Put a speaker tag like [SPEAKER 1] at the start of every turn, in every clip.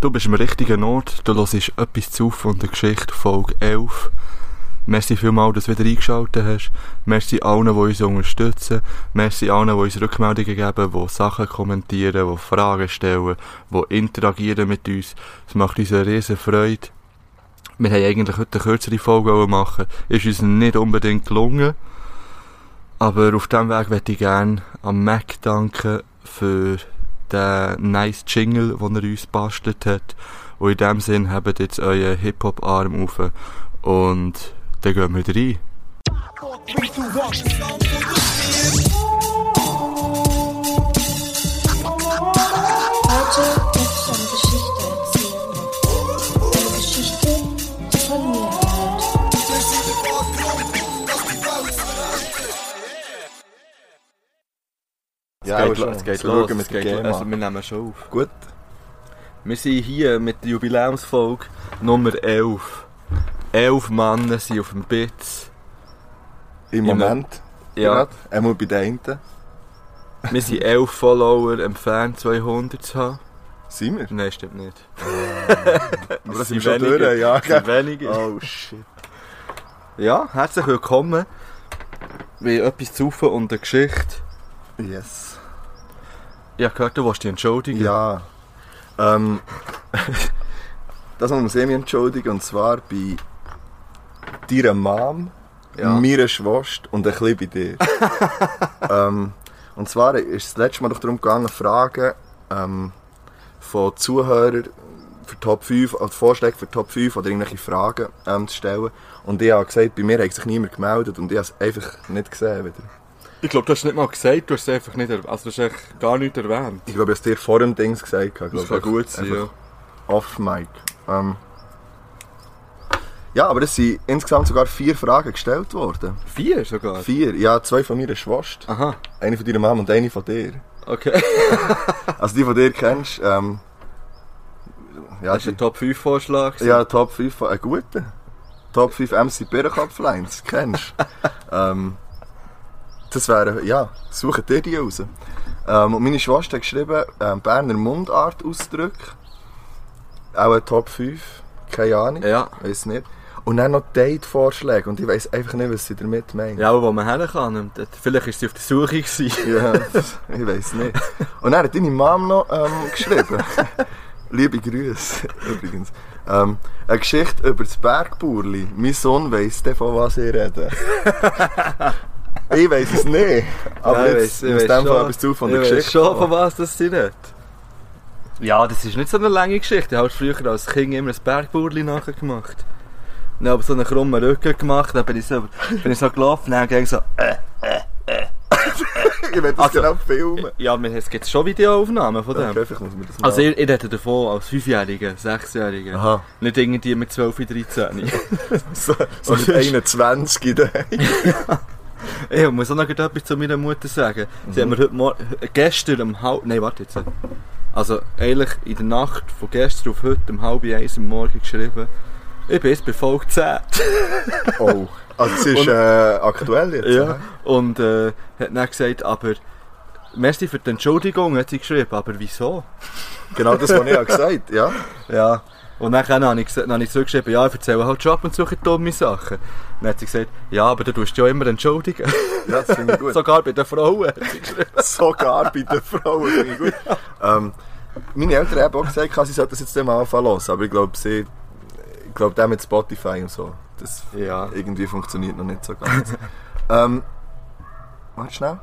[SPEAKER 1] Du bist am richtigen Ort, du hörst etwas zu von der Geschichte, Folge 11. Merci vielmals, dass du wieder eingeschaltet hast. Merci allen, die uns unterstützen. Merci allen, die uns Rückmeldungen geben, die Sachen kommentieren, die Fragen stellen, die interagieren mit uns. Es macht uns eine riesen Freude. Wir wollten eigentlich heute eine kürzere Folge wollen machen. Ist uns nicht unbedingt gelungen. Aber auf diesem Weg möchte ich gerne am Mac danken für den nice Jingle, den er uns bastelt hat. Und in dem Sinn habt jetzt euren Hip-Hop-Arm auf und dann gehen wir rein.
[SPEAKER 2] Heute möchte ich eine Geschichte erzählen. Eine Geschichte, die von mir handelt.
[SPEAKER 3] Ja, aber schon. Zu schauen, es geht los.
[SPEAKER 1] Also, wir nehmen schon auf.
[SPEAKER 3] Gut.
[SPEAKER 1] Wir sind hier mit der Jubiläumsfolge Nummer 11. Elf Männer sind auf dem Bitz.
[SPEAKER 3] Im
[SPEAKER 1] Ja,
[SPEAKER 3] Moment.
[SPEAKER 1] Ja,
[SPEAKER 3] Gerade. Einmal bei den einen.
[SPEAKER 1] wir sind elf Follower entfernt, 200 zu haben.
[SPEAKER 3] Sind wir?
[SPEAKER 1] Nein, stimmt nicht.
[SPEAKER 3] Aber
[SPEAKER 1] das
[SPEAKER 3] das
[SPEAKER 1] sind
[SPEAKER 3] sind wir schon
[SPEAKER 1] weniger.
[SPEAKER 3] durch, ja.
[SPEAKER 1] Das sind
[SPEAKER 3] gell?
[SPEAKER 1] weniger.
[SPEAKER 3] Oh shit.
[SPEAKER 1] Ja, herzlich willkommen. Wir haben etwas zu saufen und eine Geschichte.
[SPEAKER 3] Yes.
[SPEAKER 1] Ich habe gehört, du willst dich entschuldigen.
[SPEAKER 3] Ja. Ähm, das muss man sich entschuldigen. Und zwar bei deiner Mom,
[SPEAKER 1] Ja.
[SPEAKER 3] meiner Schwester und ein bisschen bei dir. ähm, und zwar ist es letztes Mal doch darum gegangen, Fragen ähm, von Zuhörern für Top 5, oder Vorschläge für Top 5 oder irgendwelche Fragen ähm, zu stellen. Und ich habe gesagt, bei mir hat sich niemand gemeldet und ich habe es einfach nicht gesehen. Wieder.
[SPEAKER 1] Ich glaube, du hast es nicht mal gesagt, du hast es einfach nicht erwähnt. Also, du hast eigentlich gar nicht erwähnt.
[SPEAKER 3] Ich glaube, ich habe es dir vor dem Dings gesagt. habe,
[SPEAKER 1] Das
[SPEAKER 3] glaube
[SPEAKER 1] kann
[SPEAKER 3] ich.
[SPEAKER 1] gut sein,
[SPEAKER 3] Einfach
[SPEAKER 1] ja.
[SPEAKER 3] Off-Mic. Ähm, ja, aber es sind insgesamt sogar vier Fragen gestellt worden.
[SPEAKER 1] Vier sogar?
[SPEAKER 3] Vier? Ja, zwei von meiner Schwester.
[SPEAKER 1] Aha,
[SPEAKER 3] Eine von deiner Mama und eine von dir.
[SPEAKER 1] okay.
[SPEAKER 3] Also die, die dir kennst, ähm, ja,
[SPEAKER 1] Das ist
[SPEAKER 3] die,
[SPEAKER 1] ein Top-5-Vorschlag.
[SPEAKER 3] ja, Top 5, ein guter. Top 5 MC Birrenkopf-Lines, kennst du? ähm, das wäre, ja, sucht dir die raus. Ähm, und meine Schwester hat geschrieben, ähm, Berner Mundart-Ausdrücke. Auch ein Top 5, keine Ahnung.
[SPEAKER 1] Ja.
[SPEAKER 3] Weiß nicht. Und dann noch Date-Vorschläge. Und ich weiß einfach nicht, was sie damit meint.
[SPEAKER 1] Ja, aber wo man hin kann. nimmt das- Vielleicht ist sie auf der Suche gewesen.
[SPEAKER 3] Ja, ich weiß nicht. Und dann hat deine Mom noch ähm, geschrieben. Liebe Grüße, übrigens. Ähm, eine Geschichte über das Bergburli. Mein Sohn weiss dann, von was ich rede. ich weiss es nicht. Aber jetzt, aus dem Fall etwas zu von der
[SPEAKER 1] ich weiss
[SPEAKER 3] Geschichte.
[SPEAKER 1] schon, von was das sie redet. Ja, das ist nicht so eine lange Geschichte. Ich habe halt früher als Kind immer ein Bergburli nachgemacht. Dann habe ich so einen krummen Rücken gemacht, dann bin ich so, bin ich so gelaufen, dann ging ich so...
[SPEAKER 3] ich werde das
[SPEAKER 1] Also,
[SPEAKER 3] genau filmen.
[SPEAKER 1] Ja, wir- es gibt schon Videoaufnahmen von dem.
[SPEAKER 3] Okay, vielleicht muss man das
[SPEAKER 1] Also ich, ich rede davon als 5-Jähriger, 6-Jähriger.
[SPEAKER 3] Aha,
[SPEAKER 1] Nicht irgendwie mit 12 oder 13.
[SPEAKER 3] so, so
[SPEAKER 1] Also
[SPEAKER 3] mit 21 daheim.
[SPEAKER 1] ich muss auch noch gerade etwas zu meiner Mutter sagen. Sie hat mir heute Morgen, gestern um halb, nein warte jetzt. Also eigentlich in der Nacht von gestern auf heute um halb eins am Morgen geschrieben. Ich bin jetzt bei Folge 10.
[SPEAKER 3] Oh, also es ist
[SPEAKER 1] Und-
[SPEAKER 3] äh, aktuell jetzt. ne?
[SPEAKER 1] Ja.
[SPEAKER 3] hä?
[SPEAKER 1] Und äh, hat dann gesagt, aber merci für die Entschuldigung, hat sie geschrieben, aber wieso?
[SPEAKER 3] Genau das, was ich ja gesagt habe. Ja.
[SPEAKER 1] Ja. Und dann habe ich, gese- dann habe ich zurückgeschrieben, ja, ich erzähle halt schon ab und zu ein bisschen dumme Sachen. Dann hat sie gesagt, ja, aber du tust dich ja immer entschuldigen.
[SPEAKER 3] ja, das finde ich gut.
[SPEAKER 1] Sogar bei den Frauen.
[SPEAKER 3] Sogar bei den Frauen. Finde ich gut. Ähm, meine Eltern haben auch gesagt, sie sollten das jetzt mal anfangen hören. Aber ich glaube, sie. Ich glaube, der mit Spotify und so. Das
[SPEAKER 1] Ja.
[SPEAKER 3] irgendwie funktioniert noch nicht so ganz. ähm, warte schnell.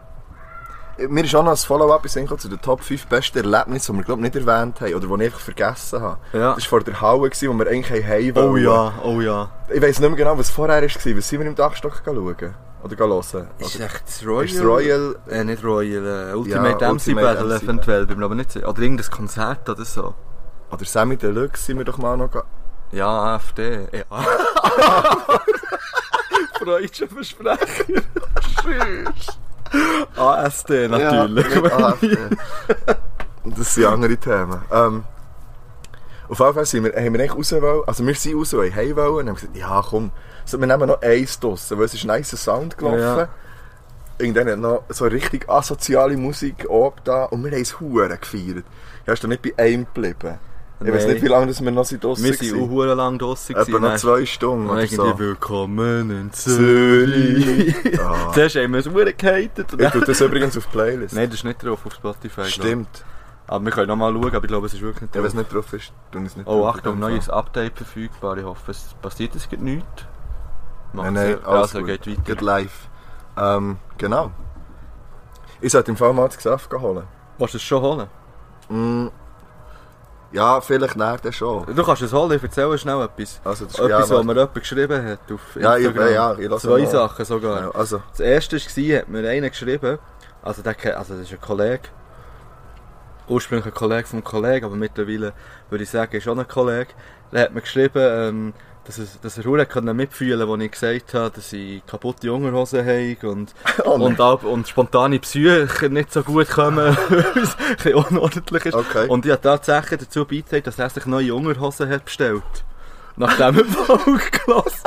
[SPEAKER 3] Mir ist auch noch ein Follow-up in Sinn gekommen zu den Top 5 besten Erlebnissen, die wir, glaube nicht erwähnt haben oder die ich einfach vergessen habe.
[SPEAKER 1] Ja.
[SPEAKER 3] Das war vor der Halle, gewesen, wo wir eigentlich heim
[SPEAKER 1] Oh
[SPEAKER 3] wollten.
[SPEAKER 1] ja, oh ja.
[SPEAKER 3] Ich weiß nicht mehr genau, was vorher war. Was sind wir im Dachstock schauen? Oder hören?
[SPEAKER 1] Ist
[SPEAKER 3] Oder
[SPEAKER 1] echt das Royal?
[SPEAKER 3] ist das Royal
[SPEAKER 1] Äh, nicht Royal, äh, Ultimate
[SPEAKER 3] Ja,
[SPEAKER 1] MC
[SPEAKER 3] Ultimate
[SPEAKER 1] Battle
[SPEAKER 3] MC
[SPEAKER 1] eventuell, bin mir aber nicht sicher. Oder irgendein Konzert oder so.
[SPEAKER 3] Oder Sammy Deluxe sind wir doch mal noch ge-
[SPEAKER 1] Ja, AfD. Ja. Freudsche Versprecher. ASD natürlich.
[SPEAKER 3] Ja, AfD. das sind andere Themen. Ähm, auf jeden Fall sind wir, haben wir eigentlich raus wollen, also wir sind raus, weil heim wollen und haben gesagt, ja komm, so, wir nehmen noch eins draussen, weil es ist ein nicer Sound gelaufen.
[SPEAKER 1] Ja.
[SPEAKER 3] Irgendwann hat noch so richtig asoziale Musik oben da und wir haben es Huren gefeiert. Ja, ist doch nicht bei einem geblieben. Ich weiß nicht, wie lange dass wir noch sind draussen
[SPEAKER 1] Wir sind auch
[SPEAKER 3] waren.
[SPEAKER 1] hure lang draussen.
[SPEAKER 3] Etwa noch
[SPEAKER 1] gewesen,
[SPEAKER 3] zwei Stunden
[SPEAKER 1] dann- Und
[SPEAKER 3] oder
[SPEAKER 1] irgendwie
[SPEAKER 3] so.
[SPEAKER 1] willkommen in
[SPEAKER 3] Zürich.
[SPEAKER 1] Zürich.
[SPEAKER 3] Ah.
[SPEAKER 1] Zuerst haben wir es hure gehatet. und
[SPEAKER 3] Ich
[SPEAKER 1] dann-
[SPEAKER 3] tue das übrigens auf die Playlist.
[SPEAKER 1] Nein, das ist nicht drauf auf Spotify. glaub.
[SPEAKER 3] Stimmt.
[SPEAKER 1] Aber wir können noch mal schauen, aber ich glaube, es ist wirklich nicht
[SPEAKER 3] Ja, wenn es
[SPEAKER 1] drauf.
[SPEAKER 3] nicht drauf ist, tun es nicht
[SPEAKER 1] Oh,
[SPEAKER 3] drauf.
[SPEAKER 1] Achtung, neues Update verfügbar. Ich hoffe, es passiert es geht nichts.
[SPEAKER 3] Nein, nein, alles
[SPEAKER 1] also
[SPEAKER 3] gut.
[SPEAKER 1] geht
[SPEAKER 3] Geht
[SPEAKER 1] weiter.
[SPEAKER 3] live. Ähm, genau. Ich sollte im Fall mal das Gesafft holen.
[SPEAKER 1] Willst du es schon holen?
[SPEAKER 3] Mm. Ja, vielleicht näher dann schon.
[SPEAKER 1] Du kannst es holen, ich erzähle schnell etwas.
[SPEAKER 3] Also, das ist
[SPEAKER 1] Etwas,
[SPEAKER 3] ja,
[SPEAKER 1] was mir jemand geschrieben hat auf
[SPEAKER 3] Ja, ich-
[SPEAKER 1] Instagram.
[SPEAKER 3] ja, ich lass
[SPEAKER 1] Zwei
[SPEAKER 3] mal.
[SPEAKER 1] Sachen sogar.
[SPEAKER 3] Ja, Also,
[SPEAKER 1] Das erste war, hat mir einer geschrieben, also, der, ke- also das ist ein Kollege, ursprünglich ein Kollege vom Kollegen, aber mittlerweile würde ich sagen, ist auch ein Kollege. Der hat mir geschrieben, ähm, dass er, dass er verdammt konnte mitfühlen konnte, als ich gesagt habe, dass ich kaputte Unterhosen habe und,
[SPEAKER 3] Oh nein.
[SPEAKER 1] und, auch, und spontane Psyche nicht so gut kommen, weil es ein bisschen unordentlich ist.
[SPEAKER 3] Okay.
[SPEAKER 1] Und ich habe tatsächlich dazu beigetragen, dass er sich neue Unterhosen hat bestellt. Nachdem er Folge gelassen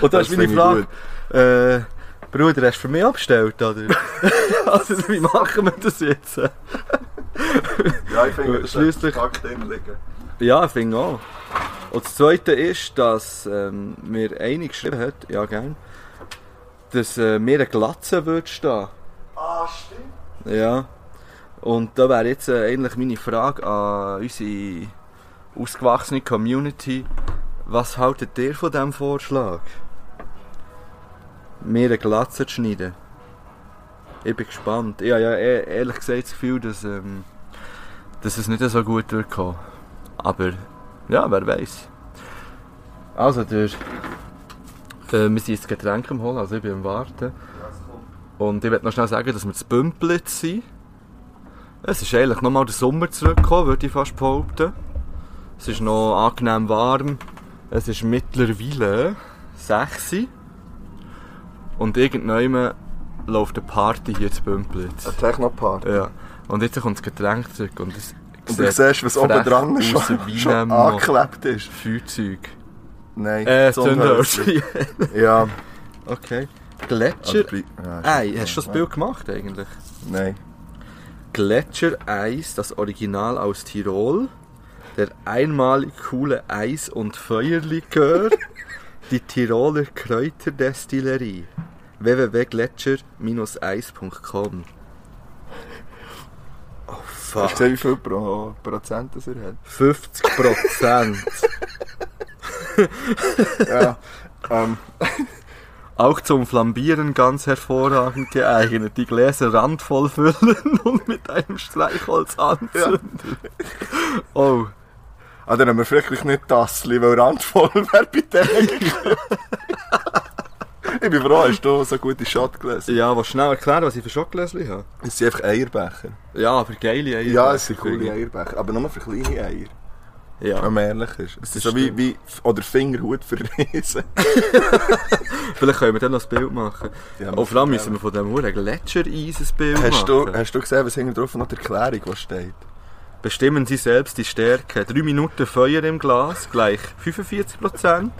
[SPEAKER 1] Und das,
[SPEAKER 3] Das
[SPEAKER 1] ist meine
[SPEAKER 3] finde ich
[SPEAKER 1] Frage. Äh, Bruder, hast du für mich abgestellt, oder? also, wie machen wir das jetzt?
[SPEAKER 3] ja, ich
[SPEAKER 1] Gut, das schliesslich- sollte
[SPEAKER 3] liegen.
[SPEAKER 1] Ja, ich finde auch. Und das Zweite ist, dass ähm, mir eine geschrieben hat, ja gern, dass äh, mir eine Glatze würde stehen.
[SPEAKER 3] Ah, stimmt.
[SPEAKER 1] Ja. Und da wäre jetzt äh, eigentlich meine Frage an unsere ausgewachsene Community. Was haltet ihr von diesem Vorschlag? Mir eine Glatze zu schneiden. Ich bin gespannt. Ich habe ja eh- ehrlich gesagt das Gefühl, dass, ähm, dass es nicht so gut wird kommen. Aber ja, wer weiß. Also, der, äh, wir sind jetzt Getränk am Holen, also ich bin am Warten. Und ich möchte noch schnell sagen, dass wir zu Bümplitz sind. Es ist eigentlich nochmal der Sommer zurückgekommen, würde ich fast behaupten. Es ist noch angenehm warm. Es ist mittlerweile 6 Uhr. Und irgendwann läuft eine Party hier zu Bümplitz.
[SPEAKER 3] Ein Technopart.
[SPEAKER 1] Ja. Und jetzt kommt das Getränk zurück und es
[SPEAKER 3] Und du siehst, was oben
[SPEAKER 1] frech
[SPEAKER 3] dran
[SPEAKER 1] aus
[SPEAKER 3] schon,
[SPEAKER 1] wie
[SPEAKER 3] schon
[SPEAKER 1] ein
[SPEAKER 3] angeklebt ist.
[SPEAKER 1] Feuerzeug.
[SPEAKER 3] Nein.
[SPEAKER 1] Äh,
[SPEAKER 3] Sonnenhölzchen.
[SPEAKER 1] Zündhölzchen.
[SPEAKER 3] Ja.
[SPEAKER 1] okay.
[SPEAKER 3] Also,
[SPEAKER 1] Gletscher...
[SPEAKER 3] blei- ja,
[SPEAKER 1] Ei, hast du das Bild gemacht eigentlich?
[SPEAKER 3] Nein.
[SPEAKER 1] Gletschereis, das Original aus Tirol, der einmalig coole Eis- und Feuerlikör, die Tiroler Kräuterdestillerie. www.gletscher-eis.com Oh
[SPEAKER 3] Hast du
[SPEAKER 1] fuck.
[SPEAKER 3] gesehen, wie viel Pro Prozent das er hat?
[SPEAKER 1] 50%.
[SPEAKER 3] Ja. ähm,
[SPEAKER 1] Auch zum Flambieren ganz hervorragend geeignet. Die Gläser randvoll füllen und mit einem Streichholz anzünden. Oh.
[SPEAKER 3] ah, dann haben wir vielleicht nicht das, weil randvoll wäre bei denen gekommen. Ich bin froh, hast du so gute Shot gelesen.
[SPEAKER 1] Ja, was schnell erklären, was ich für Schokolade habe?
[SPEAKER 3] Es sind einfach Eierbecher.
[SPEAKER 1] Ja, aber geile Eier.
[SPEAKER 3] Ja, es sind coole Eierbecher. Aber nur für kleine Eier. Wenn
[SPEAKER 1] Ja.
[SPEAKER 3] man ehrlich ist. Es ist so wie,
[SPEAKER 1] stimmt.
[SPEAKER 3] wie oder Fingerhut für Riesen.
[SPEAKER 1] Vielleicht können wir dann noch ein Bild machen.
[SPEAKER 3] Ja,
[SPEAKER 1] Und vor allem müssen wir von diesem Huren Gletschereis ein Bild machen.
[SPEAKER 3] Hast du, hast du gesehen, was hinten drauf noch die Erklärung was steht?
[SPEAKER 1] Bestimmen Sie selbst die Stärke. 3 Minuten Feuer im Glas gleich 45%.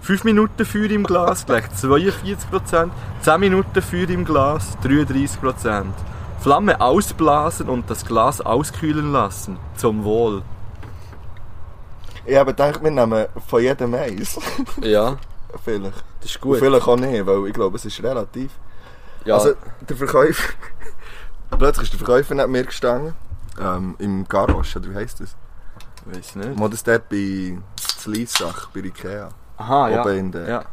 [SPEAKER 1] 5 Minuten Feuer im Glas gleich 42%. 10 Minuten Feuer im Glas 33%. Flamme ausblasen und das Glas auskühlen lassen. Zum Wohl.
[SPEAKER 3] Ich habe gedacht, wir nehmen von jedem eins.
[SPEAKER 1] Ja,
[SPEAKER 3] vielleicht.
[SPEAKER 1] das ist
[SPEAKER 3] Und
[SPEAKER 1] gut.
[SPEAKER 3] vielleicht auch nicht, weil ich glaube, es ist relativ.
[SPEAKER 1] Ja,
[SPEAKER 3] Also, der Verkäufer. Plötzlich ist der Verkäufer neben mir gestanden. Ähm, Im Garage, oder wie heisst das?
[SPEAKER 1] weiß nicht.
[SPEAKER 3] Modest dort bei Zliesach, bei Ikea.
[SPEAKER 1] Aha, ja.
[SPEAKER 3] Oben in der.
[SPEAKER 1] ja.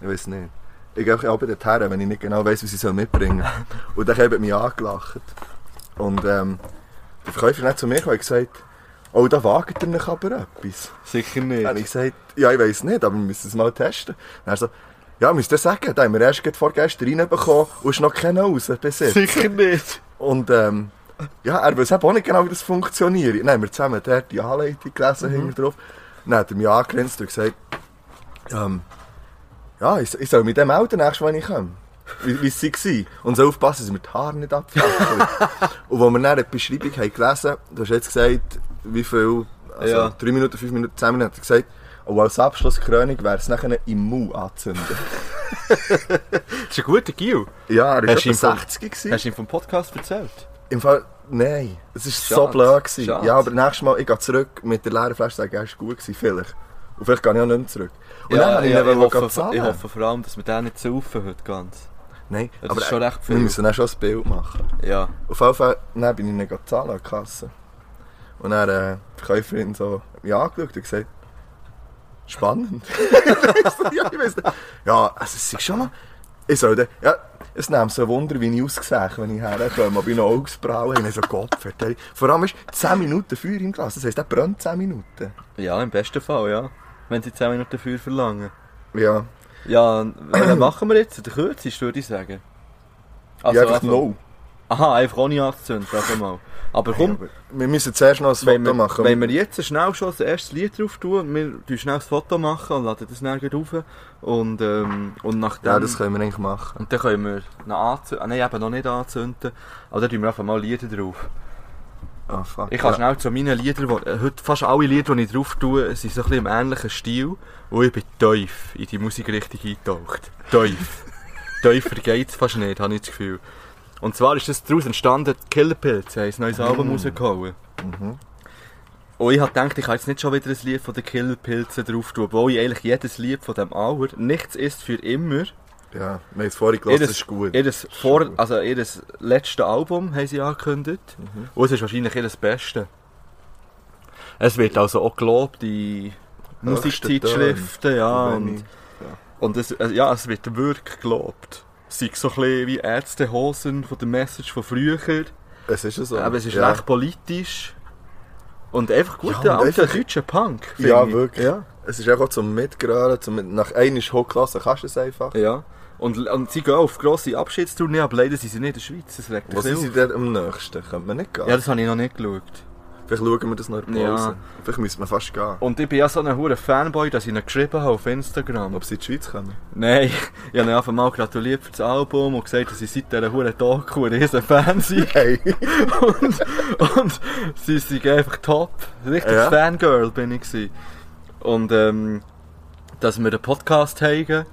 [SPEAKER 3] Ich weiß nicht. Ich gehe auch bei den Herren, wenn ich nicht genau weiß, was ich mitbringen soll. Und dann haben mich angelacht. Und ähm, der Verkäufer ist nicht zu mir gekommen und gesagt, oh, da wagt er nicht aber etwas.
[SPEAKER 1] Sicher
[SPEAKER 3] Dann habe ich
[SPEAKER 1] nicht.
[SPEAKER 3] gesagt, ja, ich weiß nicht, aber wir müssen es mal testen. Dann er so, ja, müsst ihr sagen, da haben wir erst gerade vorgestern reinbekommen und ist noch keiner raus bis jetzt.
[SPEAKER 1] Sicher nicht.
[SPEAKER 3] Und ähm, ja, er weiß eben auch nicht genau, wie das funktioniert. Dann haben wir zusammen dort die Anleitung gelesen, hinten drauf. Dann hat er mich angegrinst und gesagt, ähm, ja, ich, ich soll mit dem melden, nächstes Mal, wenn ich komme. Wie, wie es war. Und so aufpassen, dass wir die Haare nicht abfackeln. und als wir dann die Beschreibung haben gelesen haben, du hast jetzt gesagt, wie viel, also
[SPEAKER 1] Ja.
[SPEAKER 3] 3 Minuten, 5 Minuten, 10 Minuten, hat er gesagt, und als Abschlusskrönung wäre es nachher im Mu anzünden.
[SPEAKER 1] Das ist ein guter Gil.
[SPEAKER 3] Ja, er war
[SPEAKER 1] Hast du
[SPEAKER 3] etwa
[SPEAKER 1] ihn vom-
[SPEAKER 3] 60 gewesen.
[SPEAKER 1] Hast du ihm vom Podcast erzählt?
[SPEAKER 3] Im Fall, Nein, es war so
[SPEAKER 1] Schade.
[SPEAKER 3] blöd. Gewesen.
[SPEAKER 1] Schade.
[SPEAKER 3] Ja, aber nächstes Mal, ich gehe zurück mit der leeren Flasche und sage, es war gut, gewesen, vielleicht. Und vielleicht gehe ich auch nicht mehr zurück. Und dann habe ich ihn
[SPEAKER 1] ich,
[SPEAKER 3] wollen gehen
[SPEAKER 1] hoffe,
[SPEAKER 3] zahlen.
[SPEAKER 1] ich hoffe vor allem, dass wir den nicht saufen heute ganz.
[SPEAKER 3] Nein,
[SPEAKER 1] Das
[SPEAKER 3] aber äh,
[SPEAKER 1] ist schon recht
[SPEAKER 3] wir
[SPEAKER 1] viel.
[SPEAKER 3] müssen dann schon ein Bild machen.
[SPEAKER 1] Ja.
[SPEAKER 3] Auf jeden Fall dann bin ich ihn gehen zahlen an die Kasse. Und dann äh, die Verkäuferin so mich angeschaut und gesagt, spannend. Ich so, ja, ich weiss nicht. ja, also es ist schon mal... Ich soll dann, ja, es nimmt so ein Wunder, wie ich aussehe, wenn ich herkomme, ob ich noch Augsbrauen habe. Ich so, Gott, verteile. Vor allem ist 10 Minuten Feuer im Glas, das heisst, der brennt 10 Minuten.
[SPEAKER 1] ja, im besten Fall, ja. Wenn sie 10 Minuten Feuer verlangen.
[SPEAKER 3] Ja,
[SPEAKER 1] Ja, was machen wir jetzt? Der kürzeste würde ich sagen.
[SPEAKER 3] also, ja einfach
[SPEAKER 1] also-
[SPEAKER 3] no.
[SPEAKER 1] Aha, einfach ohne anzuzünden, einfach mal. Aber komm,
[SPEAKER 3] Aber Wir müssen zuerst noch ein Foto
[SPEAKER 1] wenn, wir,
[SPEAKER 3] machen.
[SPEAKER 1] wenn wir jetzt schnell schon das erste Lied drauf tun, wir tun schnell das Foto machen und laden das dann gleich rauf. Und, ähm, und nachdem...
[SPEAKER 3] ja, das können wir eigentlich machen.
[SPEAKER 1] Und dann können wir noch anzünden. Ah, nein, eben noch nicht anzünden. Aber dann tun wir einfach mal Lieder drauf.
[SPEAKER 3] Ah, fuck.
[SPEAKER 1] Ich kann
[SPEAKER 3] ja.
[SPEAKER 1] schnell zu meinen Liedern, die, äh, heute fast alle Lieder, die ich drauf tue, sind so ein bisschen im ähnlichen Stil. Und ich bin tief in die Musikrichtung eingetaucht. Tief. Tiefer geht's fast nicht, habe ich das Gefühl. Und zwar ist das daraus entstanden, die Killerpills haben ein neues Album rausgehauen. Und ich habe gedacht, ich kann jetzt nicht schon wieder ein Lied von den Killerpilzen drauf tun, obwohl ich eigentlich jedes Lied von dem Auer, Nichts ist für immer,
[SPEAKER 3] Ja, wir haben es vorhin gelassen, das
[SPEAKER 1] Ihres-
[SPEAKER 3] ist gut.
[SPEAKER 1] Ihres, vor, also ihres letzten Album haben sie angekündigt.
[SPEAKER 3] Mhm.
[SPEAKER 1] Und es ist wahrscheinlich ihres Beste. Es wird also auch gelobt in
[SPEAKER 3] Höchsten
[SPEAKER 1] Musikzeitschriften, ja. Ah,
[SPEAKER 3] Wenn
[SPEAKER 1] Und,
[SPEAKER 3] ich-
[SPEAKER 1] und es, also ja, es wird wirklich gelobt. Es sind so ein bisschen wie Ärztehosen von der Message von früher.
[SPEAKER 3] Es ist ja so.
[SPEAKER 1] Aber es ist
[SPEAKER 3] ja.
[SPEAKER 1] recht politisch. Und einfach guter
[SPEAKER 3] Ja, und
[SPEAKER 1] alter
[SPEAKER 3] einfach-
[SPEAKER 1] deutscher Punk. finde
[SPEAKER 3] Ja,
[SPEAKER 1] ich.
[SPEAKER 3] wirklich.
[SPEAKER 1] Ja.
[SPEAKER 3] Es ist auch zum Mitgrölen, zum mit, nach einer Hochklasse kannst du es einfach.
[SPEAKER 1] ja. Und, und sie gehen auf grosse Abschiedstournee, aber leider sind sie nicht in der Schweiz. Das regt
[SPEAKER 3] Wo
[SPEAKER 1] mich
[SPEAKER 3] sind sie
[SPEAKER 1] auf.
[SPEAKER 3] denn am nächsten? Könnte man nicht gehen?
[SPEAKER 1] Ja, das habe ich noch nicht geschaut.
[SPEAKER 3] Vielleicht schauen wir das noch in der Pause.
[SPEAKER 1] Ja.
[SPEAKER 3] Vielleicht müssen wir fast gehen.
[SPEAKER 1] Und ich bin ja so ein hoher Fanboy, dass ich ihn geschrieben habe auf Instagram.
[SPEAKER 3] Ob sie in die Schweiz kommen?
[SPEAKER 1] Nein, ich habe ihm einfach mal gratuliert für das Album und gesagt, dass ich seit dieser hohen Doku ein riesen Fan bin.
[SPEAKER 3] Hey!
[SPEAKER 1] und, und sie sind einfach top. Richtig
[SPEAKER 3] Ja.
[SPEAKER 1] Fangirl bin ich. Gewesen. Und ähm, dass wir einen Podcast haben,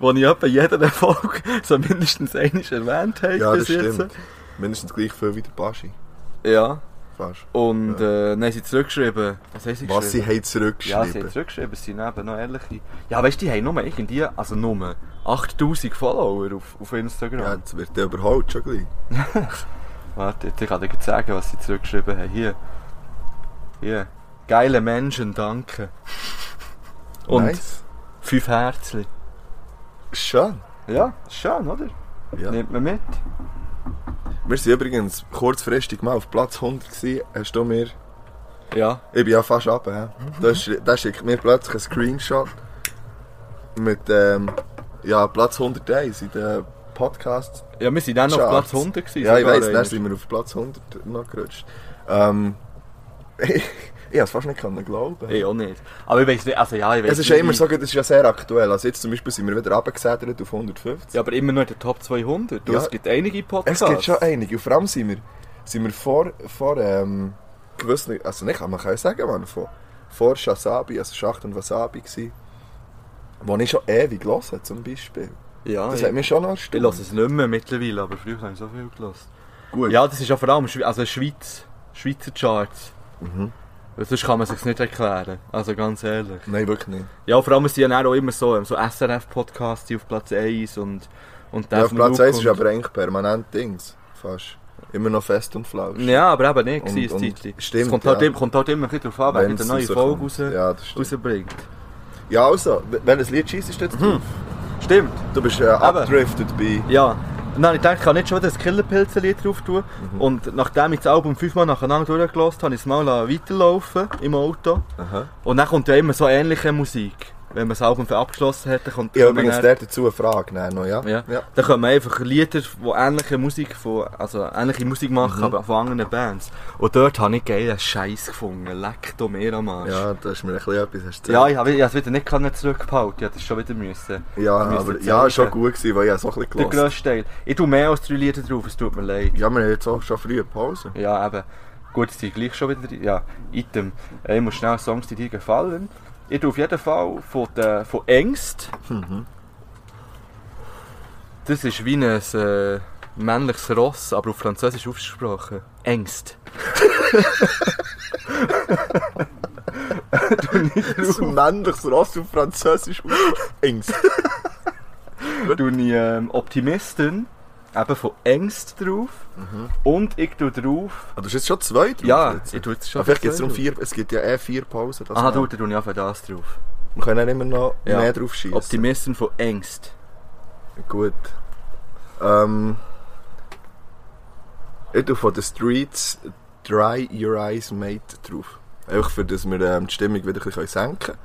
[SPEAKER 1] wo ich etwa jeder Erfolg so mindestens einmal erwähnt habe.
[SPEAKER 3] ja, das
[SPEAKER 1] bis jetzt.
[SPEAKER 3] stimmt. Mindestens gleich viel wie der Baschi.
[SPEAKER 1] Ja,
[SPEAKER 3] Fast.
[SPEAKER 1] und äh, dann haben sie zurückgeschrieben. Was haben sie geschrieben?
[SPEAKER 3] Was sie haben
[SPEAKER 1] Ja, sie haben
[SPEAKER 3] zurückgeschrieben.
[SPEAKER 1] zurückgeschrieben, sie sind eben noch ehrliche. Ja, weißt du, die haben nur irgendwie, also nur 8000 Follower auf, auf Instagram.
[SPEAKER 3] Ja, jetzt wird der überholt schon gleich.
[SPEAKER 1] Warte, jetzt kann ich dir gleich sagen, was sie zurückgeschrieben haben. Hier. Hier. Geile Menschen, danke. Und
[SPEAKER 3] Nice.
[SPEAKER 1] fünf Herzli.
[SPEAKER 3] Schön.
[SPEAKER 1] Ja, schön, oder?
[SPEAKER 3] Ja.
[SPEAKER 1] Nimmt man mit.
[SPEAKER 3] Wir sind übrigens kurzfristig mal auf Platz 100 gewesen. Hast du mir...
[SPEAKER 1] Ja.
[SPEAKER 3] Ich bin ja fast ab, ja. Da sch- da schickt mir plötzlich ein Screenshot mit ähm, ja, Platz 101 in den Podcast.
[SPEAKER 1] Ja, wir sind dann noch auf
[SPEAKER 3] Charts.
[SPEAKER 1] Platz 100 gewesen.
[SPEAKER 3] Ja, ich
[SPEAKER 1] sogar
[SPEAKER 3] weiss,
[SPEAKER 1] einmal.
[SPEAKER 3] dann sind wir auf Platz 100 noch gerutscht. Ähm, ich ich es fast nicht können glauben.
[SPEAKER 1] Ich auch nicht. Aber ich weiß nicht, also ja, ich weiß
[SPEAKER 3] es ist ja immer so, gut, es ist ja sehr aktuell. Also jetzt zum Beispiel sind wir wieder runtergesedert auf 150.
[SPEAKER 1] Ja, aber immer noch in der Top 200. Du,
[SPEAKER 3] Ja.
[SPEAKER 1] Es gibt einige
[SPEAKER 3] Es
[SPEAKER 1] Podcasts.
[SPEAKER 3] gibt schon einige. Und vor allem sind wir, sind wir vor, vor ähm, gewissen, also nicht, man kann ja sagen, man, vor, vor Shasabi, also Schacht und Wasabi gsi, wo ich schon ewig höre, zum Beispiel.
[SPEAKER 1] Ah, Ja,
[SPEAKER 3] Das
[SPEAKER 1] ich-
[SPEAKER 3] hat mich schon
[SPEAKER 1] Ich
[SPEAKER 3] erstaunt.
[SPEAKER 1] lasse es nicht mehr mittlerweile, aber früher habe ich so viel gelassen.
[SPEAKER 3] Gut.
[SPEAKER 1] Ja, das ist ja vor allem Schwe also Schweiz, Schweizer Charts. Mhm. Sonst kann man es sich nicht erklären. Also ganz ehrlich.
[SPEAKER 3] Nein, wirklich nicht.
[SPEAKER 1] Ja, vor allem es sind ja dann auch immer so, ähm, so SRF-Podcasts die auf Platz 1 und, und
[SPEAKER 3] Ja, auf Platz 1 ist
[SPEAKER 1] kommt.
[SPEAKER 3] aber eigentlich permanent Dings, fast. Immer noch fest und flausch.
[SPEAKER 1] Ja, aber eben nicht,
[SPEAKER 3] Und-
[SPEAKER 1] gewesen,
[SPEAKER 3] und-
[SPEAKER 1] das Zeitli.
[SPEAKER 3] stimmt,
[SPEAKER 1] Es kommt halt,
[SPEAKER 3] ja.
[SPEAKER 1] im- kommt halt immer ein bisschen drauf an, wenn
[SPEAKER 3] Wenn's
[SPEAKER 1] eine neue Folge
[SPEAKER 3] rauskommt.
[SPEAKER 1] raus,
[SPEAKER 3] Ja, das stimmt.
[SPEAKER 1] rausbringt.
[SPEAKER 3] Ja, also, wel- welches Lied schießt jetzt
[SPEAKER 1] Mhm.
[SPEAKER 3] drauf?
[SPEAKER 1] Stimmt.
[SPEAKER 3] Du bist äh, abgedriftet bei...
[SPEAKER 1] Ja. Und dann habe ich gedacht, ich kann nicht schon wieder das Killerpilzenlied drauf tun.
[SPEAKER 3] Mhm.
[SPEAKER 1] Und nachdem ich das Album fünfmal nacheinander durchgelost habe, habe ich es mal weiterlaufen lassen im Auto.
[SPEAKER 3] Aha.
[SPEAKER 1] Und dann kommt ja immer so ähnliche Musik. Wenn man das Album für abgeschlossen hat, dann kommt
[SPEAKER 3] Ich habe
[SPEAKER 1] kommt man
[SPEAKER 3] übrigens
[SPEAKER 1] dann,
[SPEAKER 3] der dazu eine Frage, nein, noch, ja?
[SPEAKER 1] ja, dann kommen einfach Lieder, die ähnliche Musik, von, also ähnliche Musik
[SPEAKER 3] Mhm.
[SPEAKER 1] machen, aber von anderen Bands. Und dort habe ich geilen Scheiß gefunden. Leck doch mehr am Arsch.
[SPEAKER 3] Ja, da ist mir ein bisschen etwas hast du
[SPEAKER 1] Ja, ich habe ich habe es wieder nicht können zurückgehalten. Ich hätte es schon wieder müssen.
[SPEAKER 3] Ja,
[SPEAKER 1] müssen
[SPEAKER 3] aber
[SPEAKER 1] zeigen.
[SPEAKER 3] ja, schon gut gewesen, weil ich habe so ein
[SPEAKER 1] Der
[SPEAKER 3] bisschen gelassen.
[SPEAKER 1] grösste Teil. Ich tue mehr als drei Lieder drauf, es tut mir leid.
[SPEAKER 3] Ja, wir haben jetzt auch schon früh eine Pause.
[SPEAKER 1] Ja, eben. Gut, sie gleich schon wieder. Ja, Item. Äh, Ich muss schnell Songs, die dir gefallen. Ich tue auf jeden Fall von, der, von
[SPEAKER 3] Mhm.
[SPEAKER 1] Ängst. Das ist wie ein äh, männliches Ross, aber auf Französisch ausgesprochen. Ängst.
[SPEAKER 3] Das ist ein männliches Ross auf Französisch. Ängst.
[SPEAKER 1] tue ich ähm, Optimisten eben von Ängst drauf und ich tue drauf.
[SPEAKER 3] Ah, du hast jetzt schon zwei drauf.
[SPEAKER 1] ja,
[SPEAKER 3] Mhm. jetzt.
[SPEAKER 1] ich tue jetzt schon.
[SPEAKER 3] Aber vielleicht gibt es
[SPEAKER 1] zwei
[SPEAKER 3] darum
[SPEAKER 1] drauf.
[SPEAKER 3] vier, es gibt ja eh vier Pausen. das
[SPEAKER 1] Aha,
[SPEAKER 3] mal.
[SPEAKER 1] du, dann tue ich einfach das drauf.
[SPEAKER 3] Wir können dann immer noch
[SPEAKER 1] Ja.
[SPEAKER 3] mehr drauf schießen.
[SPEAKER 1] Optimisten von Ängst.
[SPEAKER 3] Gut. Ähm, ich tue von den Streets Dry Your Eyes Mate drauf. Einfach für, dass wir ähm, die Stimmung wieder ein bisschen senken können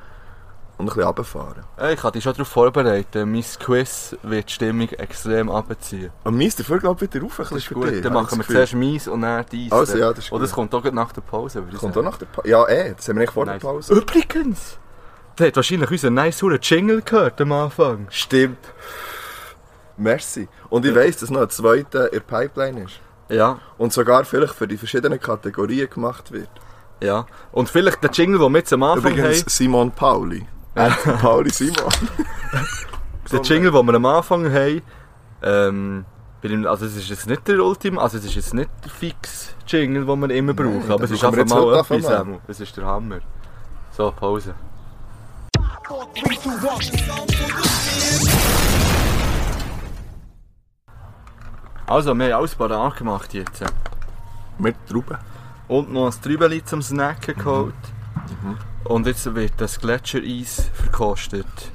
[SPEAKER 3] und ein bisschen runterfahren.
[SPEAKER 1] Äh, Ich hatte dich schon darauf vorbereitet. Mein Quiz wird die Stimmung extrem abziehen.
[SPEAKER 3] Und meins dafür, glaube ich, wieder rauf. Ein bisschen
[SPEAKER 1] Das ist
[SPEAKER 3] für
[SPEAKER 1] gut.
[SPEAKER 3] dich,
[SPEAKER 1] dann
[SPEAKER 3] habe ich
[SPEAKER 1] machen wir
[SPEAKER 3] das Gefühl.
[SPEAKER 1] zuerst meins und dann deins.
[SPEAKER 3] Also, ja, das ist
[SPEAKER 1] Und
[SPEAKER 3] gut.
[SPEAKER 1] das kommt auch gleich nach der Pause. würde ich
[SPEAKER 3] Kommt auch
[SPEAKER 1] sagen.
[SPEAKER 3] nach der Pause. Ja, eh, das haben wir nicht vor der
[SPEAKER 1] Nice.
[SPEAKER 3] Pause.
[SPEAKER 1] Übrigens, der hat wahrscheinlich unseren nice hohen Jingle gehört am Anfang.
[SPEAKER 3] Stimmt. Merci. Und ich weiss, dass noch ein zweiter in der Pipeline ist.
[SPEAKER 1] Ja,
[SPEAKER 3] Und sogar vielleicht für die verschiedenen Kategorien gemacht wird.
[SPEAKER 1] ja. Und vielleicht der Jingle, den wir jetzt am Anfang
[SPEAKER 3] Übrigens
[SPEAKER 1] haben.
[SPEAKER 3] Simon Pauli. Äh, Pauli Simon.
[SPEAKER 1] Der Jingle, den wir am Anfang haben, ähm, bin ich- also es ist jetzt nicht der Ultim, also es ist jetzt nicht der fix Jingle, den wir immer brauchen,
[SPEAKER 3] Nein,
[SPEAKER 1] aber
[SPEAKER 3] den
[SPEAKER 1] es ist
[SPEAKER 3] brauchen wir
[SPEAKER 1] einfach
[SPEAKER 3] jetzt heute
[SPEAKER 1] mal
[SPEAKER 3] einfach
[SPEAKER 1] etwas,
[SPEAKER 3] mal.
[SPEAKER 1] Samuel. Es ist der Hammer. So, Pause. Also, wir haben alles parat gemacht jetzt.
[SPEAKER 3] Mit Trauben.
[SPEAKER 1] Und noch ein Trübeli zum
[SPEAKER 3] Mhm.
[SPEAKER 1] Snacken geholt. Und jetzt wird das Gletschereis verkostet.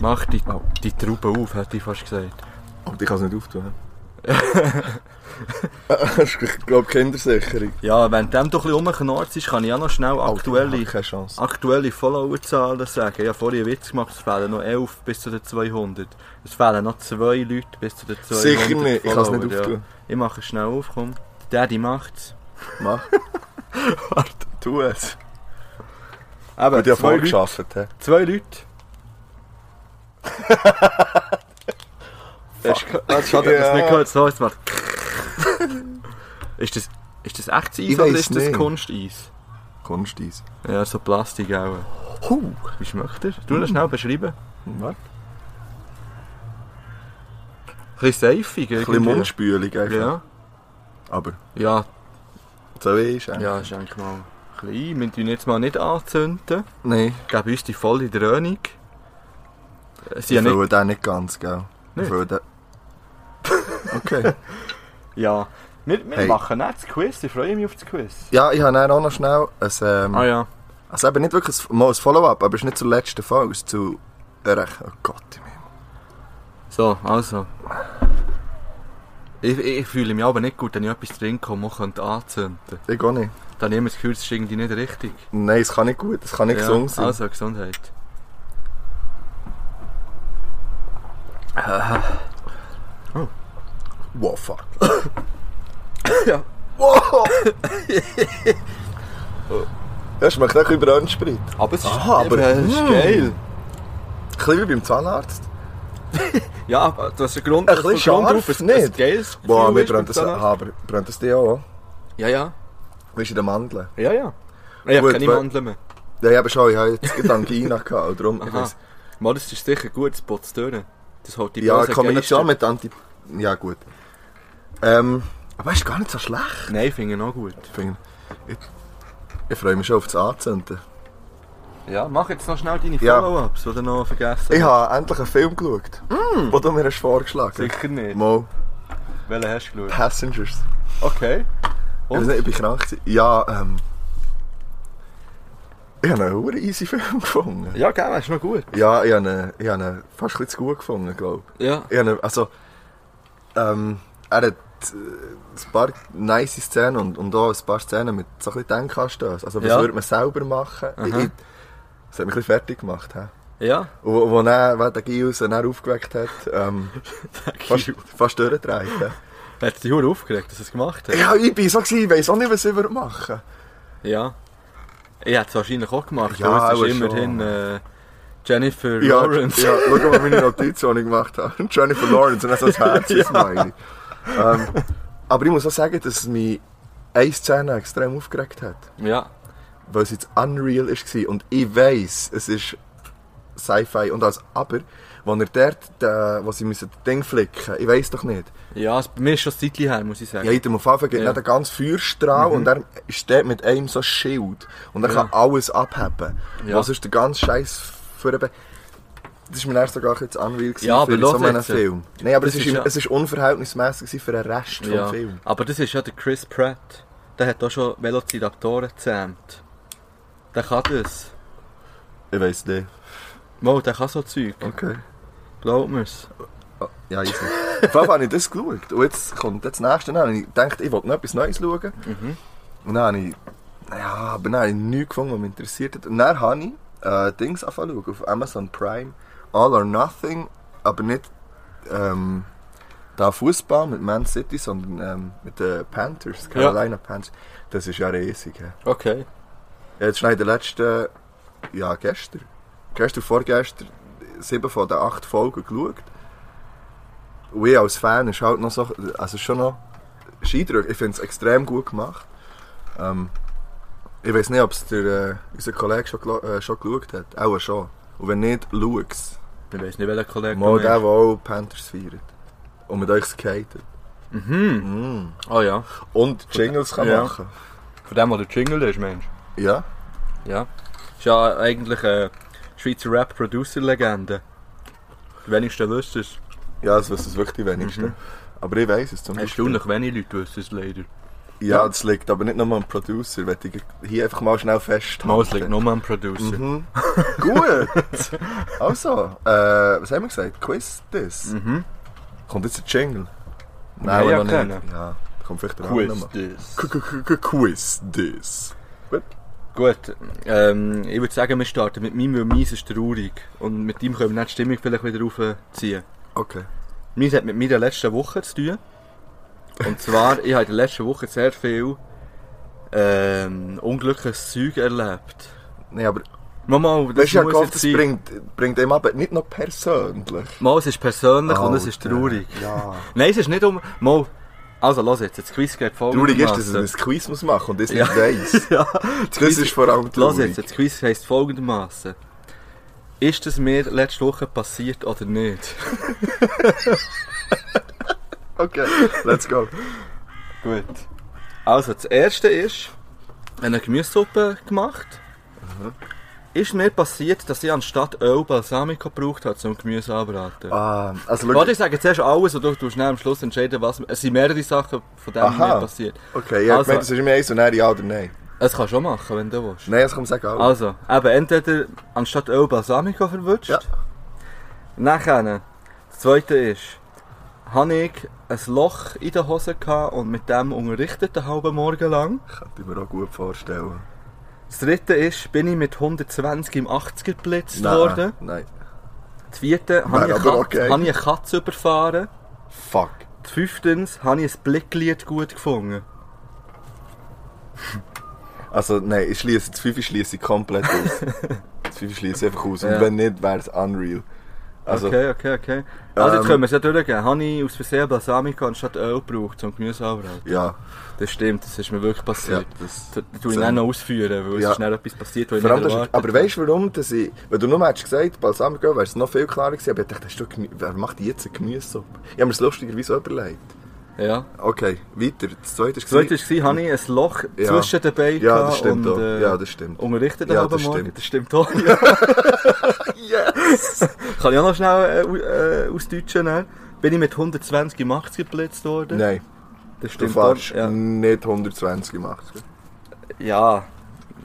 [SPEAKER 1] Mach die, die Trauben auf, hätte ich fast gesagt.
[SPEAKER 3] Aber ich kann es nicht auftun. das ist, ich glaube, Kindersicherung. Ah,
[SPEAKER 1] Ja, wenn dem doch ein bisschen rumknarrt ist, kann ich auch noch schnell aktuelle,
[SPEAKER 3] Keine Chance.
[SPEAKER 1] aktuelle Followerzahlen sagen. Ich habe vorhin einen Witz gemacht, es fehlen noch 11 bis zu den 200. Es fehlen noch zwei Leute bis zu den 200
[SPEAKER 3] Sicher nicht, ich kann es
[SPEAKER 1] Follower,
[SPEAKER 3] nicht auftun.
[SPEAKER 1] Ja. Ich mache es schnell auf, komm. Daddy macht's.
[SPEAKER 3] Mach. Warte, tu es.
[SPEAKER 1] Eben,
[SPEAKER 3] Weil du ja
[SPEAKER 1] zwei,
[SPEAKER 3] voll
[SPEAKER 1] Leute,
[SPEAKER 3] geschafft hast.
[SPEAKER 1] zwei Leute. Das ist- das ist Schade, dass das
[SPEAKER 3] Ja.
[SPEAKER 1] nicht gehört so ist. Warte. Ist das, ist das echtes Eis
[SPEAKER 3] Ich
[SPEAKER 1] oder
[SPEAKER 3] weiss
[SPEAKER 1] ist das
[SPEAKER 3] nicht.
[SPEAKER 1] Kunsteis?
[SPEAKER 3] Kunsteis.
[SPEAKER 1] Ja, so Plastik auch.
[SPEAKER 3] Huh.
[SPEAKER 1] Wie schmeckt er? Du
[SPEAKER 3] Mhm.
[SPEAKER 1] das schnell beschreiben.
[SPEAKER 3] Hm, Warte.
[SPEAKER 1] Ein bisschen seifig.
[SPEAKER 3] Ein bisschen Mundspülung einfach.
[SPEAKER 1] Ja.
[SPEAKER 3] Aber
[SPEAKER 1] Ja,
[SPEAKER 3] so ist es.
[SPEAKER 1] ja, ist eigentlich mal klein. Wir tun jetzt mal nicht anzünden.
[SPEAKER 3] Nein.
[SPEAKER 1] Geben uns die volle Dröhnung. Äh, Sie
[SPEAKER 3] Ich
[SPEAKER 1] ja nicht.
[SPEAKER 3] fühle den nicht ganz, gell? Ich
[SPEAKER 1] Nicht?
[SPEAKER 3] fühle den... Okay.
[SPEAKER 1] Ja. Wir, wir
[SPEAKER 3] Hey.
[SPEAKER 1] machen nicht das Quiz. Ich freue mich auf das Quiz.
[SPEAKER 3] Ja, ich habe dann auch noch schnell ein... Ähm,
[SPEAKER 1] Ah ja.
[SPEAKER 3] Also eben nicht wirklich ein, mal ein Follow-up, aber es ist nicht zur letzten Folge, es ist zu... Rech- Oh Gott, im Himmel.
[SPEAKER 1] So, also. Ich, ich fühle mich aber nicht gut, wenn ich etwas trinke und man könnte anzünden.
[SPEAKER 3] Ich auch nicht.
[SPEAKER 1] Dann habe ich immer das Gefühl, es ist irgendwie nicht richtig.
[SPEAKER 3] Nein, es kann nicht gut, es kann nicht gesund sein.
[SPEAKER 1] Also, Gesundheit.
[SPEAKER 3] Wow, fuck.
[SPEAKER 1] Ja.
[SPEAKER 3] Wow! ja, schmeckt auch über Ansprit.
[SPEAKER 1] Aber es ist,
[SPEAKER 3] Aha, aber-
[SPEAKER 1] es Ah, ist
[SPEAKER 3] Mm.
[SPEAKER 1] geil.
[SPEAKER 3] Ein bisschen wie beim Zahnarzt.
[SPEAKER 1] Ja, aber du hast einen Grund,
[SPEAKER 3] Ein bisschen
[SPEAKER 1] dass du einen
[SPEAKER 3] scharf,
[SPEAKER 1] auf ein-
[SPEAKER 3] nicht?
[SPEAKER 1] ein geiles
[SPEAKER 3] Boah,
[SPEAKER 1] Gefühl
[SPEAKER 3] wir
[SPEAKER 1] ist
[SPEAKER 3] brennen
[SPEAKER 1] mit
[SPEAKER 3] das,
[SPEAKER 1] so einer-
[SPEAKER 3] aha, aber brennt das die auch?
[SPEAKER 1] Ja, ja.
[SPEAKER 3] Weißt du, den Mandeln?
[SPEAKER 1] Ja, ja. Ich habe
[SPEAKER 3] Gut,
[SPEAKER 1] keine
[SPEAKER 3] weil-
[SPEAKER 1] Mandeln mehr.
[SPEAKER 3] Ja, ich habe schon, ich habe jetzt gerade Angina gehabt, und darum, ich
[SPEAKER 1] Aha.
[SPEAKER 3] weiss.
[SPEAKER 1] Mal, das ist sicher gut, das putzt Töne. Das holt die
[SPEAKER 3] Ja,
[SPEAKER 1] bösen
[SPEAKER 3] in Kombination
[SPEAKER 1] Geister.
[SPEAKER 3] mit Anti... Ja, gut. Ähm, aber es ist gar nicht so schlecht.
[SPEAKER 1] Nein, finde ich noch gut.
[SPEAKER 3] Find- Ich, ich freue mich schon auf das Anzünden.
[SPEAKER 1] Ja, mach jetzt noch schnell deine
[SPEAKER 3] Ja.
[SPEAKER 1] Follow-ups, die du noch vergessen
[SPEAKER 3] Ich
[SPEAKER 1] hast.
[SPEAKER 3] habe endlich einen Film geschaut, mm. den du mir hast vorgeschlagen hast.
[SPEAKER 1] Sicher nicht.
[SPEAKER 3] Mal
[SPEAKER 1] Welchen hast du geschaut?
[SPEAKER 3] Passengers.
[SPEAKER 1] Okay.
[SPEAKER 3] Ich,
[SPEAKER 1] Und?
[SPEAKER 3] weiß nicht, ich bin krank. gewesen. Ja, ähm. Ich habe einen sehr easy Film gefunden.
[SPEAKER 1] Ja, gell, ist noch gut.
[SPEAKER 3] Ja, ich habe ihn, ich habe ihn fast ein bisschen zu gut gefunden, glaube
[SPEAKER 1] Ja.
[SPEAKER 3] ich. ich habe ihn, also, ähm, er hat äh, ein paar nice Szenen und, und auch ein paar Szenen mit so ein bisschen Denkanstößen. Also, was
[SPEAKER 1] Ja.
[SPEAKER 3] würde man selber machen? Ich,
[SPEAKER 1] Aha.
[SPEAKER 3] ich, das hat mich ein bisschen fertig gemacht. He.
[SPEAKER 1] Ja.
[SPEAKER 3] Und wo, wo dann, wenn der Gius ihn dann aufgeweckt hat, ähm, fast, fast durchgedreht. he.
[SPEAKER 1] Hat es dich verdammt aufgeregt, dass er es gemacht hat?
[SPEAKER 3] Ja, ich bin so, gewesen, ich weiß auch nicht, was ich würde machen
[SPEAKER 1] Ja. Ich hätte es wahrscheinlich auch gemacht,
[SPEAKER 3] Ja,
[SPEAKER 1] aber es
[SPEAKER 3] aber
[SPEAKER 1] ist
[SPEAKER 3] schon.
[SPEAKER 1] immerhin äh, Jennifer
[SPEAKER 3] Ja,
[SPEAKER 1] Lawrence.
[SPEAKER 3] ja, schau mal meine Notizen, die ich gemacht habe. Jennifer Lawrence, und dann so das Herz ja. meine. Ähm, aber ich muss auch sagen, dass mich eine Szene extrem aufgeregt hat.
[SPEAKER 1] ja.
[SPEAKER 3] Weil es jetzt unreal war. Und ich weiss, es ist Sci-Fi und als Aber, wo er dort, äh, wo sie müssen das Ding flicken ich weiß doch nicht.
[SPEAKER 1] Ja, es- mir ist schon ein Zeitchen her, muss ich sagen.
[SPEAKER 3] Ja, in dem Fafa
[SPEAKER 1] Ja.
[SPEAKER 3] geht
[SPEAKER 1] Mhm.
[SPEAKER 3] ja. einen ganz Feuerstrahl und er steht mit einem so Schild und er
[SPEAKER 1] Ja.
[SPEAKER 3] kann alles abheben.
[SPEAKER 1] Ja.
[SPEAKER 3] Was ist der ganze Scheiß für ein Be das war mir erst sogar jetzt unreal gewesen
[SPEAKER 1] Ja, aber
[SPEAKER 3] für so
[SPEAKER 1] los
[SPEAKER 3] einen
[SPEAKER 1] jetzt.
[SPEAKER 3] Film. Nein, aber
[SPEAKER 1] Das
[SPEAKER 3] es ist,
[SPEAKER 1] ist
[SPEAKER 3] im-
[SPEAKER 1] ja-
[SPEAKER 3] es ist unverhältnismäßig gewesen für den Rest
[SPEAKER 1] Ja.
[SPEAKER 3] vom Film.
[SPEAKER 1] Aber das ist ja der Chris Pratt. Der hat auch schon Velociraptoren gezähmt. Der kann das.
[SPEAKER 3] Ich weiß nicht.
[SPEAKER 1] Mal, der kann so Zeug.
[SPEAKER 3] Okay.
[SPEAKER 1] Glaub mir's.
[SPEAKER 3] Ah, Ja, easy. Auf jeden Fall habe ich das geschaut. Und jetzt kommt das nächste. Dann habe ich gedacht, ich wollte noch etwas Neues schauen. Und dann habe ich... nou Ja, aber dann habe ich nichts gefunden, was mich interessiert hat. Und dann habe ich äh, Dings angefangen zu schauen, auf Amazon Prime. All or Nothing, aber nicht ähm, da Fußball mit Man City, sondern ähm, mit den Panthers, Carolina Panthers. Das ist ja riesig. hä?
[SPEAKER 1] Okay.
[SPEAKER 3] Ja, Jetzt schneide ich den letzten, ja gestern, gestern vorgestern, sieben von den acht Folgen geschaut. Und ich als Fan ist halt noch so, also ist schon noch Scheidrück. Ich finde es extrem gut gemacht. Ähm, ich weiß nicht, ob es der, äh, unser Kollege schon, gelo- äh, schon geschaut hat. Auch schon. Und wenn nicht, schau's.
[SPEAKER 1] Ich weiß nicht, welcher Kollege
[SPEAKER 3] Mal
[SPEAKER 1] du
[SPEAKER 3] der,
[SPEAKER 1] meinst.
[SPEAKER 3] der auch Panthers feiert. Und mit euch skatet. Mm.
[SPEAKER 1] Ah ja.
[SPEAKER 3] Und Jingles kann
[SPEAKER 1] Ja.
[SPEAKER 3] machen.
[SPEAKER 1] Von dem, der der Jingle ist, Mensch.
[SPEAKER 3] Ja.
[SPEAKER 1] Ja. Ist ja eigentlich eine Schweizer Rap-Producer-Legende. Die wenigsten wissen es.
[SPEAKER 3] Ja, das wissen es wirklich die wenigsten. Aber ich weiß es zum
[SPEAKER 1] Mhm. Erstaunlich wenige Leute wissen es leider.
[SPEAKER 3] Ja, das liegt aber nicht nur am Producer, weil ich hier einfach mal schnell festhalten.
[SPEAKER 1] Mal, es liegt nur am Producer.
[SPEAKER 3] Mhm. Gut! Also, äh, was haben wir gesagt? Quiz das?
[SPEAKER 1] Mhm.
[SPEAKER 3] Kommt jetzt ein Jingle?
[SPEAKER 1] haben
[SPEAKER 3] aber
[SPEAKER 1] ja
[SPEAKER 3] noch
[SPEAKER 1] keinen.
[SPEAKER 3] nicht. Ja, kommt vielleicht der andere
[SPEAKER 1] Quiz
[SPEAKER 3] mal.
[SPEAKER 1] this.
[SPEAKER 3] K- k- k- Quiz das. Gut.
[SPEAKER 1] Gut, ähm, ich würde sagen, wir starten mit meinem, weil meins ist traurig. Und mit ihm können wir dann die Stimmung vielleicht wieder raufziehen.
[SPEAKER 3] Okay.
[SPEAKER 1] Meins hat mit meiner letzten Woche zu tun. Und zwar, ich habe in der letzten Woche sehr viel ähm, unglückliches Zeug erlebt.
[SPEAKER 3] Nee, aber
[SPEAKER 1] Mama, das,
[SPEAKER 3] das ist ja
[SPEAKER 1] muss jetzt
[SPEAKER 3] gehofft, das
[SPEAKER 1] sein.
[SPEAKER 3] bringt, bringt dem aber nicht noch persönlich.
[SPEAKER 1] Mal, es ist persönlich und es ist
[SPEAKER 3] Alter.
[SPEAKER 1] traurig.
[SPEAKER 3] Ja.
[SPEAKER 1] Nein, es ist nicht um... Mal, also los jetzt, das Quiz geht voll.
[SPEAKER 3] Traurig ist, dass es ein Quiz muss machen und das nicht
[SPEAKER 1] Ja.
[SPEAKER 3] weiss.
[SPEAKER 1] ja,
[SPEAKER 3] Das ist vor allem
[SPEAKER 1] Los
[SPEAKER 3] traurig.
[SPEAKER 1] jetzt, das Quiz heisst folgendermaßen. Ist es mir letzte Woche passiert oder nicht?
[SPEAKER 3] Okay, let's go.
[SPEAKER 1] Gut. Also, das erste ist, ich habe eine Gemüsesuppe gemacht. Ist mir passiert, dass ich anstatt Öl Balsamico gebraucht habe zum Gemüse anbraten.
[SPEAKER 3] Ah, also, schau,
[SPEAKER 1] Warte, ich sage zuerst alles und du tust dann am Schluss entscheiden, was... Es sind mehrere Sachen von dem
[SPEAKER 3] Aha.
[SPEAKER 1] mir passiert.
[SPEAKER 3] Okay, ja,
[SPEAKER 1] Also-
[SPEAKER 3] ich meine, das ist immer eins und dann ja oder nein.
[SPEAKER 1] Das kannst du auch machen, wenn du willst.
[SPEAKER 3] Nein, das kommt sagen auch.
[SPEAKER 1] Also, eben, entweder anstatt Öl Balsamico verwünscht.
[SPEAKER 3] Ja.
[SPEAKER 1] Nachher, das zweite ist, habe ich ein Loch in der Hose gehabt und mit dem unterrichtet den halben Morgen lang.
[SPEAKER 3] Könnte ich mir auch gut vorstellen.
[SPEAKER 1] Das dritte ist, bin ich mit 120 im 80er geblitzt
[SPEAKER 3] Nein,
[SPEAKER 1] worden.
[SPEAKER 3] Nein.
[SPEAKER 1] Das vierte, habe ich,
[SPEAKER 3] Wäre
[SPEAKER 1] eine
[SPEAKER 3] aber
[SPEAKER 1] Katze-
[SPEAKER 3] okay.
[SPEAKER 1] habe ich eine Katze überfahren.
[SPEAKER 3] Fuck.
[SPEAKER 1] Das fünftens, habe ich ein Blicklied gut gefunden.
[SPEAKER 3] Also nein, ich schließe, das Fifi schließe ich komplett aus. das Fifi schließe ich einfach aus. Und
[SPEAKER 1] Ja.
[SPEAKER 3] wenn nicht, wäre es unreal. Also,
[SPEAKER 1] okay, okay, okay. Also jetzt
[SPEAKER 3] Ähm.
[SPEAKER 1] können wir es ja durchgehen. Habe ich aus Versehen Balsamico anstatt Öl gebraucht zum Gemüse anbraten?
[SPEAKER 3] ja.
[SPEAKER 1] Das stimmt, das ist mir wirklich passiert.
[SPEAKER 3] Ja, das-
[SPEAKER 1] das tue ich dann noch ausführen, weil
[SPEAKER 3] Ja.
[SPEAKER 1] es schnell etwas passiert, was ich
[SPEAKER 3] Vor allem,
[SPEAKER 1] nicht
[SPEAKER 3] das
[SPEAKER 1] erwartet
[SPEAKER 3] ist, aber weißt du warum? Dass ich, wenn du nur hättest gesagt, Balsamico, wäre es noch viel klarer gewesen. Aber ich dachte, hast du Gemü- wer macht jetzt eine Gemüsesuppe? Ich habe mir das lustigerweise auch überlegt.
[SPEAKER 1] Ja.
[SPEAKER 3] Okay, weiter. Das zweite ist
[SPEAKER 1] Das zweite war, habe ich ein Loch
[SPEAKER 3] Ja.
[SPEAKER 1] zwischen den Beinen
[SPEAKER 3] Ja, das
[SPEAKER 1] gehabt
[SPEAKER 3] stimmt
[SPEAKER 1] und, äh, um-
[SPEAKER 3] auch. Ja, das stimmt.
[SPEAKER 1] Unterrichtet
[SPEAKER 3] Ja,
[SPEAKER 1] am
[SPEAKER 3] das
[SPEAKER 1] Morgen.
[SPEAKER 3] stimmt.
[SPEAKER 1] Das stimmt auch.
[SPEAKER 3] Yes!
[SPEAKER 1] Kann ich auch noch schnell äh, äh, ausdeutschen. ne? Bin ich mit 120 im 80 geblitzt worden?
[SPEAKER 3] Nein,
[SPEAKER 1] das
[SPEAKER 3] du
[SPEAKER 1] stimmt auch.
[SPEAKER 3] fährst
[SPEAKER 1] Ja.
[SPEAKER 3] nicht 120 gemacht.
[SPEAKER 1] ja,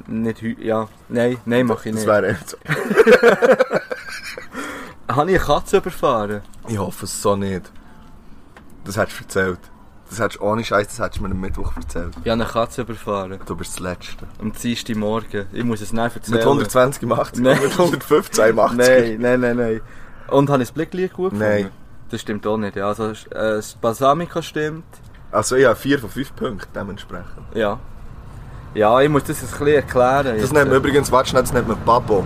[SPEAKER 1] nicht heute. Ja. Nein, nein, mache ich
[SPEAKER 3] Das
[SPEAKER 1] nicht.
[SPEAKER 3] wäre echt so.
[SPEAKER 1] Habe ich eine Katze überfahren?
[SPEAKER 3] Ich hoffe es so nicht. Das hättest du erzählt. Das hättest du ohne Scheiß, das hättest du mir am Mittwoch erzählt.
[SPEAKER 1] Ich habe eine Katze überfahren.
[SPEAKER 3] Du bist das Letzte.
[SPEAKER 1] Am Dienstag Morgen. Ich muss es nicht erzählen.
[SPEAKER 3] Mit 120 im 80er,
[SPEAKER 1] Nein.
[SPEAKER 3] mit 115 im 80er.
[SPEAKER 1] Nein, nein, nein, nein. Und habe ich das Blicklied gut gefunden?
[SPEAKER 3] Nein.
[SPEAKER 1] Das stimmt auch nicht. Ja. Also, äh, das Balsamico stimmt.
[SPEAKER 3] Also ich habe 4 von 5 Punkten dementsprechend.
[SPEAKER 1] Ja. Ja, ich muss das ein bisschen erklären.
[SPEAKER 3] Das
[SPEAKER 1] jetzt. äh,
[SPEAKER 3] nennt man übrigens, warte schnell, das nennt man Babo.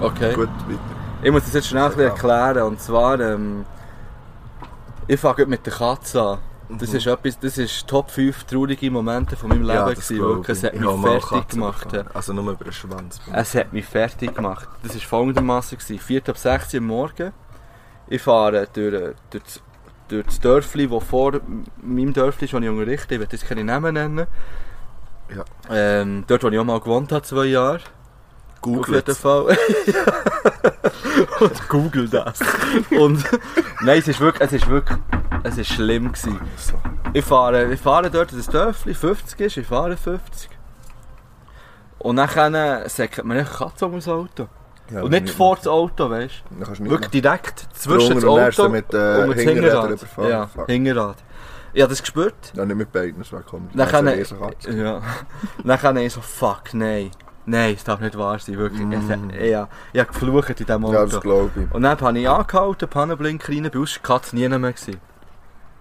[SPEAKER 1] Okay.
[SPEAKER 3] Gut, weiter.
[SPEAKER 1] Ich muss das jetzt schnell ein bisschen erklären. Und zwar, ähm, ich fange gerade mit der Katze an. Das ist etwas, das ist Top 5 traurige Momente von meinem Leben
[SPEAKER 3] Mhm. Ja, das
[SPEAKER 1] gewesen,
[SPEAKER 3] glaub
[SPEAKER 1] wirklich. Es
[SPEAKER 3] ich.
[SPEAKER 1] hat
[SPEAKER 3] Ich
[SPEAKER 1] mich
[SPEAKER 3] hab mal
[SPEAKER 1] fertig
[SPEAKER 3] Katzen
[SPEAKER 1] gemacht.
[SPEAKER 3] bekommen. Also nur über den Schwanz.
[SPEAKER 1] Es hat mich fertig gemacht. Das war folgendermaßen. 4 ab 16 Uhr morgen. Ich fahre durch, durch, das- durch das Dörfli, das vor meinem Dörfli ist, das ich unterrichte. Ich will jetzt keine Namen nennen.
[SPEAKER 3] Ja.
[SPEAKER 1] Ähm, dort, wo ich auch mal gewohnt habe, zwei Jahre. Auf
[SPEAKER 3] Googelt.
[SPEAKER 1] jeden Fall. Und google das. Und, nein, es ist wirklich, es ist wirklich, es ist schlimm gewesen.
[SPEAKER 3] So.
[SPEAKER 1] Ich fahre, ich fahre dort in das Dörfli, 50 ist, ich fahre 50. Und dann äh, säckert mir eine Katze um das Auto.
[SPEAKER 3] Ja,
[SPEAKER 1] Und nicht vor das Auto, weißt
[SPEAKER 3] Dann kannst du
[SPEAKER 1] du?
[SPEAKER 3] nicht
[SPEAKER 1] Wirklich
[SPEAKER 3] machen.
[SPEAKER 1] direkt zwischen das
[SPEAKER 3] Drunter und dann hast du
[SPEAKER 1] Auto
[SPEAKER 3] mit,
[SPEAKER 1] und
[SPEAKER 3] äh,
[SPEAKER 1] das
[SPEAKER 3] Hinterrädern
[SPEAKER 1] Hinterrad.
[SPEAKER 3] überfahren.
[SPEAKER 1] Ja,
[SPEAKER 3] Fuck.
[SPEAKER 1] Hinterrad. Ich habe das gespürt.
[SPEAKER 3] Ja, nicht mit beiden, das wäre komisch.
[SPEAKER 1] Dann
[SPEAKER 3] Das ist
[SPEAKER 1] kann
[SPEAKER 3] eine
[SPEAKER 1] ich,
[SPEAKER 3] riesige Katze.
[SPEAKER 1] ja. dann kann ich so, fuck, nein. Nein, es darf nicht wahr sein, wirklich. Ich, ich, ich habe geflucht in diesem Auto.
[SPEAKER 3] Ja, das glaube ich.
[SPEAKER 1] und dann habe ich angehalten, Pannenblinker rein, bei uns war die Katze nie mehr. Gewesen.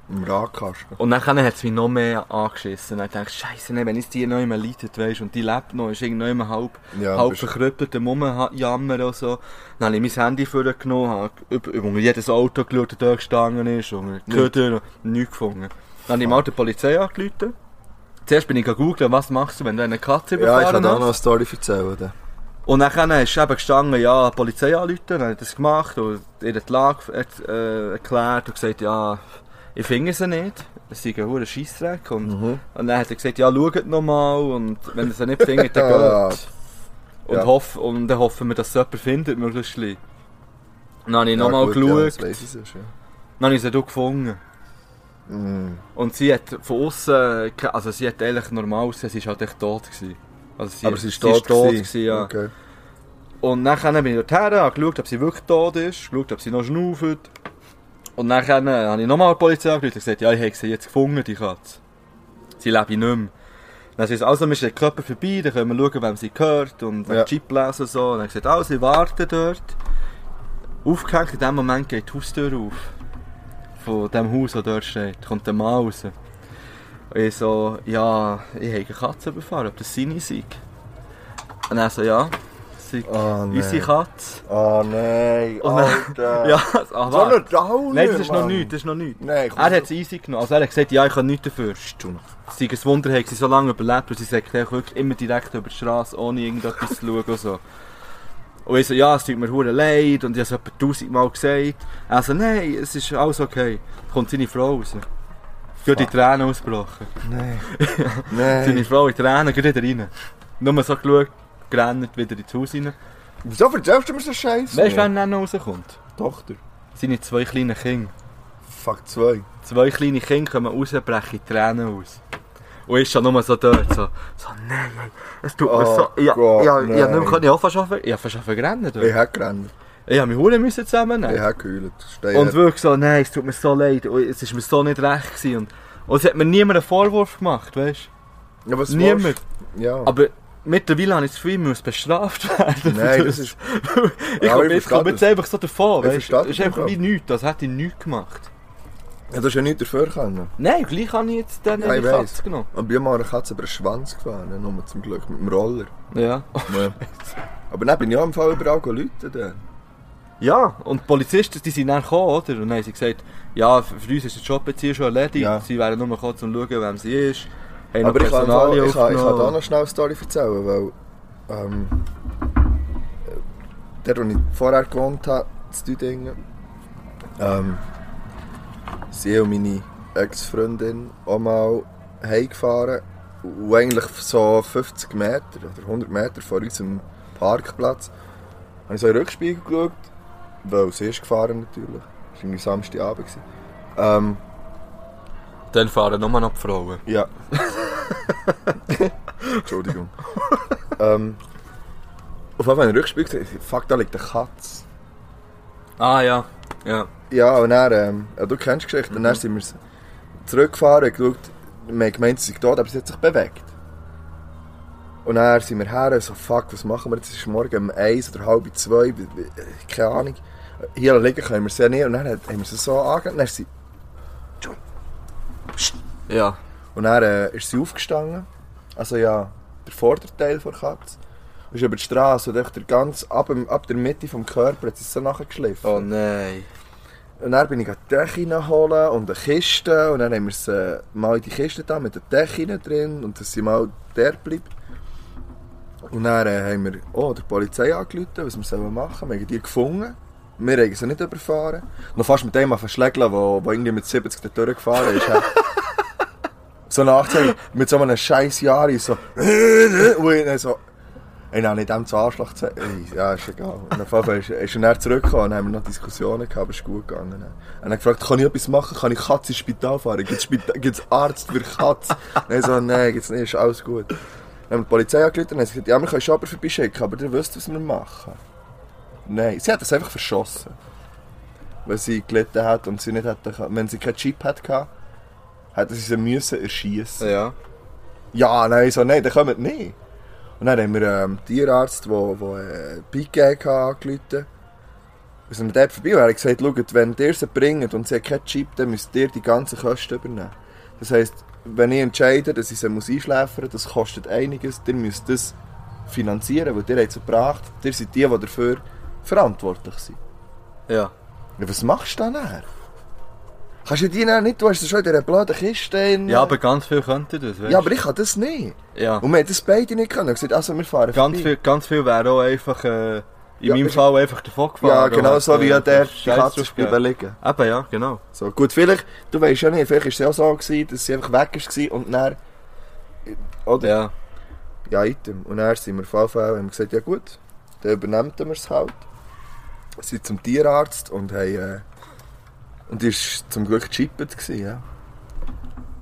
[SPEAKER 3] Im Radkasten.
[SPEAKER 1] Und dann hat es mich noch mehr angeschissen. Dann dachte ich, Scheiße, nee, wenn jetzt die nou noch immer leidet, weißt und die nou, lebt noch, ist irgendwie noch halb,
[SPEAKER 3] Ja, dus-
[SPEAKER 1] halb
[SPEAKER 3] bist-
[SPEAKER 1] verkrüppelt am Rumjammern und so. Dann habe ich mein Handy vorgenommen, habe über, über jedes Auto geschaut, das da gestanden ist, und die Köder, nichts gefunden. Dann habe ich mal die Polizei angerufen. Zuerst bin ich googeln, was machst du, wenn du eine Katze
[SPEAKER 3] Ja, ich kann
[SPEAKER 1] überfahren
[SPEAKER 3] dir auch noch eine
[SPEAKER 1] hast.
[SPEAKER 3] Story erzählen. dann.
[SPEAKER 1] Und dann ist eben gestanden, ja, die Polizei anrufen, dann habe ich das gemacht und ihr die Lage er- äh, erklärt und gesagt, ja, ich finde sie nicht. Es ist ein hoher Scheissdreck. Und,
[SPEAKER 3] Mhm.
[SPEAKER 1] und dann hat er gesagt, ja, schaut nochmal und wenn ihr sie nicht findet, dann
[SPEAKER 3] Ja.
[SPEAKER 1] geht. Und,
[SPEAKER 3] Ja.
[SPEAKER 1] hoff, und dann hoffen wir, dass sie jemand findet, möglichst schnell. Dann habe ich nochmal
[SPEAKER 3] gut, Ja, das
[SPEAKER 1] geschaut,
[SPEAKER 3] weiss ich sonst, dus ja.
[SPEAKER 1] dann habe ich sie dort gefunden.
[SPEAKER 3] Mm.
[SPEAKER 1] Und sie hat von außen, also sie hat eigentlich normal ausgesehen, sie war halt echt tot. Gewesen. Also sie,
[SPEAKER 3] Aber sie ist tot.
[SPEAKER 1] tot
[SPEAKER 3] gewesen.
[SPEAKER 1] gewesen, ja.
[SPEAKER 3] Okay.
[SPEAKER 1] Und nachher bin ich dorthin, habe geschaut, ob sie wirklich tot ist, geschaut, ob sie noch schnauft. Und nachher habe ich nochmal die Polizei angerufen und gesagt, ja, ich habe sie jetzt gefunden, die Katze. Sie lebt nicht mehr. Dann sie also, wir sind den Körper vorbei, dann können wir schauen, wem sie gehört und
[SPEAKER 3] Ja.
[SPEAKER 1] ja. Chip lesen und so. Und dann gesagt, also, ich warte dort. Aufgehängt in dem Moment geht die Haustür auf. Von dem Haus, das dort steht, kommt der Mann raus. Und ich so, ja, ich habe eine Katze überfahren, ob das seine sei. Und er so, ja, sei
[SPEAKER 3] Oh nein.
[SPEAKER 1] unsere Katze.
[SPEAKER 3] Oh nein,
[SPEAKER 1] Und dann-
[SPEAKER 3] Alter.
[SPEAKER 1] Ja, ah, ach,
[SPEAKER 3] So
[SPEAKER 1] warte.
[SPEAKER 3] eine Daune,
[SPEAKER 1] Nein, das ist noch
[SPEAKER 3] Mann.
[SPEAKER 1] nichts, das ist noch nichts.
[SPEAKER 3] Nein, komm.
[SPEAKER 1] Er hat es easy genommen. Also er hat gesagt, ja, ich kann nichts dafür. Sei ein Wunder, hat sie so lange überlebt, weil sie sagt eigentlich wirklich immer direkt über die Straße, ohne irgendetwas zu schauen und so. Und ich so, ja, es tut mir hure leid und ich habe es etwa tausendmal gesagt. Er so, nein, es ist alles okay. Kommt seine Frau raus. Gerade die Tränen ausgebrochen. Seine
[SPEAKER 3] Nein.
[SPEAKER 1] Frau in Tränen, gerade wieder rein. Nur so geschaut, gerannt wieder ins Haus rein.
[SPEAKER 3] Wieso erzählst du mir so Scheiße?
[SPEAKER 1] Weißt du, wer dann noch rauskommt?
[SPEAKER 3] Tochter.
[SPEAKER 1] Seine zwei kleinen Kinder.
[SPEAKER 3] Fuck, zwei.
[SPEAKER 1] Zwei kleine Kinder kommen raus, brechen in Tränen aus. Und ich schon nur so dort, so, so nein, nein, es tut mir
[SPEAKER 3] Oh
[SPEAKER 1] so, ich,
[SPEAKER 3] Gott,
[SPEAKER 1] ich, ich, ich,
[SPEAKER 3] nein.
[SPEAKER 1] ich kann nicht fast anfangen, ich hab fast anfangen zu rennen dort.
[SPEAKER 3] Ich habe gerannt.
[SPEAKER 1] Ich hab mich Huren müssen zusammennehmen.
[SPEAKER 3] Ich habe geheult. Stehe
[SPEAKER 1] Und wirklich so, nein, es tut mir so leid, und es ist mir so nicht recht gewesen. Und, und es hat mir niemand einen Vorwurf gemacht, weißt
[SPEAKER 3] Ja, was
[SPEAKER 1] du? Niemand.
[SPEAKER 3] willst du? Ja.
[SPEAKER 1] Aber mittlerweile habe ich das Gefühl, ich muss bestraft werden.
[SPEAKER 3] Nein, das ist.
[SPEAKER 1] Ich
[SPEAKER 3] Ja,
[SPEAKER 1] komme
[SPEAKER 3] ich
[SPEAKER 1] jetzt, komm
[SPEAKER 3] verstehe
[SPEAKER 1] jetzt einfach so davon,
[SPEAKER 3] Ich
[SPEAKER 1] weißt du?
[SPEAKER 3] verstehe
[SPEAKER 1] Es ist
[SPEAKER 3] das
[SPEAKER 1] einfach
[SPEAKER 3] auch.
[SPEAKER 1] wie nichts, das hätte ich nichts gemacht.
[SPEAKER 3] Ja, du hast ja nichts dafür können.
[SPEAKER 1] Nein, gleich habe ich jetzt dann
[SPEAKER 3] Ja, ich
[SPEAKER 1] die
[SPEAKER 3] weiß.
[SPEAKER 1] Katze genommen.
[SPEAKER 3] Und bin mal eine Katze über den Schwanz gefahren, nur zum Glück, mit dem Roller.
[SPEAKER 1] Ja.
[SPEAKER 3] Ja. Aber dann bin ich auch im Fall überall geläutet. dann.
[SPEAKER 1] Ja, und die Polizisten die sind dann gekommen, oder? Und dann haben sie gesagt, ja, für für uns ist der Job jetzt hier schon erledigt.
[SPEAKER 3] Ja.
[SPEAKER 1] Sie wären nur mal gekommen, um zu schauen, wem sie ist. Haben
[SPEAKER 3] Aber
[SPEAKER 1] noch
[SPEAKER 3] ich kann, im Fall-
[SPEAKER 1] Personalien
[SPEAKER 3] ich, kann, ich kann da
[SPEAKER 1] aufgenommen.
[SPEAKER 3] noch schnell eine Story erzählen, weil ähm, äh, dort, wo ich vorher gewohnt habe, in Düdingen, ähm, sie und meine Ex-Freundin auch mal heimgefahren und eigentlich so 50 Meter oder 100 Meter vor unserem Parkplatz habe ich so in den Rückspiegel geschaut, weil sie ist gefahren natürlich, das war irgendwie Samstagabend. gewesen. Ähm,
[SPEAKER 1] Dann fahren nochmal noch die Frauen.
[SPEAKER 3] ja. Entschuldigung. ähm, auf einmal habe ich rückgespiegelt, fuck, da liegt eine Katze.
[SPEAKER 1] Ah ja, ja.
[SPEAKER 3] Ja, und dann, ähm, ja, du kennst die Geschichte, und dann sind wir s- zurückgefahren und geschaut, wir haben gemeint, sie sei tot, aber sie hat sich bewegt. Und dann sind wir her und so, fuck, was machen wir jetzt? Es ist morgen um eins oder halb zwei, b- b- keine Ahnung. Hier liegen können wir sie ja nicht. Und dann hat- haben wir sie so angegangen, dann ist sie
[SPEAKER 1] Ja.
[SPEAKER 3] Und dann äh, ist sie aufgestanden. Also ja, der Vorderteil der Katze. Und ist über die Straße und echt der ganz, ab, dem- ab der Mitte vom Körper hat sie es so nachgeschliffen.
[SPEAKER 1] Oh nein.
[SPEAKER 3] Und dann bin ich Tech holen und eine Kiste. Und dann haben wir es äh, mal in die Kiste da mit der Tech hinein drin und dass sie mal der bleibt. Und dann äh, haben wir oh, der Polizei angerufen, was wir sollen machen sollen. Wir haben die gefunden. Wir haben sie nicht überfahren. Noch fast mit dem verschlägeln, der wo, wo irgendwie mit 70 da durchgefahren ist. hä? so nach mit so einem scheiß Jahre so. Und ich dann so ich habe nicht dem zu Anschlag gesagt. Ey, Ja, ist egal. Und auf jeden Fall ist, ist er dann zurückgekommen und haben wir noch Diskussionen gehabt, aber es ist gut gegangen. Und er hat gefragt, kann ich etwas machen? Kann ich Katze ins Spital fahren? Gibt es Spita gibt's Arzt für Katze? Nein, so, nein, gibt's nicht, ist alles gut. Dann haben wir die Polizei angerufen und haben gesagt, ja, wir können Schaber vorbeischicken, aber ihr wisst, was wir machen. Nein, sie hat es einfach verschossen. Weil sie gelitten hat und sie nicht hätte, können- wenn sie keinen Chip hatte, hätte sie sie müssen erschießen
[SPEAKER 1] Ja.
[SPEAKER 3] ja, nein, ich so, nein, dann kommen wir nicht. Und dann haben wir ähm, den Tierarzt, der äh, Piquet hatte, angerufen. Wir sind dort vorbei und er hat gesagt, schaut, wenn ihr sie bringt und sie hat keinen Chip, dann müsst ihr die ganzen Kosten übernehmen. Das heisst, wenn ich entscheide, dass ich sie muss einschläfern muss, das kostet einiges, ihr müsst das finanzieren, weil ihr habt sie gebracht, ihr seid die, die dafür verantwortlich sind.
[SPEAKER 1] Ja.
[SPEAKER 3] Ja, was machst du dann? nachher? Kannst du die dann nicht, du hast sie schon in dieser blöden Kiste. drin.
[SPEAKER 1] Ja, aber ganz viel könnte das, weißt
[SPEAKER 3] Ja, aber Um ich kann das nicht.
[SPEAKER 1] Ja.
[SPEAKER 3] Und wir haben das beide nicht können. Wir haben gesagt, also wir fahren
[SPEAKER 1] Ganz
[SPEAKER 3] vorbei.
[SPEAKER 1] viel, ganz viel wäre auch einfach, äh, in
[SPEAKER 3] Ja,
[SPEAKER 1] meinem
[SPEAKER 3] ich-
[SPEAKER 1] Fall einfach davon gefahren.
[SPEAKER 3] Ja, genau so wie
[SPEAKER 1] äh,
[SPEAKER 3] an der die
[SPEAKER 1] Scheiß
[SPEAKER 3] Katze
[SPEAKER 1] drauf gegeben.
[SPEAKER 3] bleiben liegen.
[SPEAKER 1] Eben, ja, genau.
[SPEAKER 3] So, gut, vielleicht, du weißt ja nicht, vielleicht war es ja auch so, gewesen, dass sie einfach weg war und dann... Oder? Ja.
[SPEAKER 1] Ja.
[SPEAKER 3] item. Und dann sind wir VV und haben gesagt, ja gut, dann übernehmen wir es halt. Wir sind zum Tierarzt und haben... Äh, und die war zum Glück gechippt, gewesen, ja.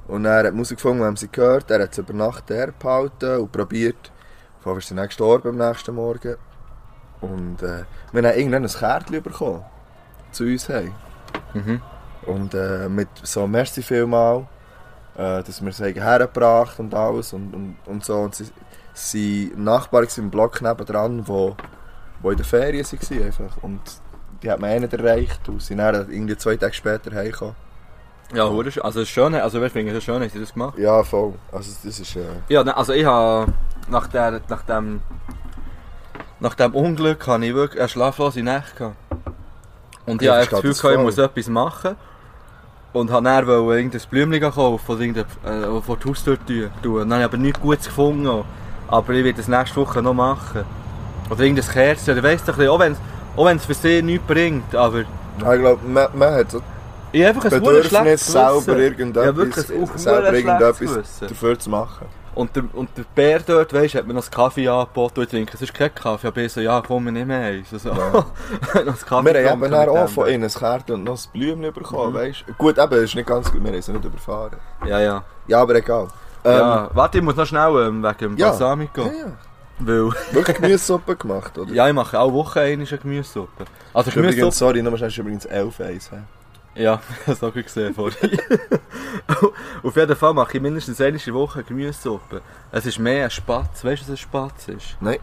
[SPEAKER 3] Und er hat die Musik gefunden, wir haben sie gehört, er hat sie über Nacht herbehalten und probiert. Vor allem ist sie dann gestorben am nächsten Morgen. Und äh, wir haben irgendwann ein Kärtchen bekommen. Zu uns hey.
[SPEAKER 1] Mhm.
[SPEAKER 3] Und äh, mit so «Merci vielmal», äh, dass wir sie haben hergebracht und alles und, und, und so. Und sie, sie Nachbarn waren im Block nebendran, wo, wo in der Ferien waren einfach. Und die hat man eh nicht erreicht und sind dann irgendwie zwei Tage später heimgekommen.
[SPEAKER 1] Ja, hure schön. Also, es ist schön, also, weißt du, finde ich es schön, haben sie das gemacht.
[SPEAKER 3] Ja, voll. Also das ist... Äh,
[SPEAKER 1] Ja, ne, also ich habe nach, der, nach dem nach dem Unglück habe ich wirklich eine schlaflose Nacht gehabt. Und ich
[SPEAKER 3] Ja,
[SPEAKER 1] habe echt das
[SPEAKER 3] verstehe
[SPEAKER 1] Gefühl,
[SPEAKER 3] das
[SPEAKER 1] gehabt, ich
[SPEAKER 3] voll.
[SPEAKER 1] muss etwas machen. Und habe dann wollte irgendein Blümchen kaufen oder irgendein, äh, vor die Haustür tun. tun. Dann habe ich aber nichts Gutes gefunden. auch. Aber ich werde das nächste Woche noch machen. Oder irgendein Kerzen, oder weiss doch, ein bisschen, auch wenn es auch wenn es für sie nichts bringt. Aber
[SPEAKER 3] ja, ich glaube, man, man hat so
[SPEAKER 1] ich habe einfach ein hure
[SPEAKER 3] Bedürfnis,
[SPEAKER 1] schlechtes
[SPEAKER 3] selber
[SPEAKER 1] Gewissen. Ja,
[SPEAKER 3] irgendetwas,
[SPEAKER 1] wirklich, ein hure
[SPEAKER 3] selber
[SPEAKER 1] schlechtes
[SPEAKER 3] irgendetwas
[SPEAKER 1] Gewissen.
[SPEAKER 3] dafür zu machen.
[SPEAKER 1] Und der, und der Bär dort, weisst, hat mir noch einen Kaffee angeboten und ich trinke sonst keinen Kaffee. Aber ich so, ja komm, ich nehme eins. Also, hat noch einen Kaffee
[SPEAKER 3] Wir haben
[SPEAKER 1] getrunken
[SPEAKER 3] eben dann
[SPEAKER 1] mit
[SPEAKER 3] auch
[SPEAKER 1] dem Mhm.
[SPEAKER 3] von
[SPEAKER 1] Bär.
[SPEAKER 3] ihnen ein Kärtchen und noch ein Blümchen bekommen, weisst du? Gut, eben, ist nicht ganz gut, wir haben sie nicht überfahren.
[SPEAKER 1] Ja, ja.
[SPEAKER 3] Ja, aber egal. Ähm,
[SPEAKER 1] ja. Warte, ich muss noch schnell ähm, wegen dem
[SPEAKER 3] Ja.
[SPEAKER 1] Balsamico.
[SPEAKER 3] ja, ja.
[SPEAKER 1] Weil,
[SPEAKER 3] Wirklich Gemüsesuppe gemacht, oder?
[SPEAKER 1] ja, ich mache auch Woche eine Gemüsesuppe. Also
[SPEAKER 3] Ist übrigens,
[SPEAKER 1] Gemüsesuppe...
[SPEAKER 3] sorry, nur schnell, ist übrigens 11 Eis. hä?
[SPEAKER 1] Ja, das habe ich gesehen vorhin. Auf jeden Fall mache ich mindestens eine Woche Gemüsesuppe. Es ist mehr ein Spatz. Weißt du, was ein Spatz ist?
[SPEAKER 3] Nein.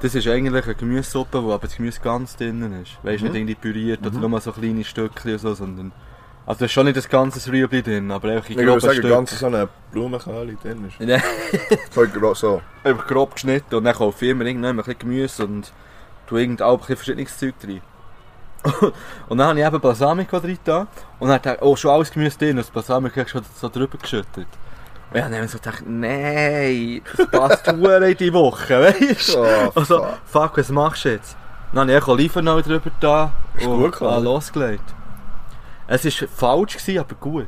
[SPEAKER 1] Das ist eigentlich eine Gemüsesuppe, wo aber das Gemüse ganz drin ist. Weißt du, nicht irgendwie püriert oder nur so kleine Stückchen oder so, sondern. Also, da ist schon nicht das ganze Rüebli drin, aber einfach in
[SPEAKER 3] Ich würde
[SPEAKER 1] groben
[SPEAKER 3] sagen,
[SPEAKER 1] Stück.
[SPEAKER 3] ganz so eine Blumenkohle drin ist.
[SPEAKER 1] Nein,
[SPEAKER 3] Voll grob so.
[SPEAKER 1] einfach grob geschnitten und dann kaufe ich immer irgendwann ein bisschen Gemüse und tue irgend auch ein bisschen verschiedenes Zeug rein. und dann habe ich eben Balsamico drin da und dann dachte ich, oh, schon alles Gemüse drin und das Balsamico habe ich schon so drüber geschüttet. Und dann habe ich so gedacht, nein, das passt verdammt in die Woche, weißt du?
[SPEAKER 3] Oh,
[SPEAKER 1] Also,
[SPEAKER 3] fuck.
[SPEAKER 1] fuck, was machst du jetzt? Dann habe ich auch Olivenöl drüber da
[SPEAKER 3] Ist gut gekommen.
[SPEAKER 1] habe losgelegt. Es war falsch, gewesen, aber gut.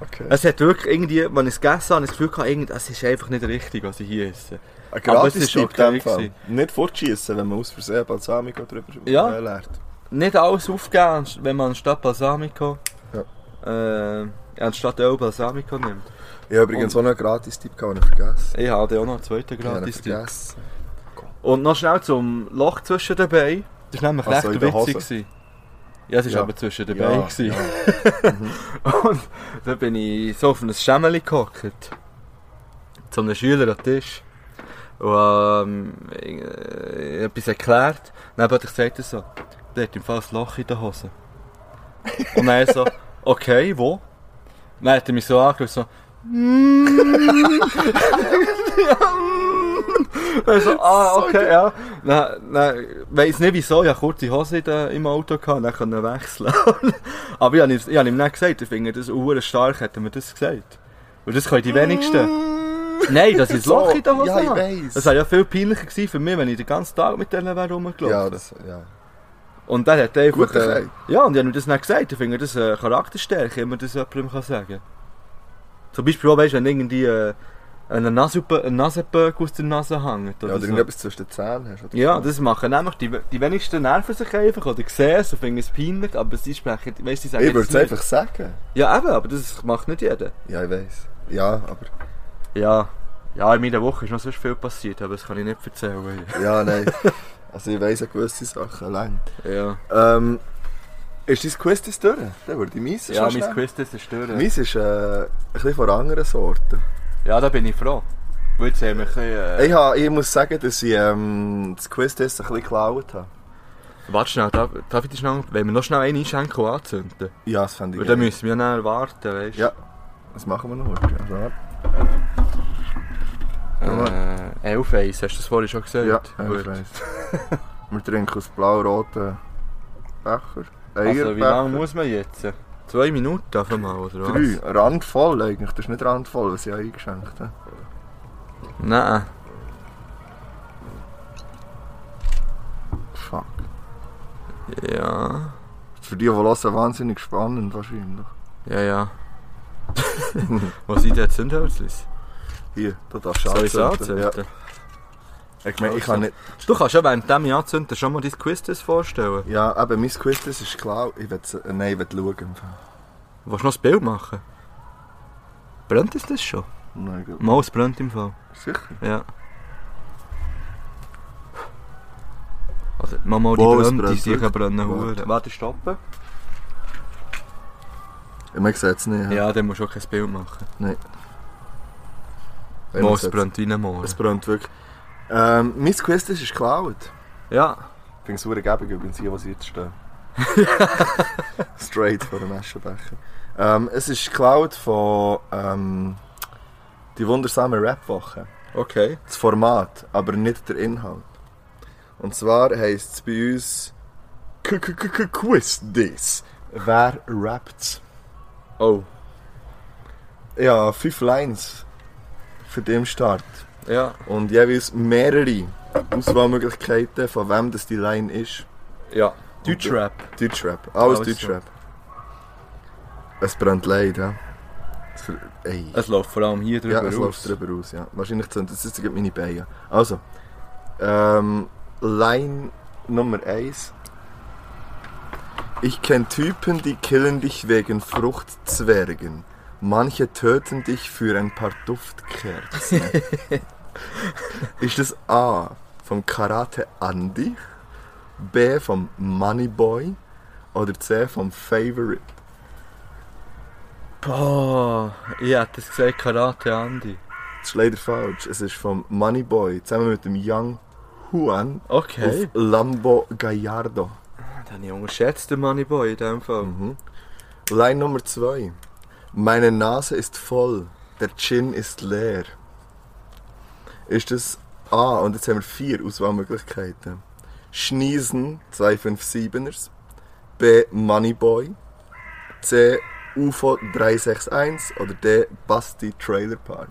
[SPEAKER 3] Okay.
[SPEAKER 1] Es hat wirklich irgendwie, wenn ich es gegessen habe, habe ich das Gefühl gehabt, irgend- es ist einfach nicht richtig, was ich hier esse.
[SPEAKER 3] Ein
[SPEAKER 1] aber es ist
[SPEAKER 3] Gratis-Tipp
[SPEAKER 1] okay
[SPEAKER 3] in dem Fall.
[SPEAKER 1] gewesen.
[SPEAKER 3] Nicht fortschießen, wenn man aus Versehen Balsamico drüber
[SPEAKER 1] Ja.
[SPEAKER 3] äh, leert.
[SPEAKER 1] Nicht alles aufgeben, anst- wenn man anstatt Balsamico, äh, anstatt Öl Balsamico nimmt.
[SPEAKER 3] Ich habe übrigens auch noch einen Gratis-Tipp gehabt, den ich vergessen
[SPEAKER 1] Ich habe auch noch einen zweiten
[SPEAKER 3] habe.
[SPEAKER 1] gratis
[SPEAKER 3] Ich habe ihn vergessen.
[SPEAKER 1] Und noch schnell zum Loch zwischen den Beinen. Das war nämlich
[SPEAKER 3] Ach so,
[SPEAKER 1] recht
[SPEAKER 3] in der Hose.
[SPEAKER 1] witzig. Gewesen. Ja, es war
[SPEAKER 3] Ja.
[SPEAKER 1] aber zwischen den
[SPEAKER 3] Ja, Mhm.
[SPEAKER 1] Beinen. gewesen. Und dann bin ich so auf ein Schemmeli gehockt. Zu einem Schüler am Tisch. Und ähm, ich, äh, etwas erklärt. Dann hat er gesagt er so, der hat im Fall ein Loch in der Hose. Und dann so, okay, wo? Dann hat er mich so angeschaut, so, mm. Dann so, ah, okay, ja. Dann, dann, weiss nicht wieso, ich hatte kurze Hose in der- im Auto, gehabt, dann konnte ich wechseln. Aber ich habe ihm- ich habe ihm nicht gesagt, ich finde das uhr stark, hätten wir das gesagt. Weil das können die wenigsten. Nein, das ist ein Loch in der Hose.
[SPEAKER 3] Ja, ich
[SPEAKER 1] habe.
[SPEAKER 3] weiss.
[SPEAKER 1] Das wäre ja viel peinlicher gewesen für mich, wenn ich den ganzen Tag mit denen wäre rumgelaufen.
[SPEAKER 3] ja, das, ja.
[SPEAKER 1] Und dann hat er einfach...
[SPEAKER 3] Gut
[SPEAKER 1] äh,
[SPEAKER 3] gesagt.
[SPEAKER 1] ja, und ich habe ihm das nicht gesagt. Ich finde das eine Charakterstärke, wenn man das jemandem kann sagen kann. Zum Beispiel auch, weißt, wenn irgendwie äh, ein Nasenpe- ein Nasenböck aus der Nase hängt.
[SPEAKER 3] Ja,
[SPEAKER 1] Oder
[SPEAKER 3] oder
[SPEAKER 1] so.
[SPEAKER 3] irgendetwas zwischen den Zähnen hast. Oder
[SPEAKER 1] ja,
[SPEAKER 3] so.
[SPEAKER 1] das machen nämlich die, die wenigsten nerven sich einfach oder sehen es und finden es peinlich, aber sie sprechen, weißt du, sie sagen
[SPEAKER 3] Ich würde
[SPEAKER 1] es
[SPEAKER 3] es
[SPEAKER 1] nicht.
[SPEAKER 3] einfach sagen.
[SPEAKER 1] Ja, eben, aber das macht nicht jeder.
[SPEAKER 3] Ja, ich weiss. Ja, aber.
[SPEAKER 1] Ja, ja in meiner Woche ist noch so viel passiert, aber das kann ich nicht erzählen.
[SPEAKER 3] Ja, nein. also, ich weiss ja gewisse Sachen allein.
[SPEAKER 1] Ja,
[SPEAKER 3] Ähm, ist dein Quiz das durch? Dann würde ich meins
[SPEAKER 1] ja
[SPEAKER 3] schon
[SPEAKER 1] mein
[SPEAKER 3] schnell-
[SPEAKER 1] Quiz das ist stören.
[SPEAKER 3] Meins ist äh, ein bisschen von einer anderen Sorte.
[SPEAKER 1] Ja, da bin ich froh. Weil jetzt haben wir ein bisschen... Äh,
[SPEAKER 3] Ich, ha, ich muss sagen, dass ich ähm, das Quiz das ein bisschen geklaut habe.
[SPEAKER 1] Warte schnell, darf, darf ich dich schnell... Wenn wir noch schnell einen einschenken und anzünden?
[SPEAKER 3] Ja, das fände ich
[SPEAKER 1] Weil dann
[SPEAKER 3] geil.
[SPEAKER 1] müssen wir ja nachher warten, weißt du?
[SPEAKER 3] Ja. Das machen wir noch heute. Also, warte.
[SPEAKER 1] Äh, Elfeis, hast du das vorhin schon gesagt?
[SPEAKER 3] ja,
[SPEAKER 1] Gut.
[SPEAKER 3] ich weiss. wir trinken aus blau-roten Becher.
[SPEAKER 1] Also, wie
[SPEAKER 3] Eierbecher.
[SPEAKER 1] lange muss man jetzt? Zwei Minuten auf einmal, oder was?
[SPEAKER 3] Drei. Randvoll eigentlich. Das ist nicht randvoll, was ich habe eingeschenkt habe.
[SPEAKER 1] Nein.
[SPEAKER 3] Fuck.
[SPEAKER 1] Ja.
[SPEAKER 3] Für die, die hören, wahnsinnig spannend wahrscheinlich.
[SPEAKER 1] Ja, ja. was sind denn Zündhölzlis?
[SPEAKER 3] Hier, da darfst du
[SPEAKER 1] Soll ich es
[SPEAKER 3] anzünden. Ja.
[SPEAKER 1] anzünden?
[SPEAKER 3] Ich, meine, ich kann nicht...
[SPEAKER 1] Du kannst ja während dem ich anzünde schon mal dein Quiz das vorstellen.
[SPEAKER 3] Ja, eben, mein Quiz, das ist klar. Ich will, äh, nein, ich will schauen. im Fall.
[SPEAKER 1] Willst du noch ein Bild machen? Brennt es das schon?
[SPEAKER 3] Nein, gut.
[SPEAKER 1] Mal, es brennt im Fall.
[SPEAKER 3] Sicher?
[SPEAKER 1] Ja. Also, mach mal die
[SPEAKER 3] Wow, es
[SPEAKER 1] Brände, die
[SPEAKER 3] brennt
[SPEAKER 1] sicher
[SPEAKER 3] wirklich.
[SPEAKER 1] brennen
[SPEAKER 3] Warte.
[SPEAKER 1] Huren. Warte, stoppen.
[SPEAKER 3] Ja, man sieht es nicht.
[SPEAKER 1] Ja, dann musst du auch kein Bild machen.
[SPEAKER 3] Ja,
[SPEAKER 1] Mal,
[SPEAKER 3] man
[SPEAKER 1] es
[SPEAKER 3] sieht's.
[SPEAKER 1] brennt wie ein Moor.
[SPEAKER 3] Es brennt wirklich. Ähm, mein Quiz, das ist geklaut.
[SPEAKER 1] Ja.
[SPEAKER 3] Ich finde es super gäbig, übrigens hier, was jetzt steht. Straight vor dem Aschenbecher. Ähm, es ist geklaut von ähm, die wundersame Rap-Woche.
[SPEAKER 1] Okay.
[SPEAKER 3] Das Format, aber nicht der Inhalt. Und zwar heisst es bei uns K- K- K- K- Quiz This. Wer rappt?
[SPEAKER 1] Oh.
[SPEAKER 3] Ja, fünf Lines für den Start.
[SPEAKER 1] Ja.
[SPEAKER 3] Und jeweils mehrere Auswahlmöglichkeiten, von wem das die Line ist.
[SPEAKER 1] Ja. Deutschrap.
[SPEAKER 3] Deutschrap, alles
[SPEAKER 1] Alles
[SPEAKER 3] Deutschrap. Es brennt leid, ja. Es ver- Ey.
[SPEAKER 1] Es läuft vor allem hier
[SPEAKER 3] Ja,
[SPEAKER 1] drüber
[SPEAKER 3] es
[SPEAKER 1] raus.
[SPEAKER 3] läuft drüber aus, ja. Wahrscheinlich sind das jetzt meine Beine. Also, ähm, Line Nummer 1. Ich kenn Typen, die killen dich wegen Fruchtzwergen. Manche töten dich für ein paar Duftkerzen. Ist es A vom Karate Andy, B vom Moneyboy oder C vom Favorite?
[SPEAKER 1] Boah. Ich hätte das gesagt, Karate Andi.
[SPEAKER 3] Das ist leider falsch. Es ist vom Moneyboy zusammen mit dem Young Huan
[SPEAKER 1] Okay.
[SPEAKER 3] auf Lambo Gallardo.
[SPEAKER 1] Dann habe ich unterschätzt den Moneyboy in dem Fall.
[SPEAKER 3] Line Nummer 2. Meine Nase ist voll, der Gin ist leer. Ist es A, und jetzt haben wir vier Auswahlmöglichkeiten. Schniesen 257ers, B Moneyboy, C UFO 361 oder D Basti Trailer Park.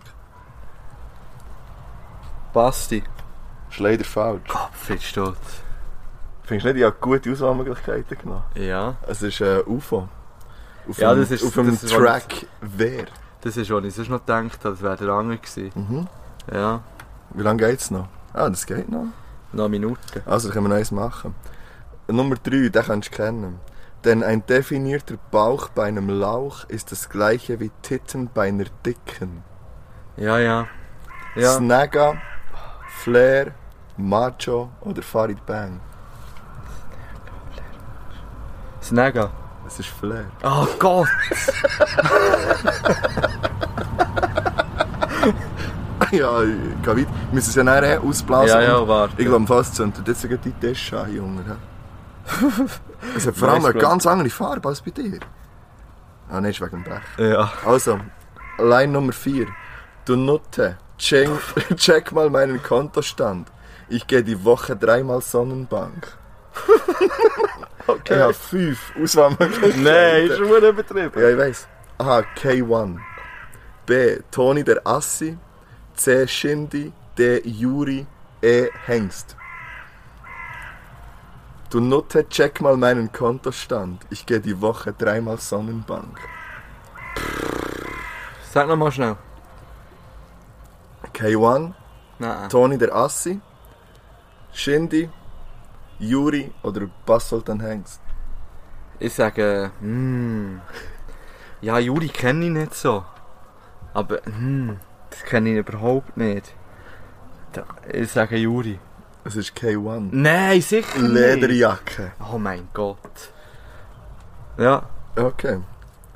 [SPEAKER 1] Basti.
[SPEAKER 3] Ist leider falsch.
[SPEAKER 1] Fit steht.
[SPEAKER 3] Findest du nicht, ich habe gute Auswahlmöglichkeiten genommen?
[SPEAKER 1] Ja.
[SPEAKER 3] Es ist ein UFO. Auf
[SPEAKER 1] Ja,
[SPEAKER 3] einem,
[SPEAKER 1] das ist-
[SPEAKER 3] auf einem
[SPEAKER 1] das ist-
[SPEAKER 3] Track wer?
[SPEAKER 1] Das ist, was ich sonst noch gedacht habe. Das wäre der andere gewesen.
[SPEAKER 3] Mhm.
[SPEAKER 1] Ja.
[SPEAKER 3] Wie lange geht's noch? Ah, das geht noch.
[SPEAKER 1] Noch eine Minute.
[SPEAKER 3] Also, können wir noch eins machen. Nummer 3, den kannst du kennen. Denn ein definierter Bauch bei einem Lauch ist das gleiche wie Titten bei einer Dicken.
[SPEAKER 1] Ja, ja. Ja.
[SPEAKER 3] Snagger, Flair, Macho oder Farid Bang.
[SPEAKER 1] Snagger.
[SPEAKER 3] Es ist Flair.
[SPEAKER 1] Oh Gott.
[SPEAKER 3] ja, ich geh weiter. Wir müssen es ja nachher ausblasen.
[SPEAKER 1] Ja, ja,
[SPEAKER 3] Und
[SPEAKER 1] warte.
[SPEAKER 3] Ich glaube fast, es zündet jetzt sogar die Tasche an, Junge. hä? es hat vor
[SPEAKER 1] Nein,
[SPEAKER 3] allem eine
[SPEAKER 1] ich glaub-
[SPEAKER 3] ganz andere Farbe als bei dir. Ah, nein, ist wegen dem Blech.
[SPEAKER 1] Ja.
[SPEAKER 3] Also, Line Nummer 4. Du Nutte, check, check mal meinen Kontostand. Ich gehe die Woche dreimal Sonnenbank. Ich habe fünf Auswahlmöglichkeiten.
[SPEAKER 1] Nein, ist nur übertrieben.
[SPEAKER 3] Ja, ich weiss. A. K1. B. Toni der Assi. C. Shindy. D. Juri. E. Hengst. Du Nutte, check mal meinen Kontostand. Ich gehe die Woche dreimal Sonnenbank.
[SPEAKER 1] Sag nochmal schnell.
[SPEAKER 3] K1,
[SPEAKER 1] Nein.
[SPEAKER 3] Toni der Assi, Shindy, Juri oder Basoltan Hengst.
[SPEAKER 1] Ich sage, hm. Ja, Juri kenne ich nicht so. Aber, hm, das kenne ich überhaupt nicht. Da- Ich sage Juri.
[SPEAKER 3] Es ist K1.
[SPEAKER 1] Nein, sicher nicht.
[SPEAKER 3] Lederjacke.
[SPEAKER 1] Oh mein Gott. Ja,
[SPEAKER 3] Okay.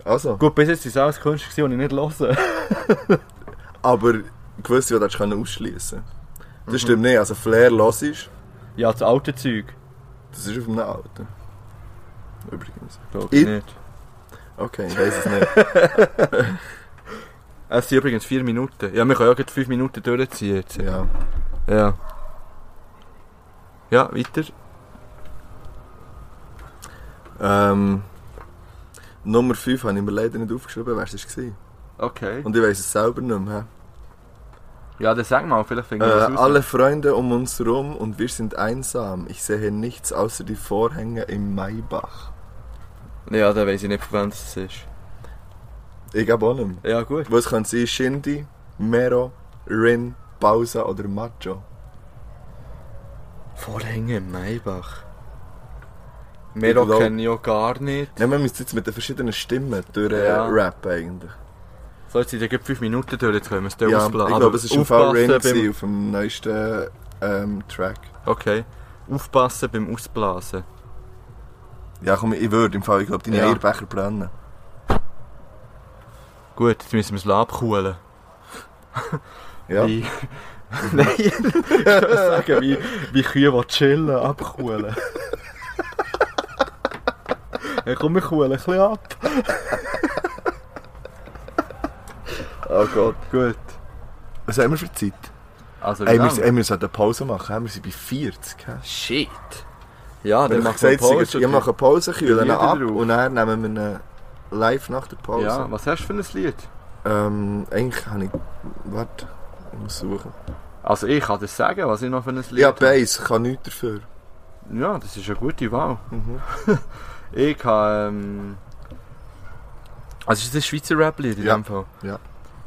[SPEAKER 3] Also,
[SPEAKER 1] gut, bis jetzt ist alles Kunst, die ich nicht höre.
[SPEAKER 3] aber gewisse, die du hättest ausschließen Das stimmt nicht. Also, Flair los ist.
[SPEAKER 1] Ja, das alte Zeug.
[SPEAKER 3] Das ist auf einem Auto. Übrigens.
[SPEAKER 1] Glaube ich
[SPEAKER 3] Ich-
[SPEAKER 1] nicht.
[SPEAKER 3] Okay, ich weiß es nicht.
[SPEAKER 1] Es sind übrigens 4 Minuten. Ja, wir können ja gerade 5 Minuten durchziehen jetzt.
[SPEAKER 3] ja.
[SPEAKER 1] Ja. Ja, weiter.
[SPEAKER 3] Ähm, Nummer 5 habe ich mir leider nicht aufgeschrieben, wer es war.
[SPEAKER 1] Okay.
[SPEAKER 3] Und ich weiß es selber nicht mehr. hä?
[SPEAKER 1] Ja, dann sag mal, vielleicht
[SPEAKER 3] Äh,
[SPEAKER 1] finden wir es raus.
[SPEAKER 3] alle Freunde um uns rum und wir sind einsam. Ich sehe nichts außer die Vorhänge im Maibach.
[SPEAKER 1] Ja, dann weiss ich nicht, von wem es ist.
[SPEAKER 3] Ich glaube auch nicht mehr.
[SPEAKER 1] Ja, gut.
[SPEAKER 3] Was können sie? Shindy, Mero, Rin, Pausa oder Macho?
[SPEAKER 1] Vorhänge im Maybach.
[SPEAKER 3] Ich
[SPEAKER 1] Mero
[SPEAKER 3] glaub-
[SPEAKER 1] kenne ich auch gar nicht.
[SPEAKER 3] Nein, man müsste jetzt mit den verschiedenen Stimmen durch äh,
[SPEAKER 1] Ja.
[SPEAKER 3] rappen eigentlich.
[SPEAKER 1] So, jetzt sind ja gerade 5 Minuten durch, jetzt können wir es dann
[SPEAKER 3] Ja, ich
[SPEAKER 1] ausblasen.
[SPEAKER 3] glaube, es ist im Fall Rin
[SPEAKER 1] also aufpassen
[SPEAKER 3] gewesen, auf dem neuesten ähm, Track.
[SPEAKER 1] beim, Okay. Aufpassen beim Ausblasen.
[SPEAKER 3] Ja, komm, ich würde im Fall, ich glaube, deine
[SPEAKER 1] Ja.
[SPEAKER 3] Eierbecher brennen.
[SPEAKER 1] Gut, jetzt müssen wir es abkühlen.
[SPEAKER 3] Ja.
[SPEAKER 1] Wie... Nein, ich würde sagen, wie, wie Kühe, die chillen, abkühlen. Ja, komm, wir kühlen ein bisschen ab.
[SPEAKER 3] Oh Gott.
[SPEAKER 1] Gut.
[SPEAKER 3] Was haben wir für Zeit?
[SPEAKER 1] Also,
[SPEAKER 3] Ey, wir,
[SPEAKER 1] lang?
[SPEAKER 3] ey, wir sollten eine Pause machen. hä? Wir sind bei 40. hä?
[SPEAKER 1] Shit. Ja,
[SPEAKER 3] Wir
[SPEAKER 1] dann
[SPEAKER 3] haben
[SPEAKER 1] machen wir
[SPEAKER 3] gesagt,
[SPEAKER 1] Pause.
[SPEAKER 3] Wir machen eine Pause, kühlen ihn
[SPEAKER 1] Lieder
[SPEAKER 3] ab
[SPEAKER 1] drauf.
[SPEAKER 3] und dann nehmen wir ihn live nach der Pause.
[SPEAKER 1] Ja, was hast du für ein Lied?
[SPEAKER 3] Ähm, eigentlich habe ich... Warte, ich muss suchen.
[SPEAKER 1] Also ich kann dir sagen, was ich noch für ein Lied
[SPEAKER 3] Ja, Bass, ich kann nichts dafür.
[SPEAKER 1] habe. Ja, das ist eine gute Wahl.
[SPEAKER 3] Mhm.
[SPEAKER 1] Ich habe... Ähm, also ist das ein Schweizer Rap-Lied in
[SPEAKER 3] Ja,
[SPEAKER 1] dem Fall?
[SPEAKER 3] ja.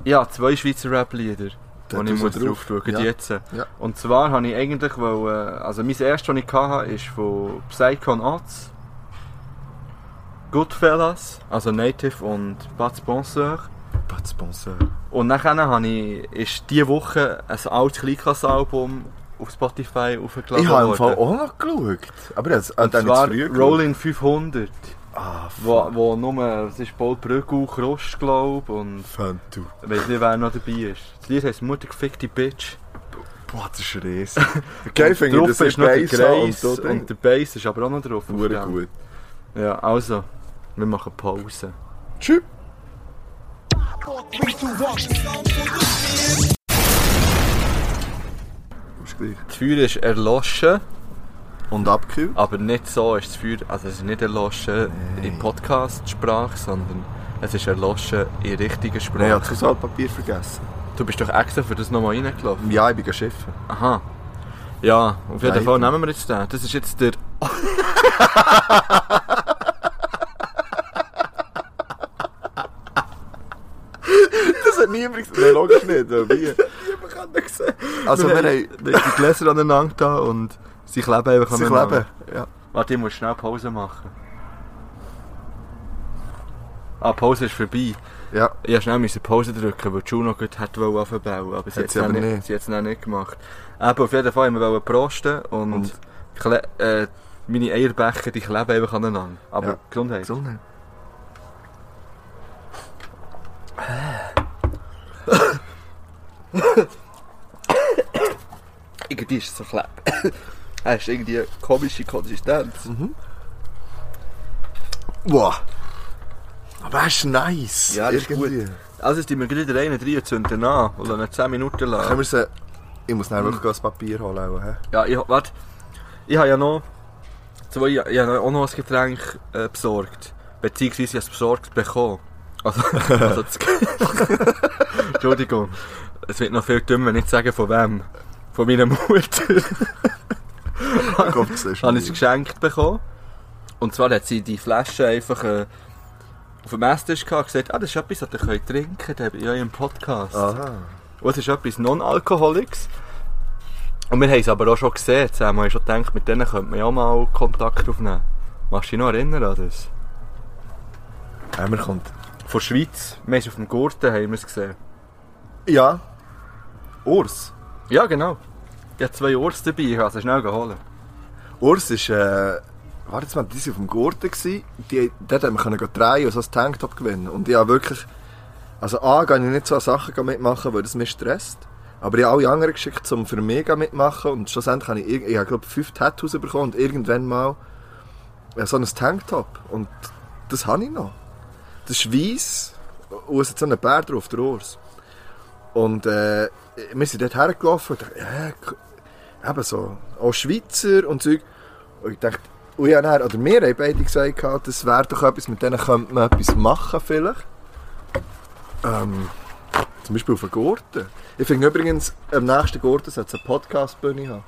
[SPEAKER 1] Ja, zwei Schweizer Rap-Lieder.
[SPEAKER 3] Da
[SPEAKER 1] wo ich
[SPEAKER 3] tust du
[SPEAKER 1] muss drauf schauen
[SPEAKER 3] Ja.
[SPEAKER 1] jetzt.
[SPEAKER 3] Ja.
[SPEAKER 1] Und zwar habe ich eigentlich, weil, also mein erstes, das ich hatte, ist von Psychon Oz, Goodfellas, also Native und Bad Sponsor.
[SPEAKER 3] Pas Sponsor.
[SPEAKER 1] Und nachher habe ich, ist diese Woche ein altes Kleinklasse-Album auf Spotify aufgeladen
[SPEAKER 3] Ich habe im Fall auch noch geschaut. Aber das,
[SPEAKER 1] Und
[SPEAKER 3] dann
[SPEAKER 1] zwar
[SPEAKER 3] früher geschaut.
[SPEAKER 1] Rolling 500,
[SPEAKER 3] Ah,
[SPEAKER 1] wo,
[SPEAKER 3] fuck.
[SPEAKER 1] wo nur, es ist Paul Brügel, Krosch, glaube und
[SPEAKER 3] Fan, du.
[SPEAKER 1] ich weiß nicht, wer noch dabei ist. Das Lied heisst Mutter gefickte Bitch.
[SPEAKER 3] Boah, das ist riesig. Geil finde ich,
[SPEAKER 1] Drauf
[SPEAKER 3] dass ich
[SPEAKER 1] ist noch der
[SPEAKER 3] Bass habe und
[SPEAKER 1] Grace
[SPEAKER 3] da
[SPEAKER 1] und,
[SPEAKER 3] drin.
[SPEAKER 1] der Bass ist aber auch noch drauf. auf
[SPEAKER 3] Hure
[SPEAKER 1] dem.
[SPEAKER 3] gut.
[SPEAKER 1] Ja, also, wir machen Pause.
[SPEAKER 3] Tschüss. Ist gleich.
[SPEAKER 1] Das Feuer ist erloschen,
[SPEAKER 3] Und abgekühlt?
[SPEAKER 1] aber nicht so ist das Feuer, also es ist nicht erloschen in Podcast-Sprache, sondern es ist erloschen in richtiger Sprache.
[SPEAKER 3] Nein, ich habe das Haushaltpapier vergessen.
[SPEAKER 1] Du bist doch extra für das nochmal reingelaufen.
[SPEAKER 3] Ja, ich bin geschiffen.
[SPEAKER 1] Aha. Ja, auf jeden
[SPEAKER 3] Leider.
[SPEAKER 1] Fall nehmen wir jetzt den. Das ist jetzt der...
[SPEAKER 3] Das hat niemand gesehen. Nein, logisch nicht. Niemand kann das sehen. Also wir haben...
[SPEAKER 1] wir haben die Gläser aneinander da und sie kleben einfach
[SPEAKER 3] Sie kleben. Ja.
[SPEAKER 1] Warte, ich muss schnell Pause machen. Ah, Pause ist vorbei.
[SPEAKER 3] ja.
[SPEAKER 1] Ich musste schnell müssen Pause drücken, weil Juno gut hat wollen anfangen aber sie
[SPEAKER 3] Hat
[SPEAKER 1] hat es
[SPEAKER 3] sie aber
[SPEAKER 1] nicht,
[SPEAKER 3] nicht.
[SPEAKER 1] nicht. Sie hat's dann nicht gemacht. Eben, auf jeden Fall haben wir wollen prosten und,
[SPEAKER 3] Und?
[SPEAKER 1] Kle äh, meine Eierbecher die kleben einfach aneinander. Aber
[SPEAKER 3] Ja.
[SPEAKER 1] Gesundheit.
[SPEAKER 3] Gesundheit.
[SPEAKER 1] Irgendwie ist es so kleb. Hast irgendwie eine komische Konsistenz.
[SPEAKER 3] Wow. Aber er ist nice.
[SPEAKER 1] Ja, das ist
[SPEAKER 3] Irgendwie.
[SPEAKER 1] gut. Also jetzt tun wir gleich den einen drei und zünden ihn an und lassen ihn 10 Minuten
[SPEAKER 3] Können
[SPEAKER 1] lang.
[SPEAKER 3] wir sie... Ich muss dann wirklich ein Papier holen. auch, hä?
[SPEAKER 1] Ja, ich, warte. Ich habe ja noch... Zwei, ich habe auch noch ein Getränk äh, besorgt. Beziehungsweise ich habe es besorgt bekommen. Also, also das, Entschuldigung. Es wird noch viel dümmer, wenn ich sage von wem. Von meiner Mutter.
[SPEAKER 3] Ich glaube, das ist
[SPEAKER 1] habe ich es
[SPEAKER 3] mir.
[SPEAKER 1] geschenkt bekommen. Und zwar hat sie die Flasche einfach äh, auf dem Esstisch gehabt und gesagt, ah, das ist etwas, das ihr könnt trinken könnt in eurem Podcast.
[SPEAKER 3] Aha.
[SPEAKER 1] Und es ist etwas Non-Alkoholics. Und wir haben es aber auch schon gesehen zusammen. Wir haben schon gedacht, mit denen könnte man ja mal Kontakt aufnehmen. Machst du dich noch erinnern an das?
[SPEAKER 3] Einmal kommt.
[SPEAKER 1] Von der Schweiz. Wir haben es auf dem Gurten haben wir es gesehen.
[SPEAKER 3] Ja. Urs.
[SPEAKER 1] Ja, genau. Ich habe zwei Urs dabei, ich habe sie schnell geholt.
[SPEAKER 3] Urs ist, äh, warte jetzt mal, die waren auf dem Gurten, gewesen. die, dort haben wir können gehen drehen und so ein Tanktop gewinnen. Und ich habe wirklich, also A, kann ich nicht so an Sachen mitmachen, weil das mich stresst. Aber ich habe alle anderen geschickt, um für mich mitmachen und schlussendlich habe ich, irg- ich habe, glaube fünf Tattoos bekommen und irgendwann mal ja, so ein Tanktop. Und das habe ich noch. Das ist weiss und es hat so einen Bär drauf, der Urs. Und äh, wir sind dort hergelaufen und dachte, äh, eben so, auch Schweizer und Zeug. Und ich dachte, und ja, dann, oder wir haben beide gesagt, gehabt, das wäre doch etwas, mit denen könnte man etwas machen vielleicht. Ähm, zum Beispiel auf den Gurten. Ich finde übrigens, am nächsten Gurten sollte es eine Podcast-Bühne haben.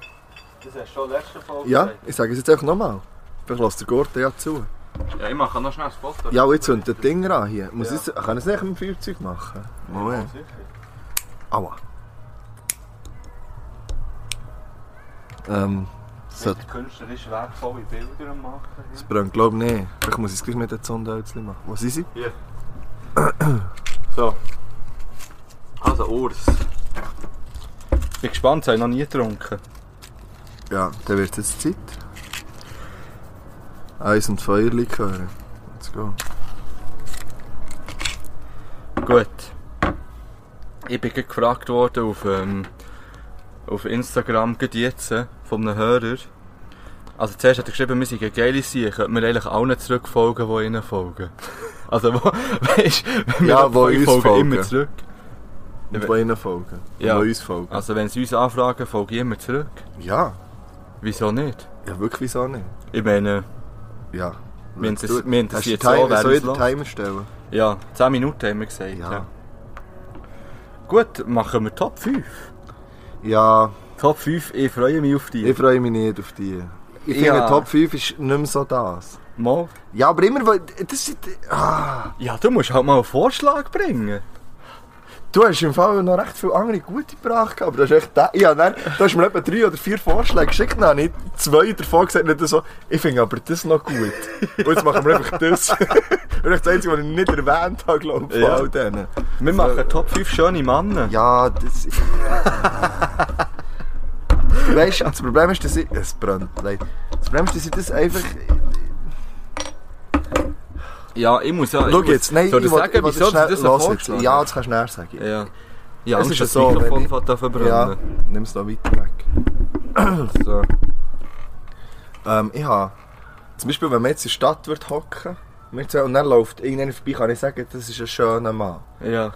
[SPEAKER 1] Das hast du schon letzte Folge
[SPEAKER 3] Ja, ich sage es jetzt einfach nochmal. Vielleicht lässt der Gurten ja zu.
[SPEAKER 1] ja. Ich mache noch schnell ein Foto.
[SPEAKER 3] Ja, und jetzt zündet das Ding an hier. Muss
[SPEAKER 1] Ja.
[SPEAKER 3] ich, kann ich es nicht mit dem Feuerzeug machen? Moment. Aua. Ähm, so,
[SPEAKER 1] künstlerisch wertvolle Bilder machen.
[SPEAKER 3] das brennt glaube ich nicht. Vielleicht muss ich es gleich mit der Zondölzli machen. Was ist sie?
[SPEAKER 1] Hier. So. Also Urs. Ich bin gespannt, das habe ich noch nie getrunken.
[SPEAKER 3] Ja, dann wird es jetzt Zeit. Eis und Feuerlich hören. Let's go.
[SPEAKER 1] Gut. Ich bin gerade gefragt worden auf, ähm, auf Instagram, gerade jetzt, äh, von einem Hörer. Also zuerst hat er geschrieben, wir sind eine geile Sieche. Könnten wir eigentlich allen zurückfolgen, die ihnen folgen? Also, wo, weißt du, wenn wir
[SPEAKER 3] Ja, die
[SPEAKER 1] folgen,
[SPEAKER 3] uns folgen.
[SPEAKER 1] immer zurück.
[SPEAKER 3] Und die ihnen folgen.
[SPEAKER 1] Ja.
[SPEAKER 3] Und die uns folgen.
[SPEAKER 1] Also, wenn sie uns anfragen, folge ich immer zurück.
[SPEAKER 3] Ja.
[SPEAKER 1] Wieso nicht?
[SPEAKER 3] Ja, wirklich, wieso nicht?
[SPEAKER 1] Ich meine,
[SPEAKER 3] Ja.
[SPEAKER 1] Mir
[SPEAKER 3] Let's
[SPEAKER 1] interess-
[SPEAKER 3] do it.
[SPEAKER 1] mir
[SPEAKER 3] Hast du
[SPEAKER 1] interessiert
[SPEAKER 3] den
[SPEAKER 1] so,
[SPEAKER 3] Timer-
[SPEAKER 1] wer
[SPEAKER 3] soll ich den
[SPEAKER 1] uns
[SPEAKER 3] Timer stellen?
[SPEAKER 1] Ja, 10 Minuten haben wir gesagt.
[SPEAKER 3] Ja.
[SPEAKER 1] Ja. Gut, machen wir Top 5.
[SPEAKER 3] Ja,
[SPEAKER 1] Top 5, ich freue mich auf dich.
[SPEAKER 3] ich freue mich nicht auf die. Ich
[SPEAKER 1] Ja.
[SPEAKER 3] finde, Top 5 ist nicht mehr so das.
[SPEAKER 1] Mal.
[SPEAKER 3] Ja, aber immer, weil- das ist, ah,
[SPEAKER 1] Ja, du musst halt mal einen Vorschlag bringen.
[SPEAKER 3] du hast im Fall noch recht viele andere gute gebracht, aber das ist echt der, ja, dann, du hast mir etwa drei oder vier Vorschläge geschickt, dann habe ich zwei davon gesagt, nicht so, ich finde aber das noch gut. Und jetzt machen wir einfach das. das ist das Einzige, was ich nicht erwähnt habe, glaube ich, von
[SPEAKER 1] Ja.
[SPEAKER 3] all denen.
[SPEAKER 1] Wir machen Top 5 schöne Männer.
[SPEAKER 3] Ja, das ist... weißt du, das Problem ist, dass ich... Es brennt, leid. Das Problem ist, dass ich das einfach...
[SPEAKER 1] Ja, ich muss ja...
[SPEAKER 3] Schau
[SPEAKER 1] ich muss-
[SPEAKER 3] jetzt, nein,
[SPEAKER 1] soll ich
[SPEAKER 3] will-
[SPEAKER 1] sagen,
[SPEAKER 3] will
[SPEAKER 1] wieso
[SPEAKER 3] schnell-
[SPEAKER 1] du das
[SPEAKER 3] Lass jetzt.
[SPEAKER 1] vorgeschlagen
[SPEAKER 3] Ja,
[SPEAKER 1] hast?
[SPEAKER 3] das kannst du näher sagen.
[SPEAKER 1] Ja. Ja,
[SPEAKER 3] Es
[SPEAKER 1] und
[SPEAKER 3] ist
[SPEAKER 1] das
[SPEAKER 3] so, wenn
[SPEAKER 1] Mikrofon
[SPEAKER 3] ich-
[SPEAKER 1] fährt an
[SPEAKER 3] Ja,
[SPEAKER 1] verbrennen.
[SPEAKER 3] nimm es da weiter weg.
[SPEAKER 1] So.
[SPEAKER 3] Ähm, ich habe... Zum Beispiel, wenn man jetzt in der Stadt wird hocken wir zwei- und dann läuft irgendjemand vorbei, kann ich sagen, das ist ein schöner Mann.
[SPEAKER 1] Ja.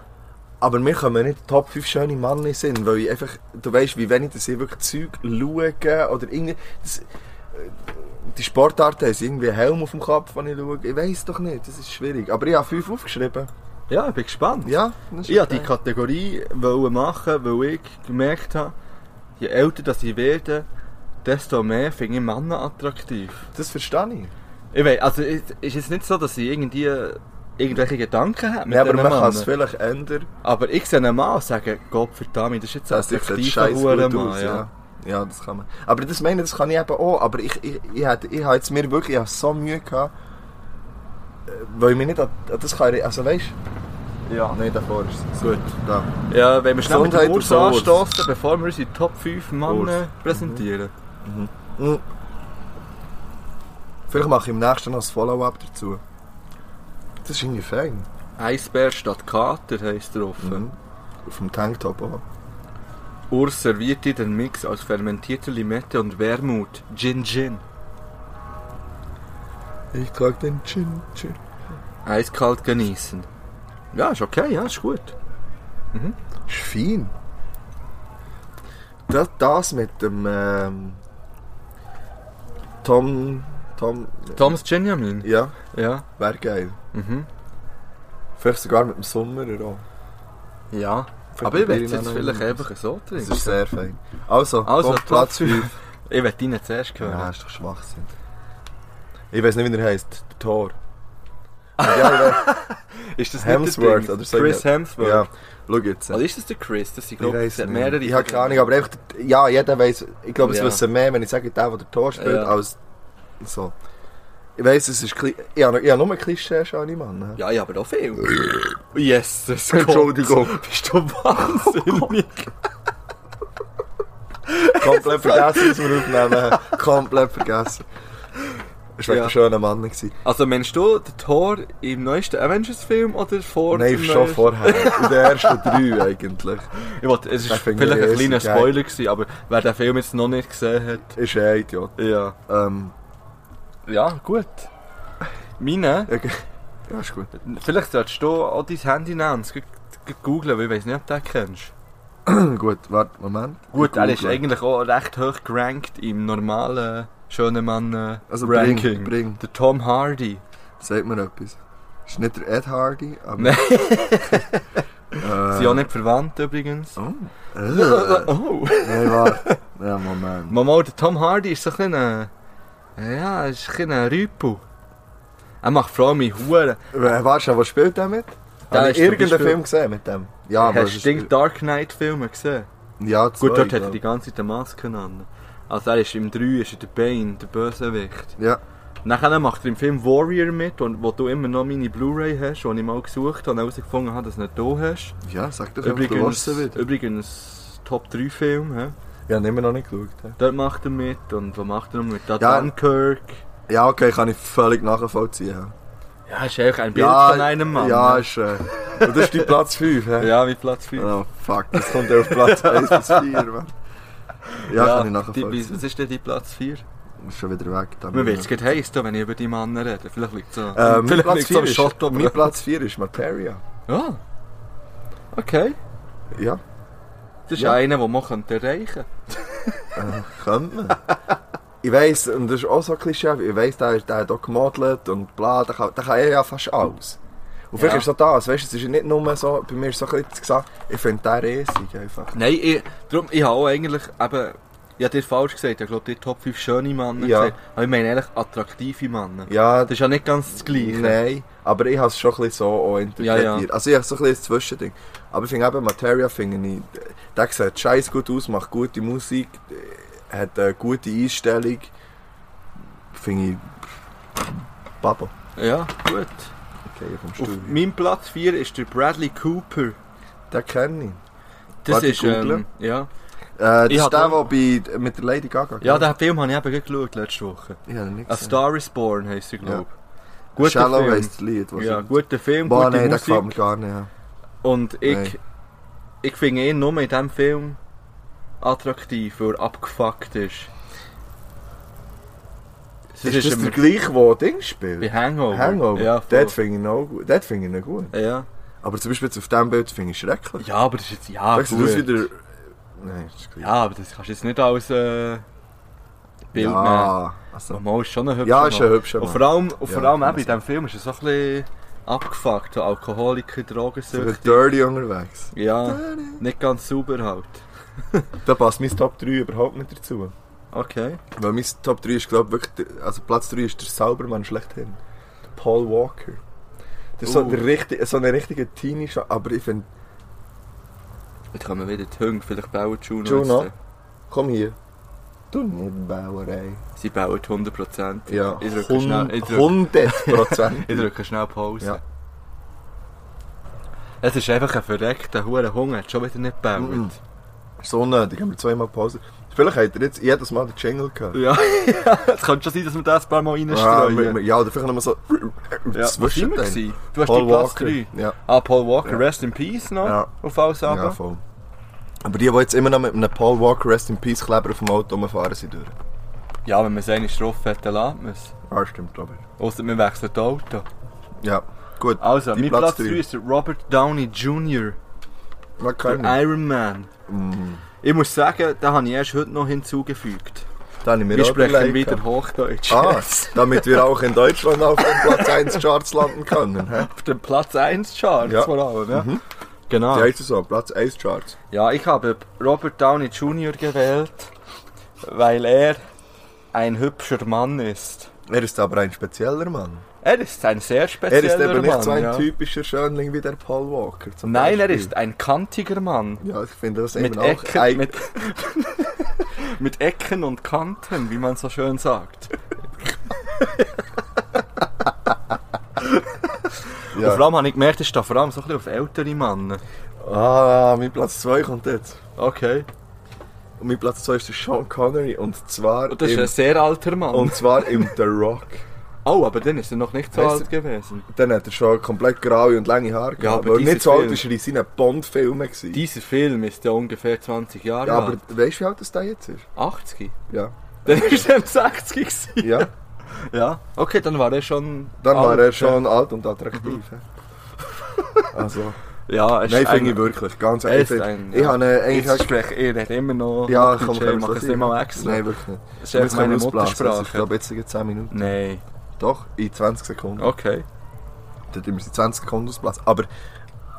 [SPEAKER 3] Aber mir kommen nicht die Top 5 schöne Männer sind, weil ich einfach... Du weißt, wie wenig das ich wirklich Zeug schaue oder irgendwie... Das, äh, die Sportarten haben irgendwie einen Helm auf dem Kopf, wenn ich schaue. Ich weiß doch nicht, das ist schwierig. Aber ich habe 5 aufgeschrieben.
[SPEAKER 1] Ja, ich bin gespannt.
[SPEAKER 3] Ja, das ist
[SPEAKER 1] Ich wollte
[SPEAKER 3] okay.
[SPEAKER 1] die Kategorie wollen machen, weil ich gemerkt habe, je älter dass ich werde, desto mehr finde ich Männer attraktiv.
[SPEAKER 3] Das verstehe ich.
[SPEAKER 1] Ich weiß, also es ist jetzt nicht so, dass ich irgendwie irgendwelche Gedanken habe mit
[SPEAKER 3] Ja, aber
[SPEAKER 1] diesen
[SPEAKER 3] man kann es
[SPEAKER 1] Männern.
[SPEAKER 3] vielleicht ändern.
[SPEAKER 1] Aber ich sehe einen Mann und sage, Gott verdammt, das ist jetzt ein
[SPEAKER 3] Das sieht jetzt
[SPEAKER 1] attraktiver
[SPEAKER 3] scheiße gut
[SPEAKER 1] Hurenmann.
[SPEAKER 3] aus,
[SPEAKER 1] Ja.
[SPEAKER 3] ja. Ja, das kann man. Aber das meine ich, das kann ich eben auch. Aber ich, ich, ich, hätte, ich habe jetzt mir wirklich ich habe so Mühe gehabt, äh, weil ich mich nicht an, an das kann... ich- Also weißt
[SPEAKER 1] Ja.
[SPEAKER 3] du? Nein, davor ist es. Gut. Da.
[SPEAKER 1] ja, wenn wir schnell mit dem
[SPEAKER 3] Gesundheit
[SPEAKER 1] Urs
[SPEAKER 3] und Mhm. Urs.
[SPEAKER 1] anstoßen, bevor wir unsere Top 5
[SPEAKER 3] Urs.
[SPEAKER 1] Männer präsentieren.
[SPEAKER 3] Mm. Vielleicht mache ich im nächsten noch ein Follow-up dazu. Das ist irgendwie fein.
[SPEAKER 1] Eisbär statt Kater heisst drauf.
[SPEAKER 3] Mhm. Auf dem Tanktop auch.
[SPEAKER 1] Urs servierte den Mix aus fermentierter Limette und Wermut. Gin Gin.
[SPEAKER 3] Ich trage den Chin Chin.
[SPEAKER 1] Eiskalt genießen. Ja, ist okay, ja, ist gut.
[SPEAKER 3] Ist fein. Das, das mit dem ähm, Tom. Tom.
[SPEAKER 1] Thomas Benjamin?
[SPEAKER 3] Ja,
[SPEAKER 1] Ja.
[SPEAKER 3] wäre geil.
[SPEAKER 1] Mhm.
[SPEAKER 3] Vielleicht sogar mit dem Sommer auch.
[SPEAKER 1] Ja.
[SPEAKER 3] Vielleicht
[SPEAKER 1] Aber ich
[SPEAKER 3] probiere
[SPEAKER 1] werde es
[SPEAKER 3] ihn
[SPEAKER 1] jetzt
[SPEAKER 3] auch noch
[SPEAKER 1] vielleicht
[SPEAKER 3] mal.
[SPEAKER 1] einfach so
[SPEAKER 3] Das
[SPEAKER 1] trinken.
[SPEAKER 3] ist sehr fein. Also,
[SPEAKER 1] Also,
[SPEAKER 3] Top Platz
[SPEAKER 1] Top
[SPEAKER 3] 5.
[SPEAKER 1] Ich werde deinen zuerst hören.
[SPEAKER 3] Ja, ist doch Schwachsinn. Ich weiß nicht, wie der heißt. Der Thor. ja,
[SPEAKER 1] Ist das
[SPEAKER 3] Hemsworth
[SPEAKER 1] der Ding?
[SPEAKER 3] oder so
[SPEAKER 1] Chris
[SPEAKER 3] irgendwas.
[SPEAKER 1] Hemsworth.
[SPEAKER 3] ja, schau jetzt.
[SPEAKER 1] Oder ist das der Chris? Das sind,
[SPEAKER 3] Ich
[SPEAKER 1] Also, glaub,
[SPEAKER 3] weiß
[SPEAKER 1] es hat
[SPEAKER 3] nicht.
[SPEAKER 1] mehrere.
[SPEAKER 3] Ich habe keine Ahnung, aber einfach, ja, jeder weiß, ich glaube, es
[SPEAKER 1] Ja.
[SPEAKER 3] wissen mehr, wenn ich sage, der, der den Tor spielt,
[SPEAKER 1] Ja.
[SPEAKER 3] als so. Ich weiß, es ist, Kli- ich habe, ich habe nur Klischee schon an die Mann.
[SPEAKER 1] Ja, ja, aber auch viel. yes, das
[SPEAKER 3] Entschuldigung.
[SPEAKER 1] Bist du wahnsinnig?
[SPEAKER 3] Komplett vergessen, dass wir aufnehmen. Komplett vergessen. Das war
[SPEAKER 1] Ja.
[SPEAKER 3] ja. ein schöner Mann. Gewesen.
[SPEAKER 1] also, meinst du den Tor im neuesten Avengers-Film oder vor
[SPEAKER 3] Nein,
[SPEAKER 1] dem
[SPEAKER 3] schon
[SPEAKER 1] neuesten-
[SPEAKER 3] vorher. In den ersten drei eigentlich.
[SPEAKER 1] Ich wollte, es
[SPEAKER 3] Den
[SPEAKER 1] ist
[SPEAKER 3] finde
[SPEAKER 1] vielleicht
[SPEAKER 3] ich
[SPEAKER 1] ein kleiner
[SPEAKER 3] riesig geil.
[SPEAKER 1] Spoiler gewesen, aber wer den Film jetzt noch nicht gesehen hat,
[SPEAKER 3] Ist ein Idiot.
[SPEAKER 1] ja.
[SPEAKER 3] Ähm,
[SPEAKER 1] Ja, gut. Meine?
[SPEAKER 3] okay. Ja, ist gut.
[SPEAKER 1] Vielleicht solltest du auch dein Handy nehmen und es gleich- gleich googlen, weil ich weiß nicht, ob du den kennst.
[SPEAKER 3] gut, warte, Moment.
[SPEAKER 1] Gut, er ist
[SPEAKER 3] Google.
[SPEAKER 1] eigentlich auch recht hoch gerankt im normalen schönen Mann äh,
[SPEAKER 3] Also bring,
[SPEAKER 1] Ranking.
[SPEAKER 3] bring.
[SPEAKER 1] Der Tom Hardy.
[SPEAKER 3] Sagt mir etwas. Ist nicht der Ed Hardy, aber...
[SPEAKER 1] Nein.
[SPEAKER 3] äh,
[SPEAKER 1] Sind auch nicht verwandt übrigens.
[SPEAKER 3] Oh. Äh.
[SPEAKER 1] Oh.
[SPEAKER 3] Nein, warte. Ja, Moment.
[SPEAKER 1] Mama, der Tom Hardy ist so ein kleiner. Ja, ist ein kleiner Rüpel. Er macht Frau mich Huren.
[SPEAKER 3] Äh, Warte schnell, was spielt der mit?
[SPEAKER 1] Der
[SPEAKER 3] Habe
[SPEAKER 1] ist
[SPEAKER 3] ich
[SPEAKER 1] zum
[SPEAKER 3] irgendeinen
[SPEAKER 1] Beispiel-
[SPEAKER 3] Film gesehen mit dem? Ja, aber...
[SPEAKER 1] Hast
[SPEAKER 3] es
[SPEAKER 1] du
[SPEAKER 3] ist-
[SPEAKER 1] den Dark Knight Filme gesehen?
[SPEAKER 3] Ja, zwei,
[SPEAKER 1] Gut, dort hat er
[SPEAKER 3] glaub.
[SPEAKER 1] die ganze Zeit eine Maske an. Also er ist im 3, ist er der Bane, der Bösewicht.
[SPEAKER 3] Ja.
[SPEAKER 1] Nachher macht er im Film Warrior mit, und wo du immer noch meine Blu-ray hast, die ich mal gesucht habe und herausgefunden habe, dass du nicht da hast.
[SPEAKER 3] Ja, sag doch einfach, du hast
[SPEAKER 1] Übrigens,
[SPEAKER 3] sie wieder.
[SPEAKER 1] übrigens Top 3 Film, he?
[SPEAKER 3] Ja, haben wir noch nicht geschaut. hä?
[SPEAKER 1] dort macht er mit und wo macht er noch mit? Da
[SPEAKER 3] Ja.
[SPEAKER 1] Dunkirk.
[SPEAKER 3] Ja, okay, kann ich völlig nachvollziehen. hä?
[SPEAKER 1] Ja, ist eigentlich ein Bild
[SPEAKER 3] Ja,
[SPEAKER 1] von einem Mann.
[SPEAKER 3] Ja,
[SPEAKER 1] ne?
[SPEAKER 3] ist... Äh, und das ist dein Platz 5, hä?
[SPEAKER 1] ja wie Platz 5.
[SPEAKER 3] Oh, fuck, das kommt ja auf Platz 1 bis 4, Mann. Ja, kann ich
[SPEAKER 1] die, wie-
[SPEAKER 3] nachvollziehen.
[SPEAKER 1] Was ist denn die Platz 4?
[SPEAKER 3] Ist schon wieder weg. da
[SPEAKER 1] Mir
[SPEAKER 3] bin
[SPEAKER 1] wird
[SPEAKER 3] ich
[SPEAKER 1] es gerade heiß, da, wenn ich über die Männer rede. Vielleicht liegt es an-
[SPEAKER 3] Ähm, mein
[SPEAKER 1] vielleicht
[SPEAKER 3] Platz
[SPEAKER 1] liegt's
[SPEAKER 3] 4
[SPEAKER 1] am
[SPEAKER 3] ist,
[SPEAKER 1] Schott-
[SPEAKER 3] mein Platz vier ist Materia.
[SPEAKER 1] Ja. Okay.
[SPEAKER 3] Ja,
[SPEAKER 1] Das ist
[SPEAKER 3] Ja.
[SPEAKER 1] einer, den man könnte erreichen könnte.
[SPEAKER 3] könnte man. ich weiss, und das ist auch so ein Klischee, ich weiss, der, der hat auch gemodelt und bla, der kann, der kann ja fast alles. Und vielleicht
[SPEAKER 1] Ja.
[SPEAKER 3] ist so das, weißt du, es ist nicht nur so, bei mir ist so ein bisschen gesagt, ich finde den riesig einfach.
[SPEAKER 1] Nein, ich, darum, ich habe auch eigentlich eben, ich habe dir falsch gesagt, ich glaube, die Top 5 schöne Männer
[SPEAKER 3] Ja.
[SPEAKER 1] gesagt, aber ich meine eigentlich attraktive Männer.
[SPEAKER 3] Ja,
[SPEAKER 1] Das ist ja nicht ganz das Gleiche.
[SPEAKER 3] Nein, aber ich habe es schon ein bisschen so auch interpretiert.
[SPEAKER 1] Ja, ja.
[SPEAKER 3] Also ich habe so ein bisschen ein Zwischending. Aber ich finde eben, Materia finde ich, der sieht scheiß gut aus, macht gute Musik, äh, hat eine gute Einstellung. Finde ich... Babo.
[SPEAKER 1] Ja, gut.
[SPEAKER 3] Okay, ich kommst
[SPEAKER 1] Auf
[SPEAKER 3] du.
[SPEAKER 1] meinem Platz 4 ist der Bradley Cooper.
[SPEAKER 3] Den kenne ich.
[SPEAKER 1] Das
[SPEAKER 3] Warte,
[SPEAKER 1] ist, ähm,
[SPEAKER 3] googeln.
[SPEAKER 1] ja.
[SPEAKER 3] Äh, das
[SPEAKER 1] Ich
[SPEAKER 3] ist
[SPEAKER 1] hab
[SPEAKER 3] der,
[SPEAKER 1] auch-
[SPEAKER 3] der bei, mit der Lady Gaga
[SPEAKER 1] Ja,
[SPEAKER 3] gell?
[SPEAKER 1] den Film habe ich eben gerade geschaut letzte Woche.
[SPEAKER 3] Ich habe ihn nicht
[SPEAKER 1] A
[SPEAKER 3] gesehen.
[SPEAKER 1] Star is Born heisst er, glaube ich. Guter
[SPEAKER 3] eh, Shallow
[SPEAKER 1] Film.
[SPEAKER 3] heisst das Lied. was
[SPEAKER 1] Ja,
[SPEAKER 3] ich-
[SPEAKER 1] guter Film,
[SPEAKER 3] Boah,
[SPEAKER 1] gute
[SPEAKER 3] nein, der
[SPEAKER 1] Musik.
[SPEAKER 3] gefällt mir gar nicht. ja.
[SPEAKER 1] Und ich,
[SPEAKER 3] Nein.
[SPEAKER 1] ich finde ihn nur in diesem Film attraktiv, weil er abgefuckt ist. Es
[SPEAKER 3] Ist das
[SPEAKER 1] ihm-
[SPEAKER 3] der gleiche, der Ding spielt?
[SPEAKER 1] Bei Hangover.
[SPEAKER 3] Hangover?
[SPEAKER 1] Ja, voll.
[SPEAKER 3] Dort finde ich ihn auch gut. Dort finde ich ihn gut.
[SPEAKER 1] ja.
[SPEAKER 3] Aber zum Beispiel jetzt auf diesem Bild finde ich schrecklich.
[SPEAKER 1] ja, aber das ist jetzt. Ja,
[SPEAKER 3] Sagst du das
[SPEAKER 1] gut.
[SPEAKER 3] wieder. Nein, das ist gleich.
[SPEAKER 1] ja, aber das kannst du jetzt nicht als äh, Bild nehmen.
[SPEAKER 3] ja. Also,
[SPEAKER 1] Normal ist schon ein hübscher
[SPEAKER 3] ja, ist ein
[SPEAKER 1] Mann.
[SPEAKER 3] hübscher
[SPEAKER 1] Und
[SPEAKER 3] Mann.
[SPEAKER 1] vor allem, und vor
[SPEAKER 3] Ja,
[SPEAKER 1] allem
[SPEAKER 3] kann
[SPEAKER 1] eben in
[SPEAKER 3] sein.
[SPEAKER 1] diesem Film ist er so ein bisschen abgefuckt. So Alkoholiker,
[SPEAKER 3] So ein
[SPEAKER 1] Drogensüchtig.
[SPEAKER 3] Dirty unterwegs.
[SPEAKER 1] Ja, nicht ganz sauber halt.
[SPEAKER 3] Da passt mein Top 3 überhaupt nicht dazu.
[SPEAKER 1] Okay.
[SPEAKER 3] Weil mein Top 3 ist, glaube ich, wirklich. der- Also Platz 3 ist der Saubermann schlechthin. Der Paul Walker. Das ist so,
[SPEAKER 1] Uh.
[SPEAKER 3] der richtige, so eine richtige teenie Scha- aber ich finde,
[SPEAKER 1] Jetzt kommen wieder die Hunde, vielleicht bauen die Juno.
[SPEAKER 3] Juno?
[SPEAKER 1] jetzt.
[SPEAKER 3] komm hier. Du nicht Bauerei.
[SPEAKER 1] Sie bauen 100%.
[SPEAKER 3] Ja,
[SPEAKER 1] Ich drücke
[SPEAKER 3] Hund-
[SPEAKER 1] schnell- ich drücke-
[SPEAKER 3] 100%.
[SPEAKER 1] Ich drücke schnell Pause.
[SPEAKER 3] Ja.
[SPEAKER 1] Es ist einfach ein verreckter Huren Hunger, hat schon wieder nicht gebaut.
[SPEAKER 3] Mhm. so unnötig, haben wir zweimal Pause. Vielleicht habt ihr jetzt jedes Mal den Jingle gehört.
[SPEAKER 1] Ja, es könnte schon sein, dass wir das ein paar Mal
[SPEAKER 3] Ah,
[SPEAKER 1] reinstreuen.
[SPEAKER 3] wir- wir- ja, oder vielleicht nochmal so.
[SPEAKER 1] ja, was
[SPEAKER 3] zwischen
[SPEAKER 1] sind wir
[SPEAKER 3] den.
[SPEAKER 1] gewesen? Du hast
[SPEAKER 3] Paul
[SPEAKER 1] die Platz
[SPEAKER 3] Walker.
[SPEAKER 1] 3.
[SPEAKER 3] Ja.
[SPEAKER 1] Ah, Paul Walker,
[SPEAKER 3] Ja.
[SPEAKER 1] rest in peace noch,
[SPEAKER 3] Ja.
[SPEAKER 1] auf alles aber.
[SPEAKER 3] ja, voll. Aber die, die jetzt immer noch mit einem Paul Walker Rest in Peace Kleber auf dem Auto rumfahren, sind durch.
[SPEAKER 1] Ja, wenn man es einmal drauf hat, dann lässt man es.
[SPEAKER 3] Ah, stimmt, aber.
[SPEAKER 1] Ausser man wechselt das Auto.
[SPEAKER 3] Ja. Gut,
[SPEAKER 1] Also,
[SPEAKER 3] dein
[SPEAKER 1] mein
[SPEAKER 3] Platz
[SPEAKER 1] Platz 3
[SPEAKER 3] drei.
[SPEAKER 1] ist der Robert Downey Jr.,
[SPEAKER 3] man
[SPEAKER 1] der
[SPEAKER 3] kann nicht.
[SPEAKER 1] Iron Man.
[SPEAKER 3] Mm,
[SPEAKER 1] Ich muss sagen, den habe ich erst heute noch hinzugefügt.
[SPEAKER 3] da habe ich mir
[SPEAKER 1] Wir
[SPEAKER 3] auch
[SPEAKER 1] sprechen
[SPEAKER 3] überlegt.
[SPEAKER 1] wieder Hochdeutsch.
[SPEAKER 3] Ah, damit wir auch in Deutschland auf den Platz 1 Charts landen können. hä?
[SPEAKER 1] Auf dem Platz 1 Charts
[SPEAKER 3] Ja. Mhm.
[SPEAKER 1] vor allem, ja. Genau.
[SPEAKER 3] Wie heißt es so? Platz 1 Charts.
[SPEAKER 1] Ja, ich habe Robert Downey Jr. gewählt, weil er ein hübscher Mann ist.
[SPEAKER 3] Er ist aber ein spezieller Mann.
[SPEAKER 1] Er ist ein sehr
[SPEAKER 3] Er
[SPEAKER 1] spezieller
[SPEAKER 3] ist eben nicht
[SPEAKER 1] Mann,
[SPEAKER 3] so ein
[SPEAKER 1] ja.
[SPEAKER 3] typischer Schönling wie der Paul Walker. zum
[SPEAKER 1] Nein, er
[SPEAKER 3] Beispiel.
[SPEAKER 1] ist ein kantiger Mann.
[SPEAKER 3] Ja, ich finde das
[SPEAKER 1] Mit
[SPEAKER 3] eben auch.
[SPEAKER 1] Ecken,
[SPEAKER 3] ein-
[SPEAKER 1] mit, mit Ecken und Kanten, wie man so schön sagt. Und vor
[SPEAKER 3] ja.
[SPEAKER 1] allem habe ich gemerkt, ich stehe vor allem so ein bisschen auf ältere Männer.
[SPEAKER 3] Ah, mein Platz 2 kommt jetzt.
[SPEAKER 1] Okay.
[SPEAKER 3] Und mein Platz 2 ist der Sean Connery. Und zwar,
[SPEAKER 1] Das ist ein
[SPEAKER 3] im,
[SPEAKER 1] sehr alter Mann.
[SPEAKER 3] und zwar im The Rock.
[SPEAKER 1] oh, aber dann ist er noch nicht so
[SPEAKER 3] Weißt du-
[SPEAKER 1] alt gewesen.
[SPEAKER 3] Dann hat er schon komplett graue und lange Haare gehabt.
[SPEAKER 1] aber
[SPEAKER 3] weil
[SPEAKER 1] dieser
[SPEAKER 3] nicht so alt
[SPEAKER 1] Film-
[SPEAKER 3] ist er in seinen Bond-Filmen. gewesen.
[SPEAKER 1] Dieser Film ist ja ungefähr 20 Jahre
[SPEAKER 3] Ja, aber
[SPEAKER 1] alt.
[SPEAKER 3] weißt du, wie alt das da jetzt ist?
[SPEAKER 1] 80?
[SPEAKER 3] Ja.
[SPEAKER 1] Dann ist er 60 gewesen.
[SPEAKER 3] Ja.
[SPEAKER 1] Ja. Okay, dann war er schon
[SPEAKER 3] Dann war
[SPEAKER 1] alt,
[SPEAKER 3] er schon alt und attraktiv. hä? also,
[SPEAKER 1] Ja, es
[SPEAKER 3] nein,
[SPEAKER 1] ist
[SPEAKER 3] finde ich
[SPEAKER 1] ein...
[SPEAKER 3] wirklich, ganz
[SPEAKER 1] Er ist
[SPEAKER 3] ehrlich.
[SPEAKER 1] ein-
[SPEAKER 3] Ich habe äh, eigentlich
[SPEAKER 1] Jetzt
[SPEAKER 3] auch
[SPEAKER 1] spreche ich nicht immer noch...
[SPEAKER 3] Ja,
[SPEAKER 1] ich kann
[SPEAKER 3] komm, können wir
[SPEAKER 1] machen es
[SPEAKER 3] das
[SPEAKER 1] immer
[SPEAKER 3] sein?
[SPEAKER 1] extra.
[SPEAKER 3] Nein, wirklich nicht.
[SPEAKER 1] Das ist
[SPEAKER 3] Jetzt
[SPEAKER 1] einfach
[SPEAKER 3] können
[SPEAKER 1] meine
[SPEAKER 3] wir ausblasen. Das ist,
[SPEAKER 1] Muttersprache.
[SPEAKER 3] glaube jetzt 10 Minuten.
[SPEAKER 1] Nein.
[SPEAKER 3] Doch, in 20 Sekunden.
[SPEAKER 1] Okay.
[SPEAKER 3] Dort haben wir sie 20 Sekunden ausblasen. Aber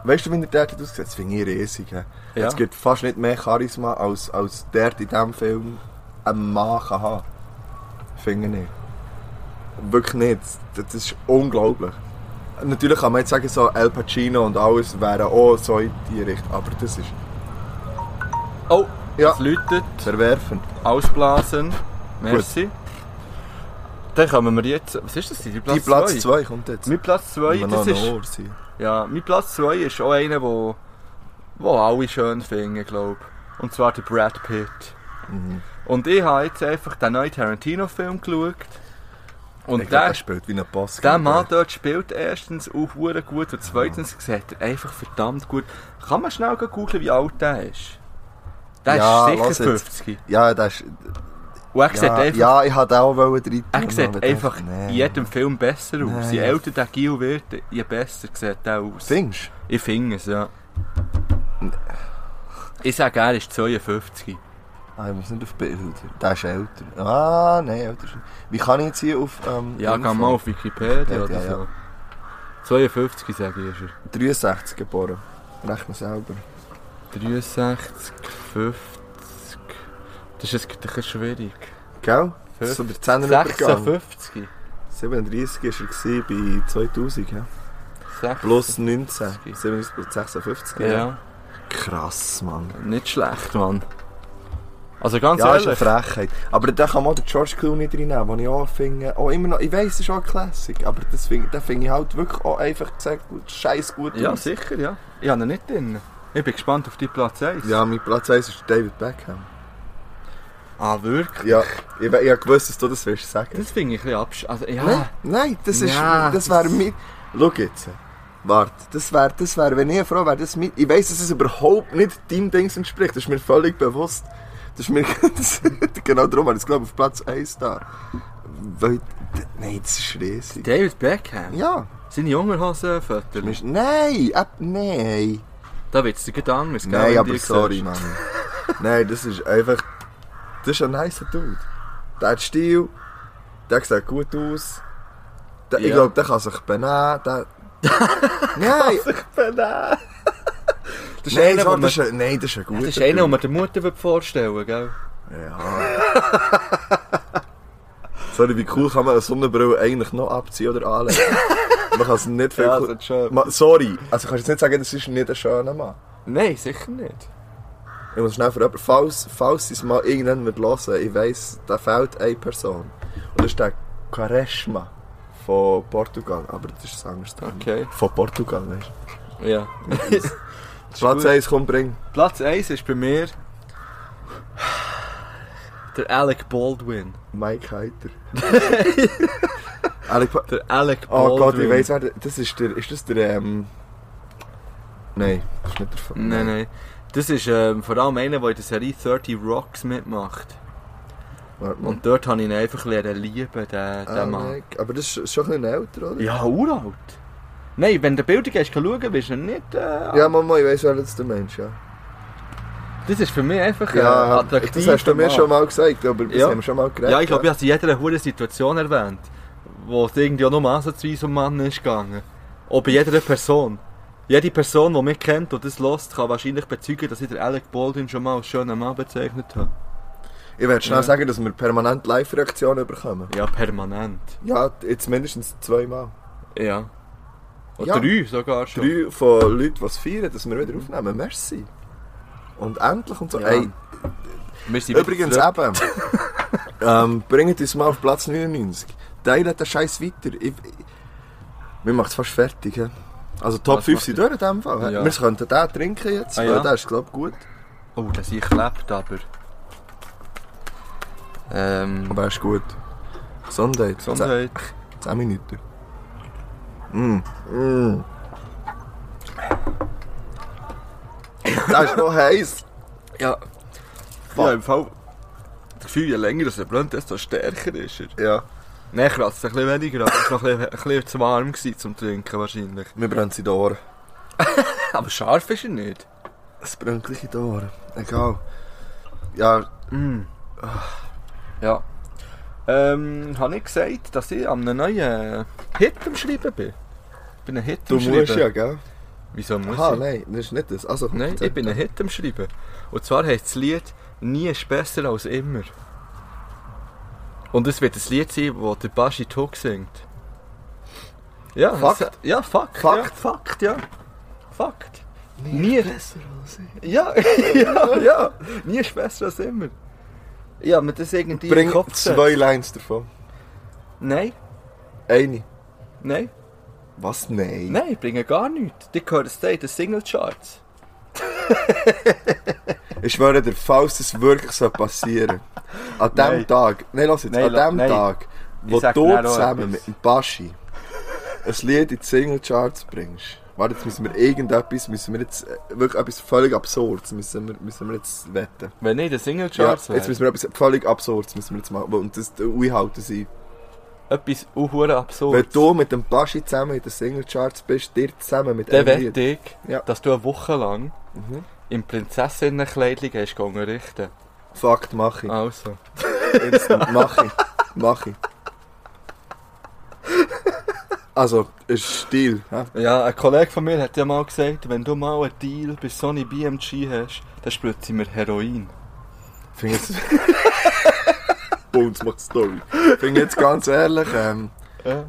[SPEAKER 3] weißt du, wie der dort aussieht? Das finde ich riesig. hä?
[SPEAKER 1] Ja.
[SPEAKER 3] Es gibt fast nicht mehr Charisma, als, als der in diesem Film ein Mann kann haben. Finde ich. Wirklich nicht. Das ist unglaublich. Natürlich kann man jetzt sagen, so Al Pacino und alles wären auch so in die Richtung. Aber das ist
[SPEAKER 1] Oh,
[SPEAKER 3] Ja.
[SPEAKER 1] es läutet.
[SPEAKER 3] verwerfend.
[SPEAKER 1] Ausblasen. Merci. Dann kommen wir jetzt... Was ist das? Die
[SPEAKER 3] Die
[SPEAKER 1] Platz 2?
[SPEAKER 3] Platz 2 kommt jetzt.
[SPEAKER 1] Mein Platz 2,
[SPEAKER 3] Wenn wir
[SPEAKER 1] das
[SPEAKER 3] noch an
[SPEAKER 1] ist...
[SPEAKER 3] Ohr sind.
[SPEAKER 1] Ja, mein Platz 2 ist auch einer, wo, wo alle schön finden, glaube ich. Und zwar der Brad Pitt.
[SPEAKER 3] Mhm.
[SPEAKER 1] Und ich habe jetzt einfach den neuen Tarantino-Film geschaut.
[SPEAKER 3] ich
[SPEAKER 1] Und
[SPEAKER 3] glaub,
[SPEAKER 1] der,
[SPEAKER 3] der spielt wie ein Boss.
[SPEAKER 1] der Mann dort spielt erstens auch hure gut und zweitens sieht er einfach verdammt gut. Kann man schnell googeln, wie alt der ist? Der
[SPEAKER 3] Ja,
[SPEAKER 1] ist
[SPEAKER 3] lass
[SPEAKER 1] sicher
[SPEAKER 3] jetzt.
[SPEAKER 1] 50.
[SPEAKER 3] Ja, das ist...
[SPEAKER 1] Und er sieht
[SPEAKER 3] Ja,
[SPEAKER 1] einfach,
[SPEAKER 3] ja, ich hatte auch wollen drin.
[SPEAKER 1] er sieht einfach in jedem Film besser aus.
[SPEAKER 3] Nein.
[SPEAKER 1] Je älter der Gil wird, je besser sieht er aus.
[SPEAKER 3] Findest du?
[SPEAKER 1] Ich finde es, ja. Ich sage, er ist 52.
[SPEAKER 3] Ah, ich muss nicht auf Bilder. Der ist älter. Ah, nein, älter ist nicht. Wie kann ich jetzt hier auf... Ähm,
[SPEAKER 1] Ja,
[SPEAKER 3] Info?
[SPEAKER 1] geh mal auf Wikipedia
[SPEAKER 3] Ja,
[SPEAKER 1] oder
[SPEAKER 3] ja, ja.
[SPEAKER 1] so. 52 sage ich, ist
[SPEAKER 3] 63 geboren. Rechne selber.
[SPEAKER 1] er. 63, 50... Das ist jetzt ein bisschen schwierig.
[SPEAKER 3] Gell? Das ist so der 10er Übergang.
[SPEAKER 1] 56?
[SPEAKER 3] 37 war er gewesen bei 2000, ja? Plus 19. 37 plus 56,
[SPEAKER 1] Ja. ja,
[SPEAKER 3] Krass, Mann.
[SPEAKER 1] nicht schlecht, Mann. Also ganz
[SPEAKER 3] Ja, ist eine
[SPEAKER 1] ehrlich,
[SPEAKER 3] Frechheit. Aber da kann man auch den George Clooney reinnehmen, den ich auch finde... Oh, immer noch... Ich weiss, es ist auch ein Classic, aber das finde den finde ich halt wirklich auch einfach gesagt scheiß gut
[SPEAKER 1] ja,
[SPEAKER 3] aus.
[SPEAKER 1] sicher, ja. Ich habe ihn nicht drin. Ich bin gespannt auf die Platz 1.
[SPEAKER 3] Ja, mein Platz 1 ist David Beckham.
[SPEAKER 1] Ah, wirklich?
[SPEAKER 3] Ja, ich, we- ich hab gewusst, dass du das willst sagen.
[SPEAKER 1] Das finde ich ein bisschen absch... Also, ja.
[SPEAKER 3] Nein, nein, das ist,
[SPEAKER 1] Ja,
[SPEAKER 3] das wäre mir... Schau jetzt. Warte, das wäre, das wäre, wenn ich froh wäre, das mit... Ich weiss, dass es überhaupt nicht deinem Dings entspricht, das ist mir völlig bewusst. Das ist mir... Das, genau darum habe ich es, glaube ich, auf Platz 1 da. Weil... d- Nein, das ist riesig.
[SPEAKER 1] David Beckham?
[SPEAKER 3] Ja.
[SPEAKER 1] Seine Jungerhosen-Fotos?
[SPEAKER 3] Mir ist- Nein, ab, nein.
[SPEAKER 1] Da wird es dir gerade anders, gell? wenn
[SPEAKER 3] Nein,
[SPEAKER 1] du
[SPEAKER 3] aber
[SPEAKER 1] die
[SPEAKER 3] sorry,
[SPEAKER 1] siehst.
[SPEAKER 3] Mann. Nein, das ist einfach. Das ist ein nicer Dude. Der hat Stil, der sieht gut aus. Der, Ich
[SPEAKER 1] Ja.
[SPEAKER 3] glaube, der kann sich benehmen. Der, nein,
[SPEAKER 1] Das ist
[SPEAKER 3] nein,
[SPEAKER 1] einer, wo
[SPEAKER 3] sorry, das
[SPEAKER 1] man,
[SPEAKER 3] ist ein, nein, das ist ein guter
[SPEAKER 1] das ist einer, den
[SPEAKER 3] Typ.
[SPEAKER 1] man der Mutter wird vorstellen gell?
[SPEAKER 3] Ja. sorry, wie cool kann man eine Sonnenbrille eigentlich noch abziehen oder anlegen? Man kann es nicht viel
[SPEAKER 1] Ja,
[SPEAKER 3] cool-
[SPEAKER 1] das ist schön.
[SPEAKER 3] Ma- Sorry, also kannst du jetzt nicht sagen, das ist nicht ein schöner Mann.
[SPEAKER 1] Nein, sicher nicht.
[SPEAKER 3] Ich muss schnell für jemanden, falls, falls sie es mal irgendwann wird hören, ich weiss, da fehlt eine Person. Und das ist der Quaresma von Portugal. Aber das ist ein anderes Thema.
[SPEAKER 1] Okay.
[SPEAKER 3] Von Portugal, weißt
[SPEAKER 1] Ja.
[SPEAKER 3] du. Platz
[SPEAKER 1] gut.
[SPEAKER 3] 1, komm, bring.
[SPEAKER 1] Platz 1 ist bei mir. Der Alec Baldwin.
[SPEAKER 3] Mike Heiter. Alec Pa-
[SPEAKER 1] Der Alec Baldwin.
[SPEAKER 3] oh Gott, ich weiss, wer der- das ist der, ist das der, ähm... Nein, das ist nicht der Fall.
[SPEAKER 1] Nein, nein. Das ist ähm, vor allem einer, der in der Serie 30 Rocks mitmacht.
[SPEAKER 3] Warte mal.
[SPEAKER 1] Und dort habe ich
[SPEAKER 3] Ah,
[SPEAKER 1] ihn einfach lernen lieben, den, den Mann.
[SPEAKER 3] Alec, aber das ist schon ein bisschen älter, oder?
[SPEAKER 1] Ja, uralt. Nein, wenn du Bilder gehst, kann schauen, bist du nicht... Äh,
[SPEAKER 3] Ja, Mama, ich weiss, wer jetzt der Mensch ja.
[SPEAKER 1] Das ist für mich einfach äh,
[SPEAKER 3] Ja,
[SPEAKER 1] attraktiv.
[SPEAKER 3] das hast du mir schon mal gesagt, aber das
[SPEAKER 1] Ja.
[SPEAKER 3] haben wir schon mal geredet.
[SPEAKER 1] Ja, ich glaube, ich habe es in jeder hohen Situation erwähnt, wo es irgendwie auch nur ansatzweise um Mann ist gegangen. Auch bei jeder Person. Jede Person, die mich kennt und das lässt, kann wahrscheinlich bezeugen, dass ich den Alec Baldwin schon mal als schönen Mann bezeichnet habe.
[SPEAKER 3] Ich werde schnell
[SPEAKER 1] Ja.
[SPEAKER 3] sagen, dass wir permanent Live-Reaktionen bekommen.
[SPEAKER 1] Ja, permanent.
[SPEAKER 3] Ja, jetzt mindestens zweimal.
[SPEAKER 1] Ja. Oder
[SPEAKER 3] Ja.
[SPEAKER 1] drei sogar schon.
[SPEAKER 3] Drei von Leuten, die es feiern, dass wir wieder aufnehmen. Merci. Und endlich und so.
[SPEAKER 1] Ja.
[SPEAKER 3] Ey,
[SPEAKER 1] Wir sind
[SPEAKER 3] übrigens
[SPEAKER 1] wieder
[SPEAKER 3] eben, ähm, bringt uns mal auf Platz 99. Teilt den Scheiß weiter. Ich, ich, wir machen es fast fertig. He. Also Top
[SPEAKER 1] Was
[SPEAKER 3] 5
[SPEAKER 1] macht
[SPEAKER 3] sind durch in dem Fall. he.
[SPEAKER 1] Ja.
[SPEAKER 3] Wir könnten den trinken jetzt,
[SPEAKER 1] Ah,
[SPEAKER 3] weil
[SPEAKER 1] ja.
[SPEAKER 3] der ist glaube ich gut.
[SPEAKER 1] zurück. Oh, der sich klebt aber. Ähm.
[SPEAKER 3] Aber er ist gut. Gesundheit.
[SPEAKER 1] Gesundheit.
[SPEAKER 3] 10, 10 Minuten. Mm. Mm. Der ist noch heiß.
[SPEAKER 1] Ja. Ja, im Fall. Das Gefühl, je länger es brennt, desto stärker ist er.
[SPEAKER 3] Ja,
[SPEAKER 1] Nein, kratzt ein bisschen weniger, aber es war noch ein bisschen, ein bisschen zu warm gewesen zum Trinken wahrscheinlich.
[SPEAKER 3] mir brennt sie die Ohren.
[SPEAKER 1] Aber scharf ist er nicht.
[SPEAKER 3] Es brennt gleich in die Ohren. Egal. Ja,
[SPEAKER 1] Mm. Ja. Ähm, habe ich gesagt, dass ich an einem neuen Hit am Schreiben bin? Ich bin ein Hit
[SPEAKER 3] du
[SPEAKER 1] am Schreiben.
[SPEAKER 3] musst ja, gell?
[SPEAKER 1] Wieso muss
[SPEAKER 3] Aha,
[SPEAKER 1] ich?
[SPEAKER 3] nein, das ist nicht das. Also,
[SPEAKER 1] Nein, ich bin ein Hit am Schreiben. Und zwar heisst das Lied «Nie ist besser als immer». Und es wird ein Lied sein, das der Baschi Tuck singt. Ja,
[SPEAKER 3] Fakt.
[SPEAKER 1] es- ja, Fakt.
[SPEAKER 3] Fakt.
[SPEAKER 1] Ja, Fakt, ja. Fakt. Nie, ist besser als immer. Ja, ja, ja. Nie ist besser als immer. Ja, mir das irgendwie in den
[SPEAKER 3] Bring
[SPEAKER 1] Kopf gesetzt.
[SPEAKER 3] zwei Lines davon.
[SPEAKER 1] Nein,
[SPEAKER 3] Eine.
[SPEAKER 1] nein,
[SPEAKER 3] Was? Nein.
[SPEAKER 1] nein, ich bringe gar nichts. Die gehören stay in den Single Charts.
[SPEAKER 3] Ich schwöre dir, falls es wirklich so passieren An dem
[SPEAKER 1] Nein.
[SPEAKER 3] Tag, nein, lass jetzt,
[SPEAKER 1] Nein,
[SPEAKER 3] an dem
[SPEAKER 1] nein.
[SPEAKER 3] Tag,
[SPEAKER 1] Ich
[SPEAKER 3] wo
[SPEAKER 1] sag
[SPEAKER 3] du
[SPEAKER 1] dir auch
[SPEAKER 3] zusammen
[SPEAKER 1] etwas.
[SPEAKER 3] mit dem Baschi ein Lied in die Singlecharts bringst. Warte, jetzt müssen wir irgendetwas, müssen wir jetzt äh, wirklich etwas völlig Absurdes, müssen wir, müssen wir jetzt wetten.
[SPEAKER 1] Wenn nicht in den Single
[SPEAKER 3] Ja,
[SPEAKER 1] Charts
[SPEAKER 3] jetzt müssen wir etwas völlig Absurdes müssen wir jetzt machen. Und das einhalten sein.
[SPEAKER 1] etwas unhure absurd.
[SPEAKER 3] Wenn du mit dem Baschi zusammen in den Singlecharts bist, dir zusammen mit
[SPEAKER 1] Dann
[SPEAKER 3] einem Lied.
[SPEAKER 1] wette
[SPEAKER 3] Mhm.
[SPEAKER 1] ich,
[SPEAKER 3] Ja.
[SPEAKER 1] dass du eine Woche lang im Prinzessinnenkleidchen gehst gehen richten.
[SPEAKER 3] Fakt, mach ich.
[SPEAKER 1] Also.
[SPEAKER 3] Instant. Mach ich. Mach ich. Also, ist Stil. hä?
[SPEAKER 1] Ja, ein Kollege von mir hat ja mal gesagt, wenn du mal einen Deal bei Sony BMG hast, dann spritzen wir Heroin.
[SPEAKER 3] Finde jetzt. Bones macht Story. Finde jetzt ganz ehrlich, ähm,
[SPEAKER 1] Ja.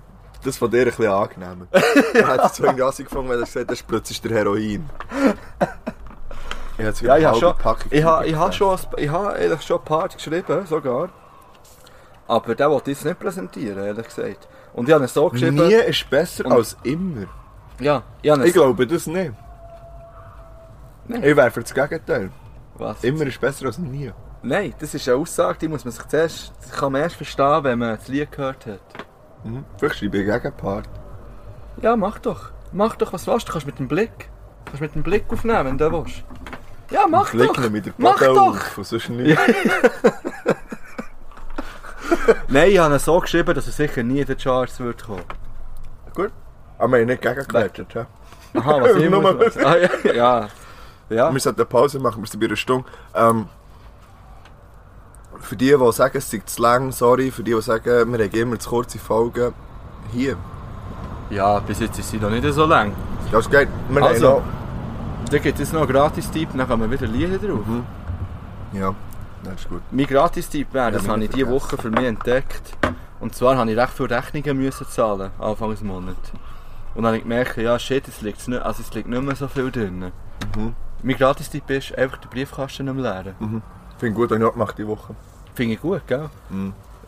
[SPEAKER 3] das von dir ein bisschen angenehm. Ich hätte es zwingend assig gefunden, wenn er gesagt hätte, plötzlich der Heroin. Ich hätte
[SPEAKER 1] Ja, ich habe schon, ich habe, ich habe schon, ein- ich habe ehrlich schon ein paar geschrieben, sogar. Aber den wollte ich jetzt nicht präsentieren, ehrlich gesagt. Und ich habe ihn so geschrieben.
[SPEAKER 3] Nie ist besser
[SPEAKER 1] Und-
[SPEAKER 3] als immer.
[SPEAKER 1] Ja, ich habe ihn
[SPEAKER 3] Ich glaube das nicht.
[SPEAKER 1] Nein.
[SPEAKER 3] Ich wäre für das Gegenteil.
[SPEAKER 1] Was?
[SPEAKER 3] Immer ist besser als nie.
[SPEAKER 1] Nein, das ist eine Aussage, die muss man sich zuerst, das kann man erst verstehen, wenn man das Lied gehört hat.
[SPEAKER 3] Mhm. Vielleicht schreibe ich Gegenpart.
[SPEAKER 1] Ja, mach doch. Mach doch, was willst du? Du kannst mit dem Blick. Du kannst mit dem Blick aufnehmen, wenn du willst. Ja, mach
[SPEAKER 3] Blick
[SPEAKER 1] doch.
[SPEAKER 3] nicht mit der
[SPEAKER 1] mach
[SPEAKER 3] Platte
[SPEAKER 1] doch.
[SPEAKER 3] auf, und sonst nicht.
[SPEAKER 1] Nein, ich habe ihn so geschrieben, dass er sicher nie in den Charts wird kommen.
[SPEAKER 3] Gut. Aber wir haben nicht gegengewertet. Ja.
[SPEAKER 1] Aha, was ich
[SPEAKER 3] Nur
[SPEAKER 1] muss-
[SPEAKER 3] mal-
[SPEAKER 1] Ah, ja. ja. ja.
[SPEAKER 3] Wir sollten eine Pause machen, wir sind bei einer Stunde. Ähm, für die, die sagen, es sei zu lang, sorry. Für die, die sagen, wir haben immer zu kurze Folgen, hier.
[SPEAKER 1] Ja, bis jetzt ist sie noch nicht so lang.
[SPEAKER 3] Das geht. Wir
[SPEAKER 1] Also.
[SPEAKER 3] haben
[SPEAKER 1] Da gibt es noch einen Gratis-Tipp, dann kommen wieder Lieder drauf.
[SPEAKER 3] noch... Ja, das ist gut.
[SPEAKER 1] Mein Gratis-Tipp wäre, das
[SPEAKER 3] Ja,
[SPEAKER 1] habe ich diese
[SPEAKER 3] vergessen.
[SPEAKER 1] Woche für mich entdeckt. Und zwar habe ich recht viele Rechnungen müssen zahlen, Anfang des Monats. Und dann habe ich gemerkt, ja shit, es liegt nicht, also es liegt nicht mehr so viel drin. Mein Gratis-Tipp ist, einfach den Briefkasten nicht mehr leeren.
[SPEAKER 3] Finde gut, habe ich auch gemacht diese Woche.
[SPEAKER 1] Finde ich gut, gell?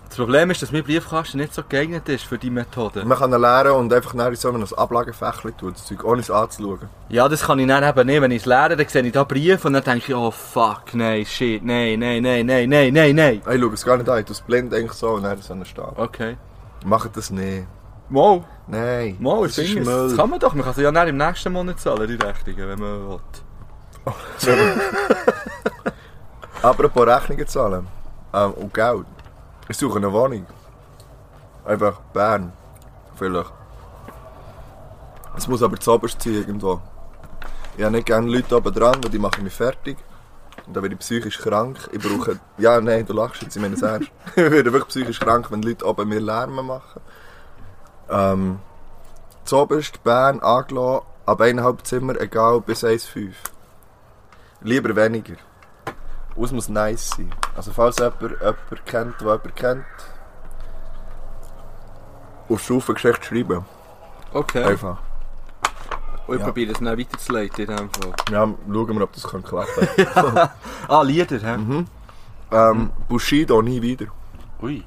[SPEAKER 1] Das Problem ist, dass mein Briefkasten nicht so geeignet ist für die Methode.
[SPEAKER 3] Man kann ihn leeren und einfach nachher in so ein Ablagefächchen tun, das Zeug, ohne es anzuschauen.
[SPEAKER 1] Ja, das kann ich dann eben nicht. Wenn ich es leere, dann sehe ich da Briefe und dann denke ich, oh fuck, nein, shit, nein, nein, nein, nein, nein, nein, nein.
[SPEAKER 3] Ich schaue es gar nicht an, ich tue es blind eigentlich so und dann so einen Stab.
[SPEAKER 1] Okay.
[SPEAKER 3] Macht das nicht.
[SPEAKER 1] Wow.
[SPEAKER 3] Nein.
[SPEAKER 1] Mal,
[SPEAKER 3] das
[SPEAKER 1] ich finde es. Das kann man doch. Man kann sie ja dann im nächsten Monat zahlen, die Rechnungen, wenn man will.
[SPEAKER 3] Apropos Rechnungen zahlen ähm, und Geld. Ich suche eine Wohnung. Einfach Bern. Vielleicht. Es muss aber zuoberst sein irgendwo. Ich habe nicht gerne Leute oben dran, weil die machen mich fertig. Und dann werde ich psychisch krank. Ich brauche... Ja, nein, du lachst jetzt, ich meine es ernst. ich werde wirklich psychisch krank, wenn Leute oben mir Lärm machen. Ähm, zuoberst Bern angelassen, ab eineinhalb Zimmer, egal, bis 1,5. Lieber weniger. Und es muss nice sein. Also falls jemand jemanden kennt, der jemanden kennt, auf Stufengeschichte schreiben.
[SPEAKER 1] Okay.
[SPEAKER 3] Einfach.
[SPEAKER 1] Und ich
[SPEAKER 3] Ja.
[SPEAKER 1] probiere es dann weiterzuleiten in dem Fall.
[SPEAKER 3] Ja, schauen wir, ob das kann klappen kann.
[SPEAKER 1] Ah, Lieder, hä?
[SPEAKER 3] Ähm, Bushido nie wieder.
[SPEAKER 1] Ui.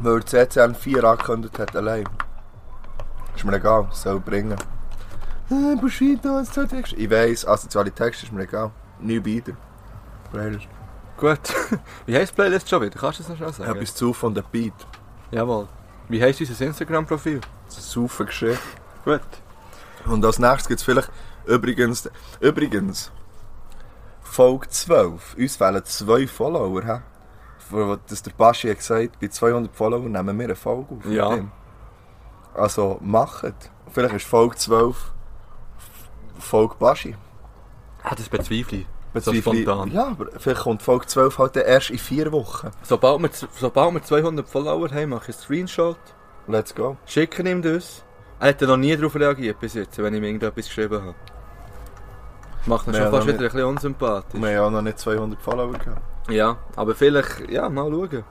[SPEAKER 3] Weil der CCN 4 angekündigt hat allein. Ist mir egal, soll bringen. Äh, Bushido, es soll Text. Ich weiss, asoziale Texte ist mir egal. Nie wieder. Playlist.
[SPEAKER 1] Gut. Wie heisst die Playlist schon wieder? Kannst du es noch schnell
[SPEAKER 3] Ich
[SPEAKER 1] sagen?
[SPEAKER 3] habe zu von der Beat.
[SPEAKER 1] Jawohl. Wie dus heisst unser Instagram-Profil?
[SPEAKER 3] Das ist eine saufe Geschichte.
[SPEAKER 1] Gut.
[SPEAKER 3] Und als nächstes gibt es vielleicht übrigens. Übrigens. Folge 12. Uns fehlen zwei Follower. He? Wo- Das der Baschi hat gesagt, bei 200 Followern nehmen wir eine Folge auf.
[SPEAKER 1] Ja.
[SPEAKER 3] Mit dem. Also macht. Vielleicht ist Folge 12 Folge Baschi.
[SPEAKER 1] Ah, das bezweifle ich.
[SPEAKER 3] Bezweifle-
[SPEAKER 1] So spontan.
[SPEAKER 3] Ja, aber vielleicht kommt Folge 12 halt dann erst in vier Wochen.
[SPEAKER 1] Sobald wir, z- sobald wir 200 Follower haben, mache ich einen Screenshot,
[SPEAKER 3] Let's go.
[SPEAKER 1] schicke ihm das. Er hat ja noch nie darauf reagiert bis jetzt, wenn ich ihm irgendetwas geschrieben habe. Macht ihn
[SPEAKER 3] Ja,
[SPEAKER 1] schon fast
[SPEAKER 3] noch
[SPEAKER 1] wieder ein bisschen unsympathisch.
[SPEAKER 3] Wir haben ja auch noch nicht 200 Follower gehabt.
[SPEAKER 1] Ja, aber vielleicht, ja, mal schauen.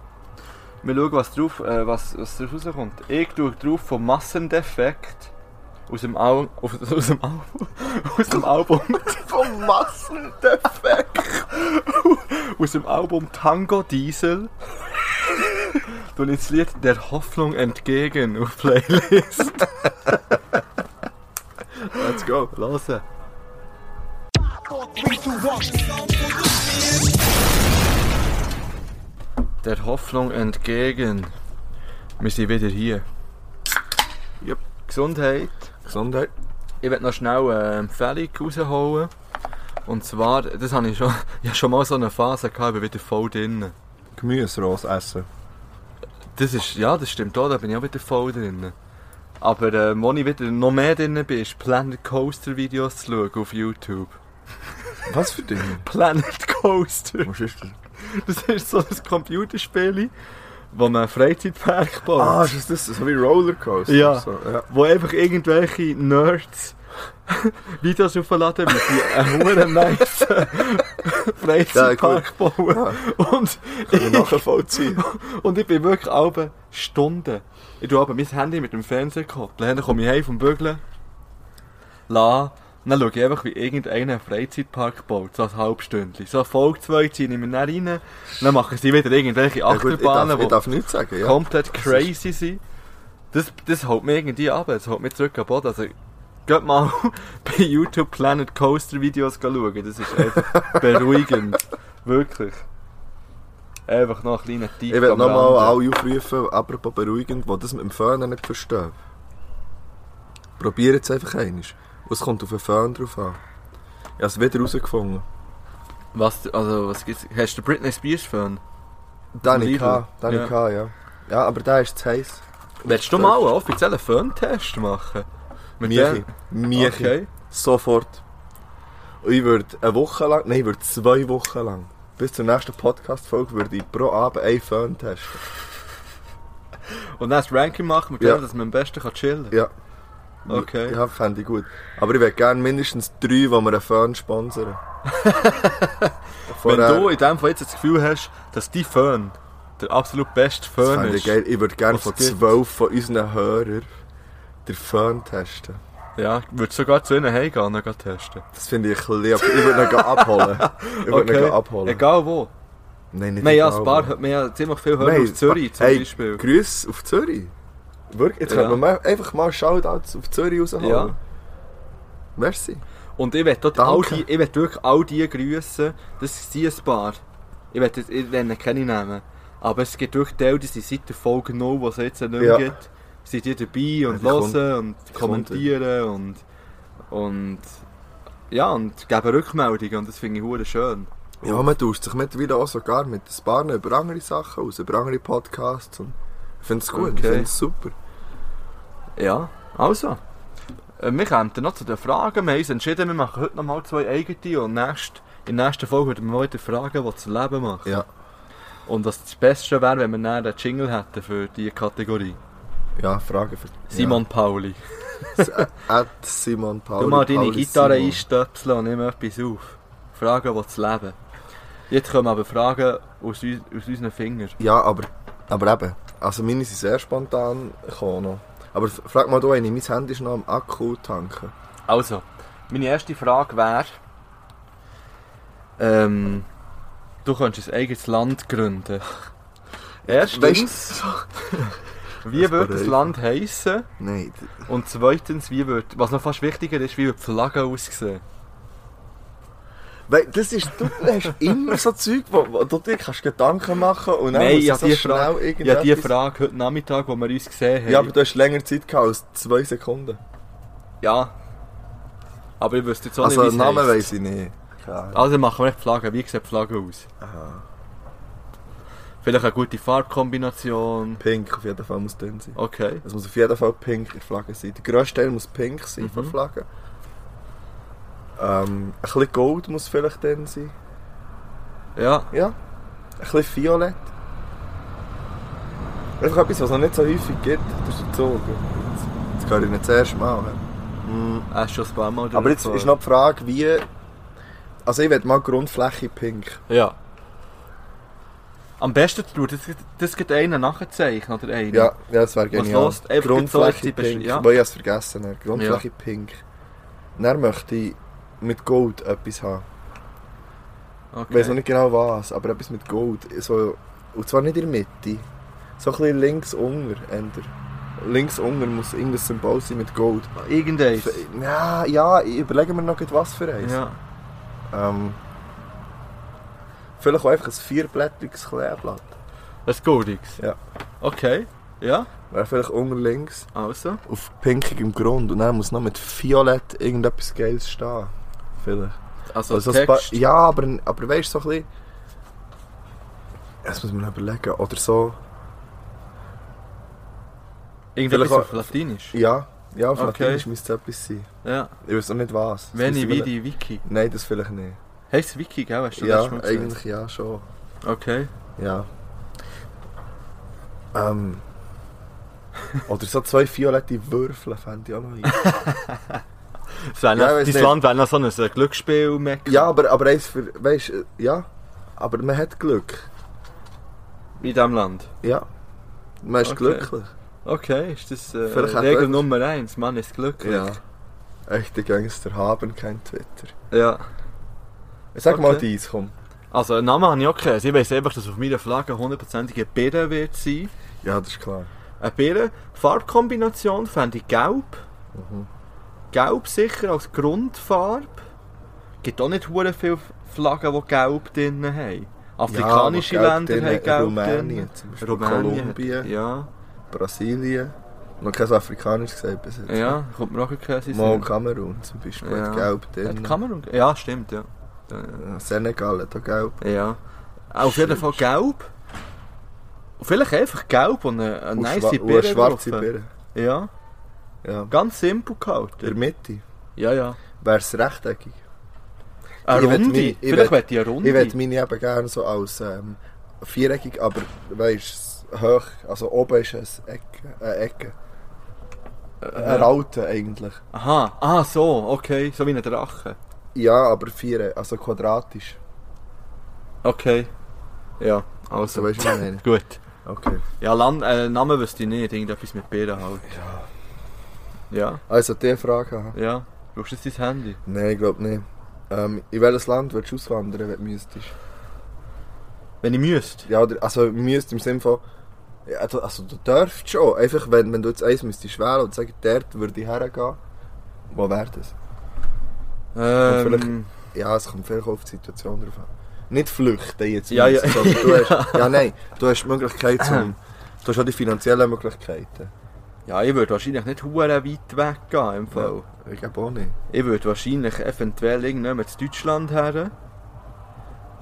[SPEAKER 1] Wir schauen, was drauf, äh, was, was drauf rauskommt. Ich schaue drauf vom Massendefekt aus dem Album. Aus dem Album. Aus dem Album.
[SPEAKER 3] Vom Massendefekt!
[SPEAKER 1] aus dem Album Tango Diesel. Du nimmst das Lied der Hoffnung entgegen auf Playlist.
[SPEAKER 3] Let's go.
[SPEAKER 1] Hören. Der Hoffnung entgegen. Wir sind wieder hier.
[SPEAKER 3] Yep.
[SPEAKER 1] Gesundheit.
[SPEAKER 3] Gesundheit.
[SPEAKER 1] Ich werde noch schnell eine Empfehlung rausholen. Und zwar, das habe ich schon, ich habe schon mal so eine Phase gehabt, ich bin wieder voll drin.
[SPEAKER 3] Gemüseros essen.
[SPEAKER 1] Das ist, ja, das stimmt auch, da bin ich auch wieder voll drin. Aber äh, wo ich wieder noch mehr drin bin, ist Planet Coaster Videos zu schauen auf YouTube.
[SPEAKER 3] Was für Dinge?
[SPEAKER 1] Planet Coaster.
[SPEAKER 3] Was ist das?
[SPEAKER 1] Das ist so ein Computerspiel, wo man einen Freizeitpark baut.
[SPEAKER 3] Ah, ist das so wie Rollercoaster?
[SPEAKER 1] Ja.
[SPEAKER 3] So, ja.
[SPEAKER 1] Wo einfach irgendwelche Nerds Videos aufladen, wie sie einen hohen nice eh, Freizeitpark bauen. Und,
[SPEAKER 3] Kann man nachvollziehen.
[SPEAKER 1] und ich bin wirklich alle Stunden. Ich tue aber mein Handy mit dem Fernseher koppeln. Dann komme ich heim vom Bügeln. La. Und Dann schaue ich einfach, wie irgendeiner einen Freizeitpark baut, so ein halbstündchen. So eine Folge 2 ziehe ich mir dann rein, Und dann machen sie wieder irgendwelche
[SPEAKER 3] Ja, gut, ich, darf,
[SPEAKER 1] Achterbahnen,
[SPEAKER 3] ich
[SPEAKER 1] die
[SPEAKER 3] darf nichts sagen, ja.
[SPEAKER 1] komplett crazy sind. Das, das haut mich irgendwie ab, das haut mich zurück am Boden. Also, geht mal bei YouTube Planet Coaster Videos schauen, das ist einfach beruhigend. Wirklich. Einfach noch einen kleinen Tipp
[SPEAKER 3] Ich will
[SPEAKER 1] am
[SPEAKER 3] nochmal
[SPEAKER 1] Rande.
[SPEAKER 3] alle aufrufen, apropos beruhigend, die das mit dem Föhn nicht verstehen. Probiert es einfach einmal. Und Es kommt auf den Föhn drauf an. Ich habe es wieder rausgefunden.
[SPEAKER 1] Was, also, was gibt's? Hast du den Britney Spears Fan?
[SPEAKER 3] Danny
[SPEAKER 1] Lidl.
[SPEAKER 3] K. Danny
[SPEAKER 1] Ja.
[SPEAKER 3] K, ja. Ja, aber der ist zu heiß.
[SPEAKER 1] Willst du mal einen offiziellen Fan-Test machen? Mit
[SPEAKER 3] Miechi.
[SPEAKER 1] dem?
[SPEAKER 3] Miechi.
[SPEAKER 1] Okay.
[SPEAKER 3] Sofort. Und ich würde eine Woche lang, nein, ich würde zwei Wochen lang, bis zur nächsten Podcast-Folge, würde ich pro Abend einen Föhn testen.
[SPEAKER 1] Und dann das Ranking machen wir,
[SPEAKER 3] Ja.
[SPEAKER 1] ja. dass man am besten kann chillen kann.
[SPEAKER 3] Ja.
[SPEAKER 1] Okay.
[SPEAKER 3] Ja, fände ich gut. Aber ich würde gerne mindestens drei, die mir einen Föhn sponsern.
[SPEAKER 1] Wenn
[SPEAKER 3] Vorher-
[SPEAKER 1] du in dem Fall jetzt das Gefühl hast, dass dein Fan der absolut beste
[SPEAKER 3] Das
[SPEAKER 1] Fan
[SPEAKER 3] fände
[SPEAKER 1] ist.
[SPEAKER 3] ich geil. Ich würde gerne
[SPEAKER 1] Was
[SPEAKER 3] von
[SPEAKER 1] gibt's?
[SPEAKER 3] zwölf von unseren Hörern den Föhn testen.
[SPEAKER 1] Ja, würdest sogar zu ihnen heimgehen und ihn gleich testen.
[SPEAKER 3] Das finde ich ein bisschen... Ich würde ihn gleich abholen. Ich würde ihn gleich abholen.
[SPEAKER 1] Egal wo.
[SPEAKER 3] Nein, nicht
[SPEAKER 1] Wir haben ja,
[SPEAKER 3] egal,
[SPEAKER 1] ein paar,
[SPEAKER 3] aber-
[SPEAKER 1] wir haben ja ziemlich viele Hörer
[SPEAKER 3] Nein,
[SPEAKER 1] aus Zürich zum
[SPEAKER 3] hey,
[SPEAKER 1] Beispiel.
[SPEAKER 3] Grüße auf Zürich. Wirklich, jetzt
[SPEAKER 1] Ja.
[SPEAKER 3] können wir mal, einfach mal Shoutouts auf Zürich rausholen.
[SPEAKER 1] Ja.
[SPEAKER 3] Merci.
[SPEAKER 1] Und ich will, dort
[SPEAKER 3] Danke.
[SPEAKER 1] all die, ich will wirklich all die grüßen. Das sind ein paar. Ich will, jetzt- ich will keine nehmen. Aber es gibt wirklich Teile, die sind seit der Folge 0, die es jetzt nicht mehr
[SPEAKER 3] Ja.
[SPEAKER 1] gibt, sind die dabei und
[SPEAKER 3] die kommt-
[SPEAKER 1] hören und kommentieren und, und ja, und geben Rückmeldungen und das finde ich hure schön.
[SPEAKER 3] Ja, man tauscht sich mittlerweile auch sogar mit ein paar über andere Sachen aus, über andere Podcasts. Und ich finde es gut, ich
[SPEAKER 1] Okay.
[SPEAKER 3] finde es super.
[SPEAKER 1] Ja, also, Äh, wir kommen dann noch zu den Fragen. Wir haben uns entschieden, wir machen heute nochmal zwei eigene und nächst, in der nächsten Folge würden wir mal wieder fragen, was das Leben macht.
[SPEAKER 3] Ja,
[SPEAKER 1] Und was das Beste wäre, wenn wir dann einen Jingle hätten für diese Kategorie.
[SPEAKER 3] ja, Frage für
[SPEAKER 1] Simon Pauli.
[SPEAKER 3] Ja. At Simon Pauli.
[SPEAKER 1] Du mal deine
[SPEAKER 3] Pauli
[SPEAKER 1] Gitarre
[SPEAKER 3] Simon.
[SPEAKER 1] einstöpseln und nimm etwas auf. Fragen, die das Leben. Jetzt kommen aber Fragen aus, uns- aus unseren Fingern.
[SPEAKER 3] Ja, aber, aber eben. Also meine sind sehr spontan gekommen. noch. Aber f- frag mal du eine, mein Handy ist noch am Akku tanken.
[SPEAKER 1] Also, meine erste Frage wäre, ähm, du könntest ein eigenes Land gründen. Erstens,
[SPEAKER 3] Weisst-
[SPEAKER 1] wie
[SPEAKER 3] das
[SPEAKER 1] würde das
[SPEAKER 3] bereich-
[SPEAKER 1] Land heißen?
[SPEAKER 3] Nein, d-
[SPEAKER 1] Und zweitens, wie würde, was noch fast wichtiger ist, wie würde die Flagge aussehen?
[SPEAKER 3] Wei, das ist, du hast immer so Zeug, wo, wo du dir kannst Gedanken machen und dann
[SPEAKER 1] Nein,
[SPEAKER 3] musst
[SPEAKER 1] ich
[SPEAKER 3] du
[SPEAKER 1] habe
[SPEAKER 3] so
[SPEAKER 1] die,
[SPEAKER 3] schnell
[SPEAKER 1] Frage- ich
[SPEAKER 3] irgendetwas...
[SPEAKER 1] habe die Frage heute Nachmittag, wo wir uns gesehen haben.
[SPEAKER 3] Ja, aber du hast länger Zeit gehabt als zwei Sekunden.
[SPEAKER 1] Ja. Aber ich wüsste jetzt auch
[SPEAKER 3] Also
[SPEAKER 1] nicht,
[SPEAKER 3] den
[SPEAKER 1] wie
[SPEAKER 3] Namen
[SPEAKER 1] es heisst.
[SPEAKER 3] weiss ich nicht. Keine Ahnung.
[SPEAKER 1] Also machen wir nicht die Flagge. Wie sieht die Flagge aus? Vielleicht eine gute Farbkombination.
[SPEAKER 3] Pink auf jeden Fall muss drin sein.
[SPEAKER 1] Okay.
[SPEAKER 3] Es muss auf jeden Fall pink in der Flagge sein. Der grösste Teil muss pink sein von der Flagge. Ähm, ein bisschen Gold muss vielleicht drin sein.
[SPEAKER 1] Ja.
[SPEAKER 3] Ja. Ein bisschen violett. Einfach etwas, was es noch nicht so häufig gibt. Das ist der Zug. Jetzt- Jetzt höre ich nicht das erste Mal.
[SPEAKER 1] Hast du schon ein paar Mal
[SPEAKER 3] Hm. Aber jetzt
[SPEAKER 1] drüber
[SPEAKER 3] ist noch die Frage, wie... Also ich will mal Grundfläche pink.
[SPEAKER 1] gefahren. Ja. Am besten, du, das, das gibt einen nachzeichnen, oder einen?
[SPEAKER 3] Ja, ja das wäre
[SPEAKER 1] Was
[SPEAKER 3] genial.
[SPEAKER 1] los? Einfach
[SPEAKER 3] Grundfläche
[SPEAKER 1] jetzt so, jetzt
[SPEAKER 3] pink.
[SPEAKER 1] die Besch- ja.
[SPEAKER 3] Weil ich es vergessen habe. Grundfläche pink. Dann möchte ich mit Gold etwas haben.
[SPEAKER 1] Okay.
[SPEAKER 3] Ich weiß noch nicht genau was, aber etwas mit Gold. So, und zwar nicht in der Mitte. So ein bisschen links unter. änder. Links unter muss irgendein Symbol sein mit Gold.
[SPEAKER 1] Irgendeins.
[SPEAKER 3] F- Ja, ja, ich überlege mir noch grad, was für eins.
[SPEAKER 1] Ja.
[SPEAKER 3] Ähm, vielleicht auch einfach ein vierblättriges Kleeblatt.
[SPEAKER 1] Das Goldix.
[SPEAKER 3] Ja.
[SPEAKER 1] Okay. Ja.
[SPEAKER 3] Wäre vielleicht unter links
[SPEAKER 1] Also.
[SPEAKER 3] auf pinkigem Grund und dann muss noch mit Violett irgendetwas Geiles stehen. Vielleicht.
[SPEAKER 1] Also,
[SPEAKER 3] Also ein paar,
[SPEAKER 1] Text.
[SPEAKER 3] ja, aber, aber weißt du, so ein bisschen. Das muss man noch überlegen. Oder so.
[SPEAKER 1] Irgendetwas
[SPEAKER 3] vielleicht
[SPEAKER 1] auf Latinisch.
[SPEAKER 3] Ja, ja, auf
[SPEAKER 1] Okay.
[SPEAKER 3] Latinisch müsste es etwas sein.
[SPEAKER 1] Ja.
[SPEAKER 3] Ich weiß noch nicht was. Das
[SPEAKER 1] Veni,
[SPEAKER 3] müsste vielleicht-
[SPEAKER 1] Vidi, Wiki.
[SPEAKER 3] Nein, das vielleicht nicht.
[SPEAKER 1] Heißt es Wiki, gell? Hast du
[SPEAKER 3] ja,
[SPEAKER 1] letztes Mal gesagt?
[SPEAKER 3] eigentlich ja schon.
[SPEAKER 1] Okay.
[SPEAKER 3] Ja. Ähm. Oder so zwei violette Würfel fände ich auch noch ein.
[SPEAKER 1] Dein
[SPEAKER 3] Ja, ich weiss nicht.
[SPEAKER 1] Land wäre noch so ein äh, Glücksspiel, Mac.
[SPEAKER 3] ja, aber, aber eins für. Weißt du, ja. Aber man hat Glück.
[SPEAKER 1] In diesem Land.
[SPEAKER 3] Ja. Man ist
[SPEAKER 1] Okay.
[SPEAKER 3] glücklich.
[SPEAKER 1] Okay, ist das äh,
[SPEAKER 3] Vielleicht hat
[SPEAKER 1] Regel
[SPEAKER 3] jemand-
[SPEAKER 1] Nummer eins. Mann ist glücklich.
[SPEAKER 3] Ja. Echte Gangster haben kein Twitter.
[SPEAKER 1] Ja.
[SPEAKER 3] Sag mal
[SPEAKER 1] Okay.
[SPEAKER 3] dies, komm.
[SPEAKER 1] Also, einen Namen habe ich auch gelesen. Ich weiss einfach, dass auf meiner Flagge hundertprozentige Birne wird sein.
[SPEAKER 3] Ja, das ist klar.
[SPEAKER 1] Eine Birne. Farbkombination fände ich gelb. Mhm. Gelb sicher als Grundfarbe. Gibt auch nicht hure viele Flaggen, die gelb drin haben. Afrikanische
[SPEAKER 3] aber gelb
[SPEAKER 1] Länder haben
[SPEAKER 3] drin,
[SPEAKER 1] gelb
[SPEAKER 3] Rumänien
[SPEAKER 1] drin.
[SPEAKER 3] zum Beispiel,
[SPEAKER 1] Rumänien.
[SPEAKER 3] Kolumbien.
[SPEAKER 1] Ja.
[SPEAKER 3] Brasilien. Noch kein Afrikanisch gesagt bis jetzt.
[SPEAKER 1] Ja, kommt mir auch kein Sinn.
[SPEAKER 3] Mal Kamerun zum Beispiel.
[SPEAKER 1] Ja.
[SPEAKER 3] Hat gelb
[SPEAKER 1] Hat
[SPEAKER 3] drin.
[SPEAKER 1] Kamerun? Ja, stimmt, ja.
[SPEAKER 3] Ja, Senegal hat auch gelb.
[SPEAKER 1] Ja. Auf jeden Fall gelb. Vielleicht einfach gelb und eine, eine
[SPEAKER 3] Und
[SPEAKER 1] nice eh,
[SPEAKER 3] schwa- und
[SPEAKER 1] Birne
[SPEAKER 3] schwarze
[SPEAKER 1] drauf.
[SPEAKER 3] Birne.
[SPEAKER 1] Ja,
[SPEAKER 3] Ja.
[SPEAKER 1] ganz simpel
[SPEAKER 3] In der
[SPEAKER 1] gehalten.
[SPEAKER 3] Mitte
[SPEAKER 1] Ja, ja.
[SPEAKER 3] wäre es rechteckig.
[SPEAKER 1] Eine
[SPEAKER 3] Ich will
[SPEAKER 1] Runde.
[SPEAKER 3] mich- ich
[SPEAKER 1] Vielleicht
[SPEAKER 3] will-
[SPEAKER 1] möchte ich eine Runde.
[SPEAKER 3] Ich würde meine eben gerne so als ähm, viereckig, aber weißt hoch. Also oben ist es Ecke. Eine Ecke.
[SPEAKER 1] Äh,
[SPEAKER 3] Eine Raute eigentlich.
[SPEAKER 1] Aha, ah so, okay, so wie ein Drache.
[SPEAKER 3] Ja, aber vier, also quadratisch.
[SPEAKER 1] Okay. Ja, also.
[SPEAKER 3] So weißt du, was ich meine?
[SPEAKER 1] Gut.
[SPEAKER 3] Okay.
[SPEAKER 1] Ja, Land, äh, Namen wüsste ich nicht, irgendetwas mit Bären halt. Ja.
[SPEAKER 3] Also, die Frage. aha.
[SPEAKER 1] Ja, ja. Brauchst du jetzt dein Handy?
[SPEAKER 3] Nein, ich glaube nicht. Ähm, in welches Land würdest du auswandern, wenn du müsstest?
[SPEAKER 1] Wenn ich müsste.
[SPEAKER 3] Ja, oder, also müsst im Sinne von... Ja, also, also du dürftest schon. Einfach, wenn, wenn du jetzt eins müsstest wählen und sagen, dort würde ich hergehen, wo wäre das?
[SPEAKER 1] Ähm,
[SPEAKER 3] Ja, es kommt vielleicht auf die Situation drauf an. Nicht flüchten jetzt.
[SPEAKER 1] Ja, ja.
[SPEAKER 3] müssen, sondern Du hast, ja, nein, du hast die Möglichkeit zum... Du hast auch die finanziellen Möglichkeiten.
[SPEAKER 1] ja, ich würde wahrscheinlich nicht hure weit weggehen im Fall.
[SPEAKER 3] Ich glaube auch nicht.
[SPEAKER 1] Ich würde wahrscheinlich eventuell irgendjemand zu Deutschland her.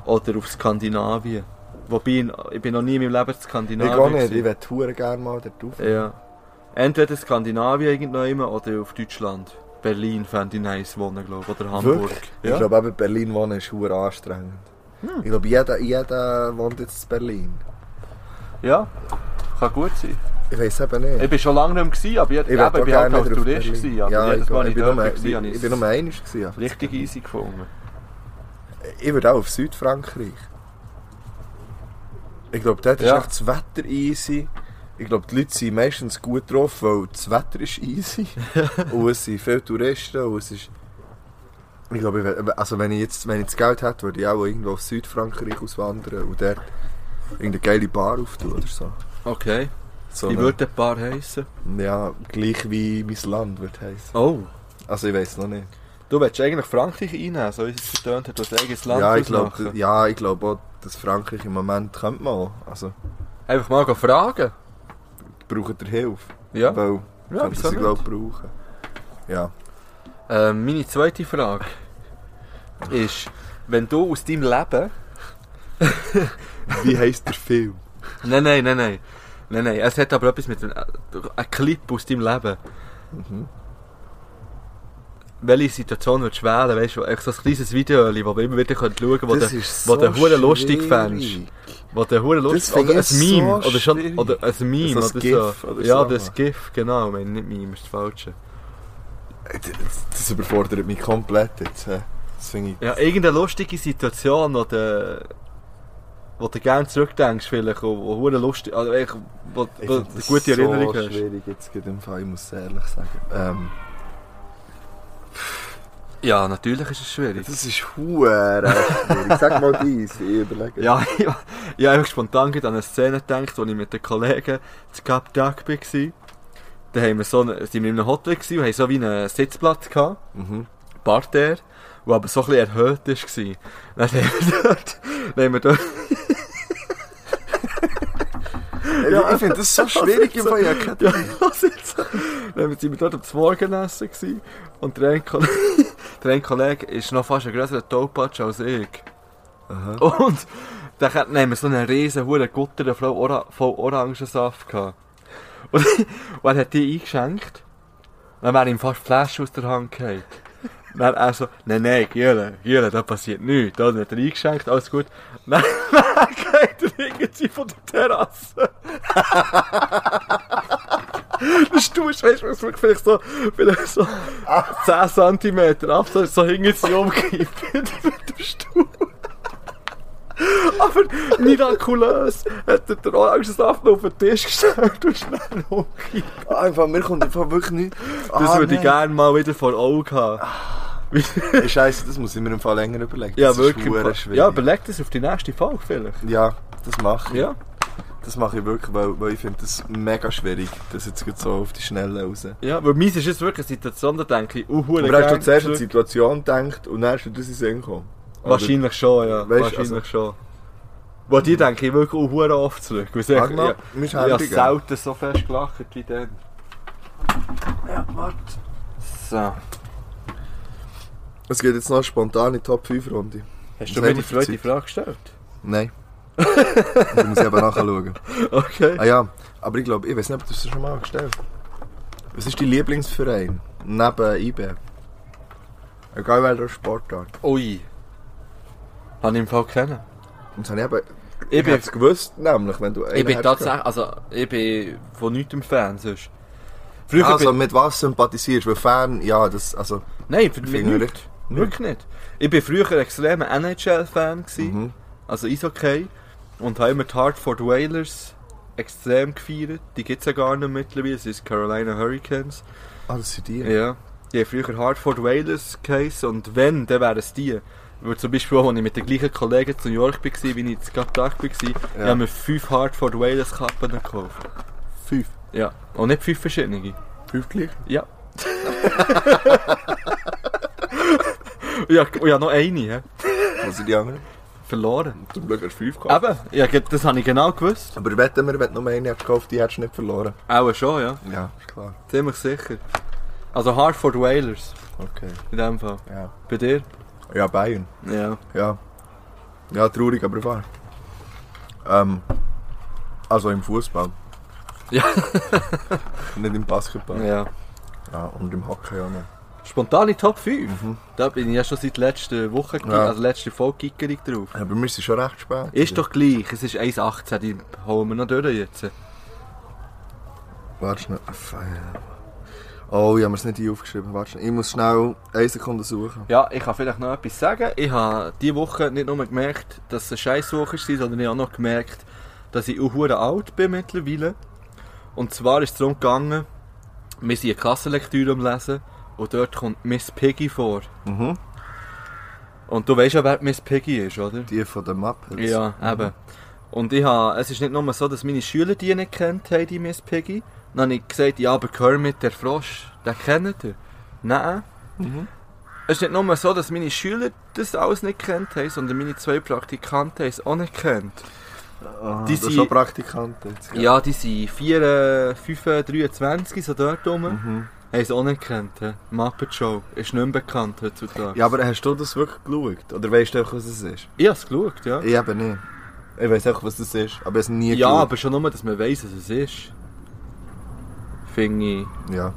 [SPEAKER 1] Oder auf Skandinavien. Wobei, ich- ich bin noch nie in meinem Leben in
[SPEAKER 3] Ich
[SPEAKER 1] Skandinavien.
[SPEAKER 3] auch nicht. Ich
[SPEAKER 1] gewesen.
[SPEAKER 3] würde hure gerne mal dort rauf.
[SPEAKER 1] Ja. Entweder Skandinavien irgendwo immer oder auf Deutschland. Berlin fände ich nice wohnen, glaube ich. Oder Hamburg.
[SPEAKER 3] Ich
[SPEAKER 1] Ja. Hm.
[SPEAKER 3] glaube, eben Berlin wohnen ist hure anstrengend. Ich glaube, jeder, jeder wohnt jetzt in Berlin.
[SPEAKER 1] ja, kann gut sein.
[SPEAKER 3] Ich weiß eben nicht.
[SPEAKER 1] Ich war schon lange nicht mehr, aber ich, eben, ich
[SPEAKER 3] auch
[SPEAKER 1] bin halt
[SPEAKER 3] gerne
[SPEAKER 1] als
[SPEAKER 3] wieder auf
[SPEAKER 1] Tourist.
[SPEAKER 3] Berlin.
[SPEAKER 1] Gewesen, aber
[SPEAKER 3] ja,
[SPEAKER 1] jedes
[SPEAKER 3] ich,
[SPEAKER 1] Mal,
[SPEAKER 3] ich,
[SPEAKER 1] ich
[SPEAKER 3] bin
[SPEAKER 1] dort
[SPEAKER 3] nur,
[SPEAKER 1] war,
[SPEAKER 3] ich, ich
[SPEAKER 1] habe ich
[SPEAKER 3] bin nur
[SPEAKER 1] es
[SPEAKER 3] einig. gewesen, aber-
[SPEAKER 1] richtig easy gefunden.
[SPEAKER 3] Ich würde auch auf Südfrankreich. Ich glaube, dort
[SPEAKER 1] Ja.
[SPEAKER 3] ist echt das Wetter easy. Ich glaube, die Leute sind meistens gut drauf, weil das Wetter ist easy. und es sind viele Touristen und es ist... Ich glaube, ich wär- also wenn ich jetzt wenn ich das Geld hätte, würde ich auch irgendwo auf Südfrankreich auswandern und dort irgendeine geile Bar auftun oder so.
[SPEAKER 1] Okay,
[SPEAKER 3] so
[SPEAKER 1] ich
[SPEAKER 3] eine-
[SPEAKER 1] würde ein paar heissen.
[SPEAKER 3] Ja, gleich wie mein Land würde heißen.
[SPEAKER 1] Oh,
[SPEAKER 3] Also ich weiß noch nicht.
[SPEAKER 1] du willst eigentlich Frankreich einnehmen, so ist es vertönt hat, als eigenes Land
[SPEAKER 3] ja, ich glaube
[SPEAKER 1] ausmachen.
[SPEAKER 3] ja, ich glaube auch, dass Frankreich im Moment könnte man auch. Also
[SPEAKER 1] Einfach mal gehen fragen.
[SPEAKER 3] braucht ihr Hilfe.
[SPEAKER 1] Ja.
[SPEAKER 3] Weil
[SPEAKER 1] Ja,
[SPEAKER 3] könnte
[SPEAKER 1] wieso
[SPEAKER 3] sie glaube ich brauchen. Ja.
[SPEAKER 1] Ähm, meine zweite Frage ist, wenn du aus deinem Leben.
[SPEAKER 3] Wie heisst der Film?
[SPEAKER 1] Nein, nein, nein, nein. Nein, nein, es hat aber etwas mit einem ein Clip aus deinem Leben.
[SPEAKER 3] Mhm.
[SPEAKER 1] Welche Situation würdest du wählen? Weißt du, echt so ein kleines Video, das man immer wieder schauen könnte, wo du-
[SPEAKER 3] ist
[SPEAKER 1] wo du hure lustig fändest. wo der hure
[SPEAKER 3] Das
[SPEAKER 1] lustig
[SPEAKER 3] find
[SPEAKER 1] Oder ein
[SPEAKER 3] ich
[SPEAKER 1] Meme.
[SPEAKER 3] so
[SPEAKER 1] oder, schon,
[SPEAKER 3] schwierig.
[SPEAKER 1] oder ein Meme.
[SPEAKER 3] So ein
[SPEAKER 1] oder
[SPEAKER 3] GIF
[SPEAKER 1] so.
[SPEAKER 3] oder
[SPEAKER 1] ja,
[SPEAKER 3] so.
[SPEAKER 1] das GIF, genau. Ich meine, nicht Meme, ist das Falsche.
[SPEAKER 3] Das, das überfordert mich komplett jetzt. hä. Das finde ich...
[SPEAKER 1] Ja, irgendeine lustige Situation, wo du, wo du gerne zurückdenkst, vielleicht, und wo hure lustig, also eigentlich, wo,
[SPEAKER 3] Ich
[SPEAKER 1] wo
[SPEAKER 3] find
[SPEAKER 1] du
[SPEAKER 3] das
[SPEAKER 1] gute Erinnerung
[SPEAKER 3] so
[SPEAKER 1] hast.
[SPEAKER 3] schwierig jetzt gerade im Fall, ich muss es ehrlich sagen. Ähm,
[SPEAKER 1] Ja, natürlich ist es schwierig.
[SPEAKER 3] das ist hure schwierig. Sag mal dies, ich überlege.
[SPEAKER 1] Ja, ich, ich habe spontan gerade an eine Szene gedacht, wo ich mit den Kollegen zu Cap Duck war. Da haben wir so eine, sind wir in einem Hotel gewesen, und haben so wie einen Sitzplatz gehabt.
[SPEAKER 3] Mhm.
[SPEAKER 1] Parterre, der aber so ein bisschen erhöht war. Dann haben wir dort... Dann haben wir dort
[SPEAKER 3] Ja, ich finde das so schwierig, im Fall, ich habe keine
[SPEAKER 1] ja, los jetzt. Dann sind wir dort am Morgenessen gewesen. Und der eine Kollege, der eine Kollege ist noch fast ein grösserer Taupatsch als ich.
[SPEAKER 3] Aha.
[SPEAKER 1] Und dann hat- dann haben wir so einen riesen, hohen Gutter voll, Ora voll Orangensaft gehabt. Und, und er hat die eingeschenkt. Dann wäre ihm fast die Flasche aus der Hand gefallen. Dann er so, nein, nein, Jürgen, Jürgen, da passiert nichts. Da hat er eingeschenkt, alles gut. Dann geht er irgendwie von der Terrasse. das ist du, weißt du, was wirklich vielleicht so, vielleicht so 10 cm abseits, so hinter sie umgekippt mit dem Stuhl. Aber mirakulös hat er den Orangensaft noch auf den Tisch gestellt und schnell umgekippt.
[SPEAKER 3] Ah, im Fall, mir kommt im Fall wirklich nicht...
[SPEAKER 1] Das
[SPEAKER 3] Ah,
[SPEAKER 1] würde ich
[SPEAKER 3] nein. Ah,
[SPEAKER 1] gerne mal wieder vor Augen haben.
[SPEAKER 3] Ey, Scheiße, das muss ich mir im Fall länger überlegen.
[SPEAKER 1] Ja,
[SPEAKER 3] das
[SPEAKER 1] wirklich.
[SPEAKER 3] Ist hure
[SPEAKER 1] ja,
[SPEAKER 3] schwierig.
[SPEAKER 1] überleg das auf die nächste Folge vielleicht.
[SPEAKER 3] ja, das mache ich.
[SPEAKER 1] Ja,
[SPEAKER 3] Das mache ich wirklich, weil, weil ich finde das mega schwierig, das jetzt gerade so auf die Schnelle raus.
[SPEAKER 1] ja weil meins ist jetzt wirklich eine Situation, da denke ich, uh,
[SPEAKER 3] Aber hast du zuerst an die Situation gedacht und dann hast du das in den Sinn gekommen?
[SPEAKER 1] Wahrscheinlich schon, ja.
[SPEAKER 3] Weißt,
[SPEAKER 1] Wahrscheinlich
[SPEAKER 3] also-
[SPEAKER 1] schon. Wo die denke ich wirklich uh, hure oft zurück. Weil ich, ich,
[SPEAKER 3] Warte mal,
[SPEAKER 1] ich,
[SPEAKER 3] wir
[SPEAKER 1] ich
[SPEAKER 3] müssen
[SPEAKER 1] habe
[SPEAKER 3] Handy
[SPEAKER 1] selten so fest gelacht wie dann.
[SPEAKER 3] Ja, warte.
[SPEAKER 1] So.
[SPEAKER 3] Es geht jetzt noch eine spontane Top-5-Runde.
[SPEAKER 1] Hast
[SPEAKER 3] Das
[SPEAKER 1] du
[SPEAKER 3] hat
[SPEAKER 1] mir die
[SPEAKER 3] mich
[SPEAKER 1] zweite
[SPEAKER 3] verzückt.
[SPEAKER 1] Frage gestellt?
[SPEAKER 3] Nein. ich muss eben nachschauen.
[SPEAKER 1] Okay.
[SPEAKER 3] Ah ja, aber ich glaube, ich weiß nicht, ob du es schon mal gestellt hast. Was ist dein Lieblingsverein neben IB? Egal welcher Sportart.
[SPEAKER 1] Ui. Habe ich im Fall kennen.
[SPEAKER 3] Und das habe ich eben...
[SPEAKER 1] Ich
[SPEAKER 3] Ich
[SPEAKER 1] bin,
[SPEAKER 3] hätte es gewusst, nämlich, wenn du
[SPEAKER 1] ich
[SPEAKER 3] einen
[SPEAKER 1] bin
[SPEAKER 3] hättest
[SPEAKER 1] tatsächlich, also ich bin von nichts im Fan sonst. Früher
[SPEAKER 3] gehabt. Also,
[SPEAKER 1] bin,
[SPEAKER 3] mit was sympathisierst du? Weil Fan, ja, das... Also,
[SPEAKER 1] nein, mit
[SPEAKER 3] Finger-
[SPEAKER 1] nichts. Wirklich nicht. Ich bin früher ein extremer NHL-Fan gewesen,
[SPEAKER 3] Mhm.
[SPEAKER 1] also Eishockey. Und habe immer die Hartford Whalers extrem gefeiert. Die gibt es ja gar nicht mittlerweile, es ist Carolina Hurricanes.
[SPEAKER 3] Ah, das sind die.
[SPEAKER 1] Ja. Die haben früher Hartford Whalers geheissen und wenn, dann wären es die. Weil zum Beispiel, auch, als ich mit den gleichen Kollegen zu New York war, wie ich in Kaptag war, ich habe mir fünf Hartford Whalers Kappen gekauft.
[SPEAKER 3] Fünf.
[SPEAKER 1] Ja. Und nicht fünf verschiedene.
[SPEAKER 3] Fünf gleich?
[SPEAKER 1] Ja. ja, oh ja, noch eine, hä?
[SPEAKER 3] Was sind die anderen?
[SPEAKER 1] verloren.
[SPEAKER 3] Zum Glück hast du fünf gehabt.
[SPEAKER 1] Eben, ja, ge- das habe ich genau gewusst.
[SPEAKER 3] Aber wetten wir, wenn du nur eine hättest gekauft, die hättest du nicht verloren.
[SPEAKER 1] Auch schon, ja.
[SPEAKER 3] Ja, ist klar.
[SPEAKER 1] Ziemlich sicher. Also Hartford Whalers,
[SPEAKER 3] Okay.
[SPEAKER 1] in dem Fall.
[SPEAKER 3] Ja.
[SPEAKER 1] Bei dir?
[SPEAKER 3] Ja, Bayern.
[SPEAKER 1] Ja.
[SPEAKER 3] Ja. Ja, traurig, aber wahr. Ähm, also im Fußball.
[SPEAKER 1] Ja.
[SPEAKER 3] Nicht im Basketball.
[SPEAKER 1] Ja.
[SPEAKER 3] Ja, und im Hockey auch nicht.
[SPEAKER 1] Spontane Top 5? Da bin ich ja schon seit letzter Woche, ja.
[SPEAKER 3] Ja.
[SPEAKER 1] also letzte Folge gickerig drauf.
[SPEAKER 3] Aber wir sind schon recht spät.
[SPEAKER 1] Ist doch gleich, es ist 1,18, die holen wir noch durch jetzt.
[SPEAKER 3] Warte schnell. Ach, ja. Oh, ich habe mir es nicht hier aufgeschrieben. Warte schnell. Ich muss schnell eine Sekunde suchen.
[SPEAKER 1] Ja, ich kann vielleicht noch etwas sagen. Ich habe diese Woche nicht nur gemerkt, dass es eine Scheisswoche war, sondern ich habe auch noch gemerkt, dass ich auch verdammt alt bin mittlerweile. Und zwar ist es darum gegangen, wir sind eine Klassenlektüre am Lesen und dort kommt Miss Piggy vor.
[SPEAKER 3] Mhm.
[SPEAKER 1] Und du weißt ja, wer Miss Piggy ist, oder?
[SPEAKER 3] Die von den Muppets.
[SPEAKER 1] Ja, eben. Und ich habe, es ist nicht nur so, dass meine Schüler die nicht kennt haben, die Miss Piggy. Dann habe ich gesagt, ja, aber Kermit, der Frosch, den kennt ihr. Nein. Es ist nicht nur so, dass meine Schüler das alles nicht kennt haben, sondern meine zwei Praktikanten haben es auch nicht kennt.
[SPEAKER 3] Ah,
[SPEAKER 1] Die
[SPEAKER 3] das ist
[SPEAKER 1] sind-
[SPEAKER 3] schon Praktikant jetzt.
[SPEAKER 1] Ja, die sind 4, 5, 23, so dort rum.
[SPEAKER 3] Mhm.
[SPEAKER 1] Haben es auch nicht kennt. hä? Muppet Show ist nicht mehr bekannt heutzutage.
[SPEAKER 3] ja, aber hast du das wirklich geschaut? Oder weißt du einfach, was es ist?
[SPEAKER 1] Ich habe es geschaut, ja.
[SPEAKER 3] Ich eben nicht. Ich weiß auch, was das ist, aber ich habe es nie
[SPEAKER 1] Ja,
[SPEAKER 3] geschaut.
[SPEAKER 1] aber schon nur, dass man weiss, was es ist. Finde ich.
[SPEAKER 3] Ja.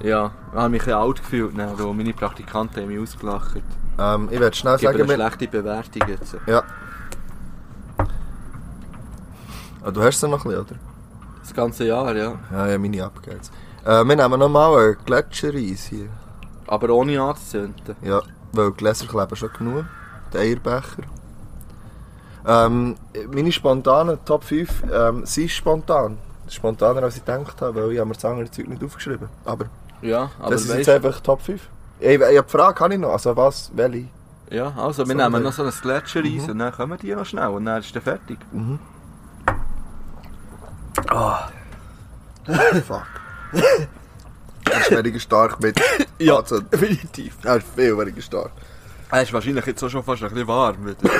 [SPEAKER 1] Ja, ich habe mich ein bisschen alt gefühlt, dann, weil meine Praktikanten haben mich ausgelacht. Ich
[SPEAKER 3] Ähm, ich werde schnell
[SPEAKER 1] gebe
[SPEAKER 3] sagen,
[SPEAKER 1] eine
[SPEAKER 3] wir-
[SPEAKER 1] schlechte Bewertung jetzt.
[SPEAKER 3] Ja. Ah, du hast sie noch ein bisschen, oder?
[SPEAKER 1] Das ganze Jahr, ja.
[SPEAKER 3] Ja, ja, meine abgeht. Äh, wir nehmen nochmal einen Gletschereis hier.
[SPEAKER 1] Aber ohne anzuzünden.
[SPEAKER 3] Ja, weil Gläser kleben schon genug. Der Eierbecher. Ähm, meine spontanen Top 5 ähm, sind spontan. Spontaner als ich gedacht habe, weil ich habe mir das andere Zeug nicht aufgeschrieben Aber,
[SPEAKER 1] Ja, aber
[SPEAKER 3] das ist jetzt
[SPEAKER 1] weisst-
[SPEAKER 3] einfach Top 5. Ich, ich habe die Frage habe ich noch. Also was, welche?
[SPEAKER 1] Ja, also wir
[SPEAKER 3] So
[SPEAKER 1] nehmen
[SPEAKER 3] weit.
[SPEAKER 1] noch so Mhm. ein Gletscher rein und dann kommen die noch schnell und dann ist der fertig.
[SPEAKER 3] Fuck. er ist weniger stark mit.
[SPEAKER 1] Ja,
[SPEAKER 3] Also,
[SPEAKER 1] definitiv.
[SPEAKER 3] er ist viel weniger stark.
[SPEAKER 1] Er ist wahrscheinlich jetzt auch schon fast ein bisschen warm wieder.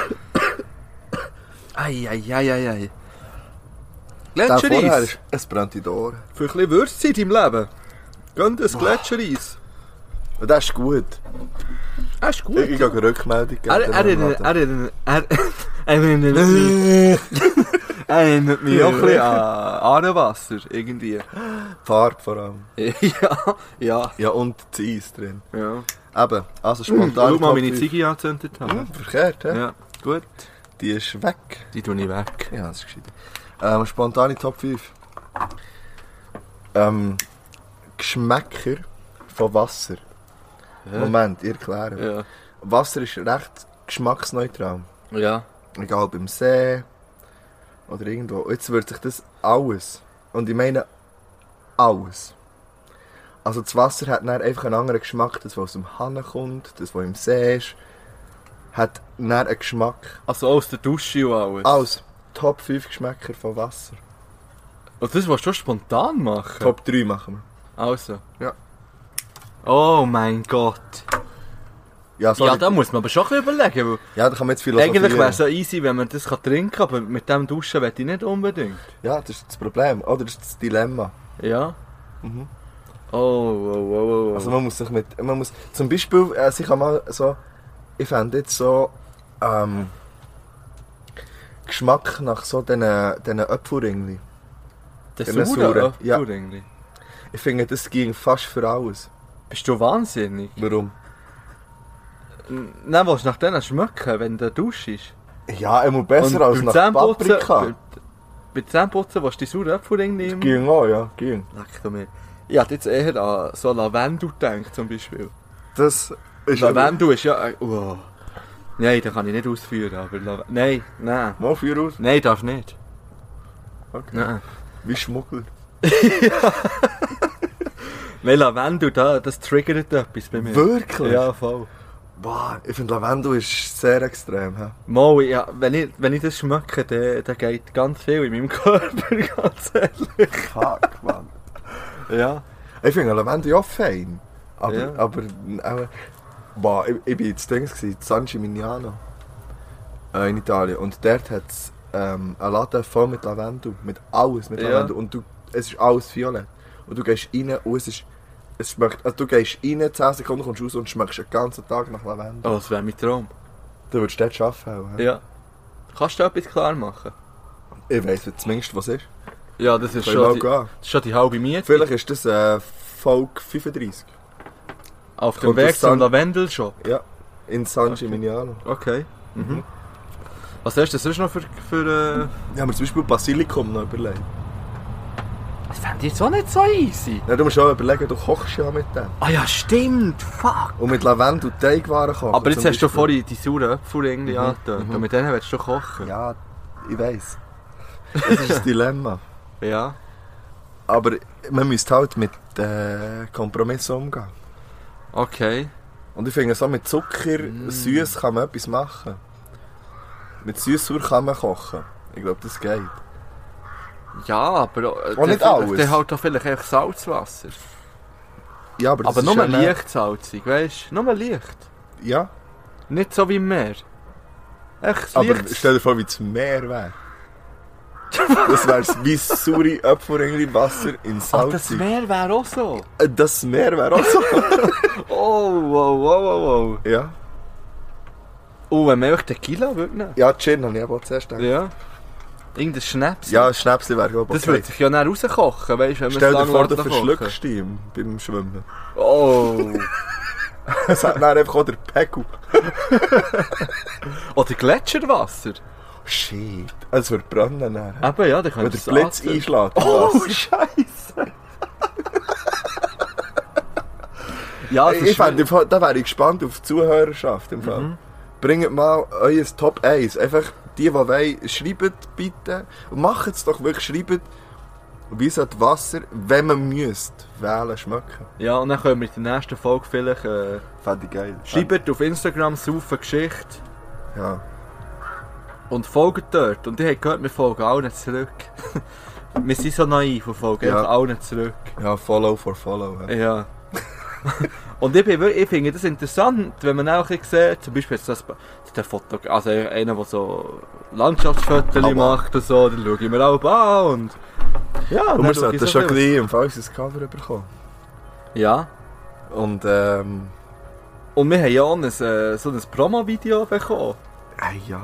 [SPEAKER 1] Eieieiei.
[SPEAKER 3] Der vorher
[SPEAKER 1] Gletschereis!
[SPEAKER 3] ist, es brennt in den Ohren.
[SPEAKER 1] Für ein bisschen Würze in deinem Leben. Gönn dir ein Gletschereis.
[SPEAKER 3] Und das ist gut.
[SPEAKER 1] Er Ah, ist gut.
[SPEAKER 3] Ich, ich gehe eine Rückmeldung geben.
[SPEAKER 1] Er, er,
[SPEAKER 3] Dann
[SPEAKER 1] erinnert-
[SPEAKER 3] warten.
[SPEAKER 1] er, erinnert- er, er erinnert mich, er erinnert mich auch ein bisschen an Aarewasser, irgendwie.
[SPEAKER 3] Farbe vor allem.
[SPEAKER 1] ja, ja,
[SPEAKER 3] Ja, und das Eis drin.
[SPEAKER 1] ja.
[SPEAKER 3] Eben, also spontan.
[SPEAKER 1] Schau mal,
[SPEAKER 3] Top
[SPEAKER 1] meine
[SPEAKER 3] fünf.
[SPEAKER 1] Ziege angezündet haben.
[SPEAKER 3] Hm, verkehrt, hä?
[SPEAKER 1] Ja, gut.
[SPEAKER 3] Die ist weg.
[SPEAKER 1] Die tue ich weg.
[SPEAKER 3] Ja, das ist gescheit. Ähm, spontane Top 5. Ähm, Geschmäcker von Wasser. Moment, ich erkläre.
[SPEAKER 1] Ja.
[SPEAKER 3] Wasser ist recht geschmacksneutral.
[SPEAKER 1] Ja.
[SPEAKER 3] Egal beim See oder irgendwo. Jetzt wird sich das alles. Und ich meine alles. Also das Wasser hat dann einfach einen anderen Geschmack, das was aus dem Hahn kommt, das was im See ist, hat dann einen Geschmack.
[SPEAKER 1] Also aus der Dusche und alles.
[SPEAKER 3] Alles. Top 5 Geschmäcker von Wasser.
[SPEAKER 1] Und das willst du schon spontan machen?
[SPEAKER 3] Top 3 machen
[SPEAKER 1] Also.
[SPEAKER 3] Ja.
[SPEAKER 1] Oh mein Gott.
[SPEAKER 3] wir. Ja, sorry.
[SPEAKER 1] Ja, da muss man aber schon ein bisschen überlegen, weil
[SPEAKER 3] ja, da kann man jetzt philosophieren.
[SPEAKER 1] eigentlich wäre es so easy, wenn man das kann trinken kann, aber mit dem Duschen möchte ich nicht unbedingt.
[SPEAKER 3] Ja, das ist das Problem. Oder das ist das Dilemma.
[SPEAKER 1] Ja. Oh, oh, oh, oh.
[SPEAKER 3] Also man muss sich mit, man muss, zum Beispiel, äh, ich kann mal so, ich fände jetzt so, ähm, Geschmack nach so diesen, diesen Apfelringli.
[SPEAKER 1] der
[SPEAKER 3] der
[SPEAKER 1] saure
[SPEAKER 3] saure, ja.
[SPEAKER 1] Apfelringli.
[SPEAKER 3] Ich finde, das ging fast für alles.
[SPEAKER 1] Bist du wahnsinnig?
[SPEAKER 3] Warum?
[SPEAKER 1] Nein, willst du nach denen schmecken, wenn du duschst?
[SPEAKER 3] Ja, immer besser
[SPEAKER 1] Und
[SPEAKER 3] als
[SPEAKER 1] beim
[SPEAKER 3] nach
[SPEAKER 1] Zähneputzen-
[SPEAKER 3] Paprika.
[SPEAKER 1] Bei, bei Zähneputzen willst du die saure Apfelringli nehmen?
[SPEAKER 3] Ging auch, ja, ging.
[SPEAKER 1] Leck du mir. Ich hätte jetzt eher an so Lavendel gedacht, zum Beispiel.
[SPEAKER 3] Das ist
[SPEAKER 1] Lavendel ist ja... äh, Oh. Nein, das kann ich nicht ausführen, aber... Lav nein, nein.
[SPEAKER 3] Mal für aus.
[SPEAKER 1] Nein, darf nicht.
[SPEAKER 3] Okay.
[SPEAKER 1] Nein.
[SPEAKER 3] Wie Schmuggler.
[SPEAKER 1] Weil Lavendel, da, das triggert etwas bei mir.
[SPEAKER 3] Wirklich?
[SPEAKER 1] Ja, voll.
[SPEAKER 3] Boah, ich finde Lavendel ist sehr extrem. hä?
[SPEAKER 1] Mal, ja, wenn, ich, wenn ich das schmecke, dann, dann geht ganz viel in meinem Körper, ganz ehrlich.
[SPEAKER 3] Fuck, man.
[SPEAKER 1] Ja.
[SPEAKER 3] Ich finde Lavendel ja fein. Aber,
[SPEAKER 1] Ja.
[SPEAKER 3] aber, aber boah, ich, ich bin jetzt Dings gewesen, San Gimignano. Äh, in Italien. Und dort hat es ähm, einen Laden voll mit Lavendel. Mit alles mit
[SPEAKER 1] Ja.
[SPEAKER 3] Lavendel. Und du, es ist alles violett. Und du gehst rein und es ist. Es schmeckt, also du gehst rein, 10 Sekunden kommst du raus und schmeckst den ganzen Tag nach Lavendel.
[SPEAKER 1] Oh, das wäre mein Traum.
[SPEAKER 3] Du würdest dort arbeiten. Ja.
[SPEAKER 1] Ja. Kannst du etwas klar machen?
[SPEAKER 3] Ich weiss zumindest, was ist.
[SPEAKER 1] Ja, das ist,
[SPEAKER 3] Können wir
[SPEAKER 1] schon
[SPEAKER 3] auch
[SPEAKER 1] die,
[SPEAKER 3] gehen.
[SPEAKER 1] das ist schon die halbe Miete.
[SPEAKER 3] Vielleicht ist das äh, Folge 35.
[SPEAKER 1] Auf dem
[SPEAKER 3] Kommt
[SPEAKER 1] Weg
[SPEAKER 3] aus San-
[SPEAKER 1] zum Lavendelshop.
[SPEAKER 3] In San Gimignano.
[SPEAKER 1] Okay. Mhm. Was hast du sonst noch für... für äh...
[SPEAKER 3] Ja, aber zum Beispiel Basilikum noch überlegt.
[SPEAKER 1] Das fände ich jetzt auch nicht so easy.
[SPEAKER 3] Ja, du musst auch überlegen, du kochst ja mit dem.
[SPEAKER 1] Ah ja, stimmt. Fuck.
[SPEAKER 3] Und mit Lavendel und Teigwaren kochen.
[SPEAKER 1] Aber jetzt
[SPEAKER 3] zum
[SPEAKER 1] hast du
[SPEAKER 3] Beispiel. Mhm.
[SPEAKER 1] vorhin die sauren Äpfel irgendwie angetönt. Und mit denen willst du kochen.
[SPEAKER 3] Ja, ich weiss. Das ist ein Dilemma.
[SPEAKER 1] ja.
[SPEAKER 3] Aber man müsste halt mit äh, Kompromissen umgehen.
[SPEAKER 1] Okay.
[SPEAKER 3] Und ich finde, so mit Zucker,
[SPEAKER 1] Mm.
[SPEAKER 3] süß kann man etwas machen. Mit Süßsauer kann man kochen. Ich glaube, das geht.
[SPEAKER 1] Ja, aber... Äh,
[SPEAKER 3] Auch nicht
[SPEAKER 1] dann-
[SPEAKER 3] alles.
[SPEAKER 1] Dann halt doch vielleicht echt Salzwasser.
[SPEAKER 3] Ja, aber das
[SPEAKER 1] aber
[SPEAKER 3] ist
[SPEAKER 1] nur
[SPEAKER 3] ja nicht-
[SPEAKER 1] leicht salzig, weißt du? Nur leicht.
[SPEAKER 3] Ja,
[SPEAKER 1] Nicht so wie im Meer. Echt
[SPEAKER 3] aber
[SPEAKER 1] leicht.
[SPEAKER 3] stell dir vor, wie das Meer wäre. Das wäre wie saure Apfelringli Wasser in
[SPEAKER 1] Ah, das
[SPEAKER 3] Salz.
[SPEAKER 1] Meer wäre auch so.
[SPEAKER 3] das Meer wäre auch so.
[SPEAKER 1] Oh, wow, wow, wow, wow.
[SPEAKER 3] ja.
[SPEAKER 1] Oh, wenn man euch Tequila würde nehmen.
[SPEAKER 3] ja, Gin habe ich aber auch zuerst gedacht.
[SPEAKER 1] Ja. Irgendein Schnaps.
[SPEAKER 3] Ja, Schnäpsli wäre glaube ich
[SPEAKER 1] Das
[SPEAKER 3] okay.
[SPEAKER 1] würde sich ja dann rauskochen, weißt du, wenn man
[SPEAKER 3] Stell dir vor, du
[SPEAKER 1] lässt kochen.
[SPEAKER 3] verschluckst dich im- beim Schwimmen.
[SPEAKER 1] Oh.
[SPEAKER 3] Es hat dann einfach auch der Pegu.
[SPEAKER 1] Oder Gletscherwasser.
[SPEAKER 3] Oh, Shit. Es wird brennen. Dann.
[SPEAKER 1] Eben, ja, dann
[SPEAKER 3] Wenn
[SPEAKER 1] könntest
[SPEAKER 3] der
[SPEAKER 1] du es
[SPEAKER 3] Blitz
[SPEAKER 1] anzünden.
[SPEAKER 3] einschlägt.
[SPEAKER 1] Ah, Oh,
[SPEAKER 3] was?
[SPEAKER 1] Scheiße. ja, das
[SPEAKER 3] Ich
[SPEAKER 1] ist Mhm.
[SPEAKER 3] fände, im Fall- da wäre ich gespannt auf die Zuhörerschaft. Im Fall. Bringt mal euer Top 1. Einfach die, die wollen, schreibt bitte. Und Macht es doch wirklich, schreibt, wie sollte Wasser, wenn man müsste, wählen, schmecken.
[SPEAKER 1] ja, und dann können wir in der nächsten Folge vielleicht... Äh,
[SPEAKER 3] Fände ich geil.
[SPEAKER 1] schreibt auf Instagram «Saufen Geschichte»
[SPEAKER 3] Ja.
[SPEAKER 1] und folgt dort. Und ich habe gehört, wir folgen allen zurück. wir sind so naiv und folgen
[SPEAKER 3] Ja.
[SPEAKER 1] einfach allen zurück.
[SPEAKER 3] ja, follow for follow. Ja.
[SPEAKER 1] Ja. und ich, bin, wirklich- ich finde das interessant, wenn man auch ein bisschen sieht, zum Beispiel jetzt das, der Foto, also einer, der so Landschaftsfotos
[SPEAKER 3] Aber-
[SPEAKER 1] macht und so, dann schaue ich mir auch an und... Ja,
[SPEAKER 3] Und
[SPEAKER 1] dann
[SPEAKER 3] wir
[SPEAKER 1] schaue
[SPEAKER 3] sollten
[SPEAKER 1] ich
[SPEAKER 3] schon
[SPEAKER 1] so
[SPEAKER 3] schon
[SPEAKER 1] viel.
[SPEAKER 3] gleich im Fall unser Cover bekommen.
[SPEAKER 1] Ja.
[SPEAKER 3] Und ähm,
[SPEAKER 1] Und wir haben ja auch ein, äh, so ein Promo-Video bekommen,
[SPEAKER 3] äh, ja.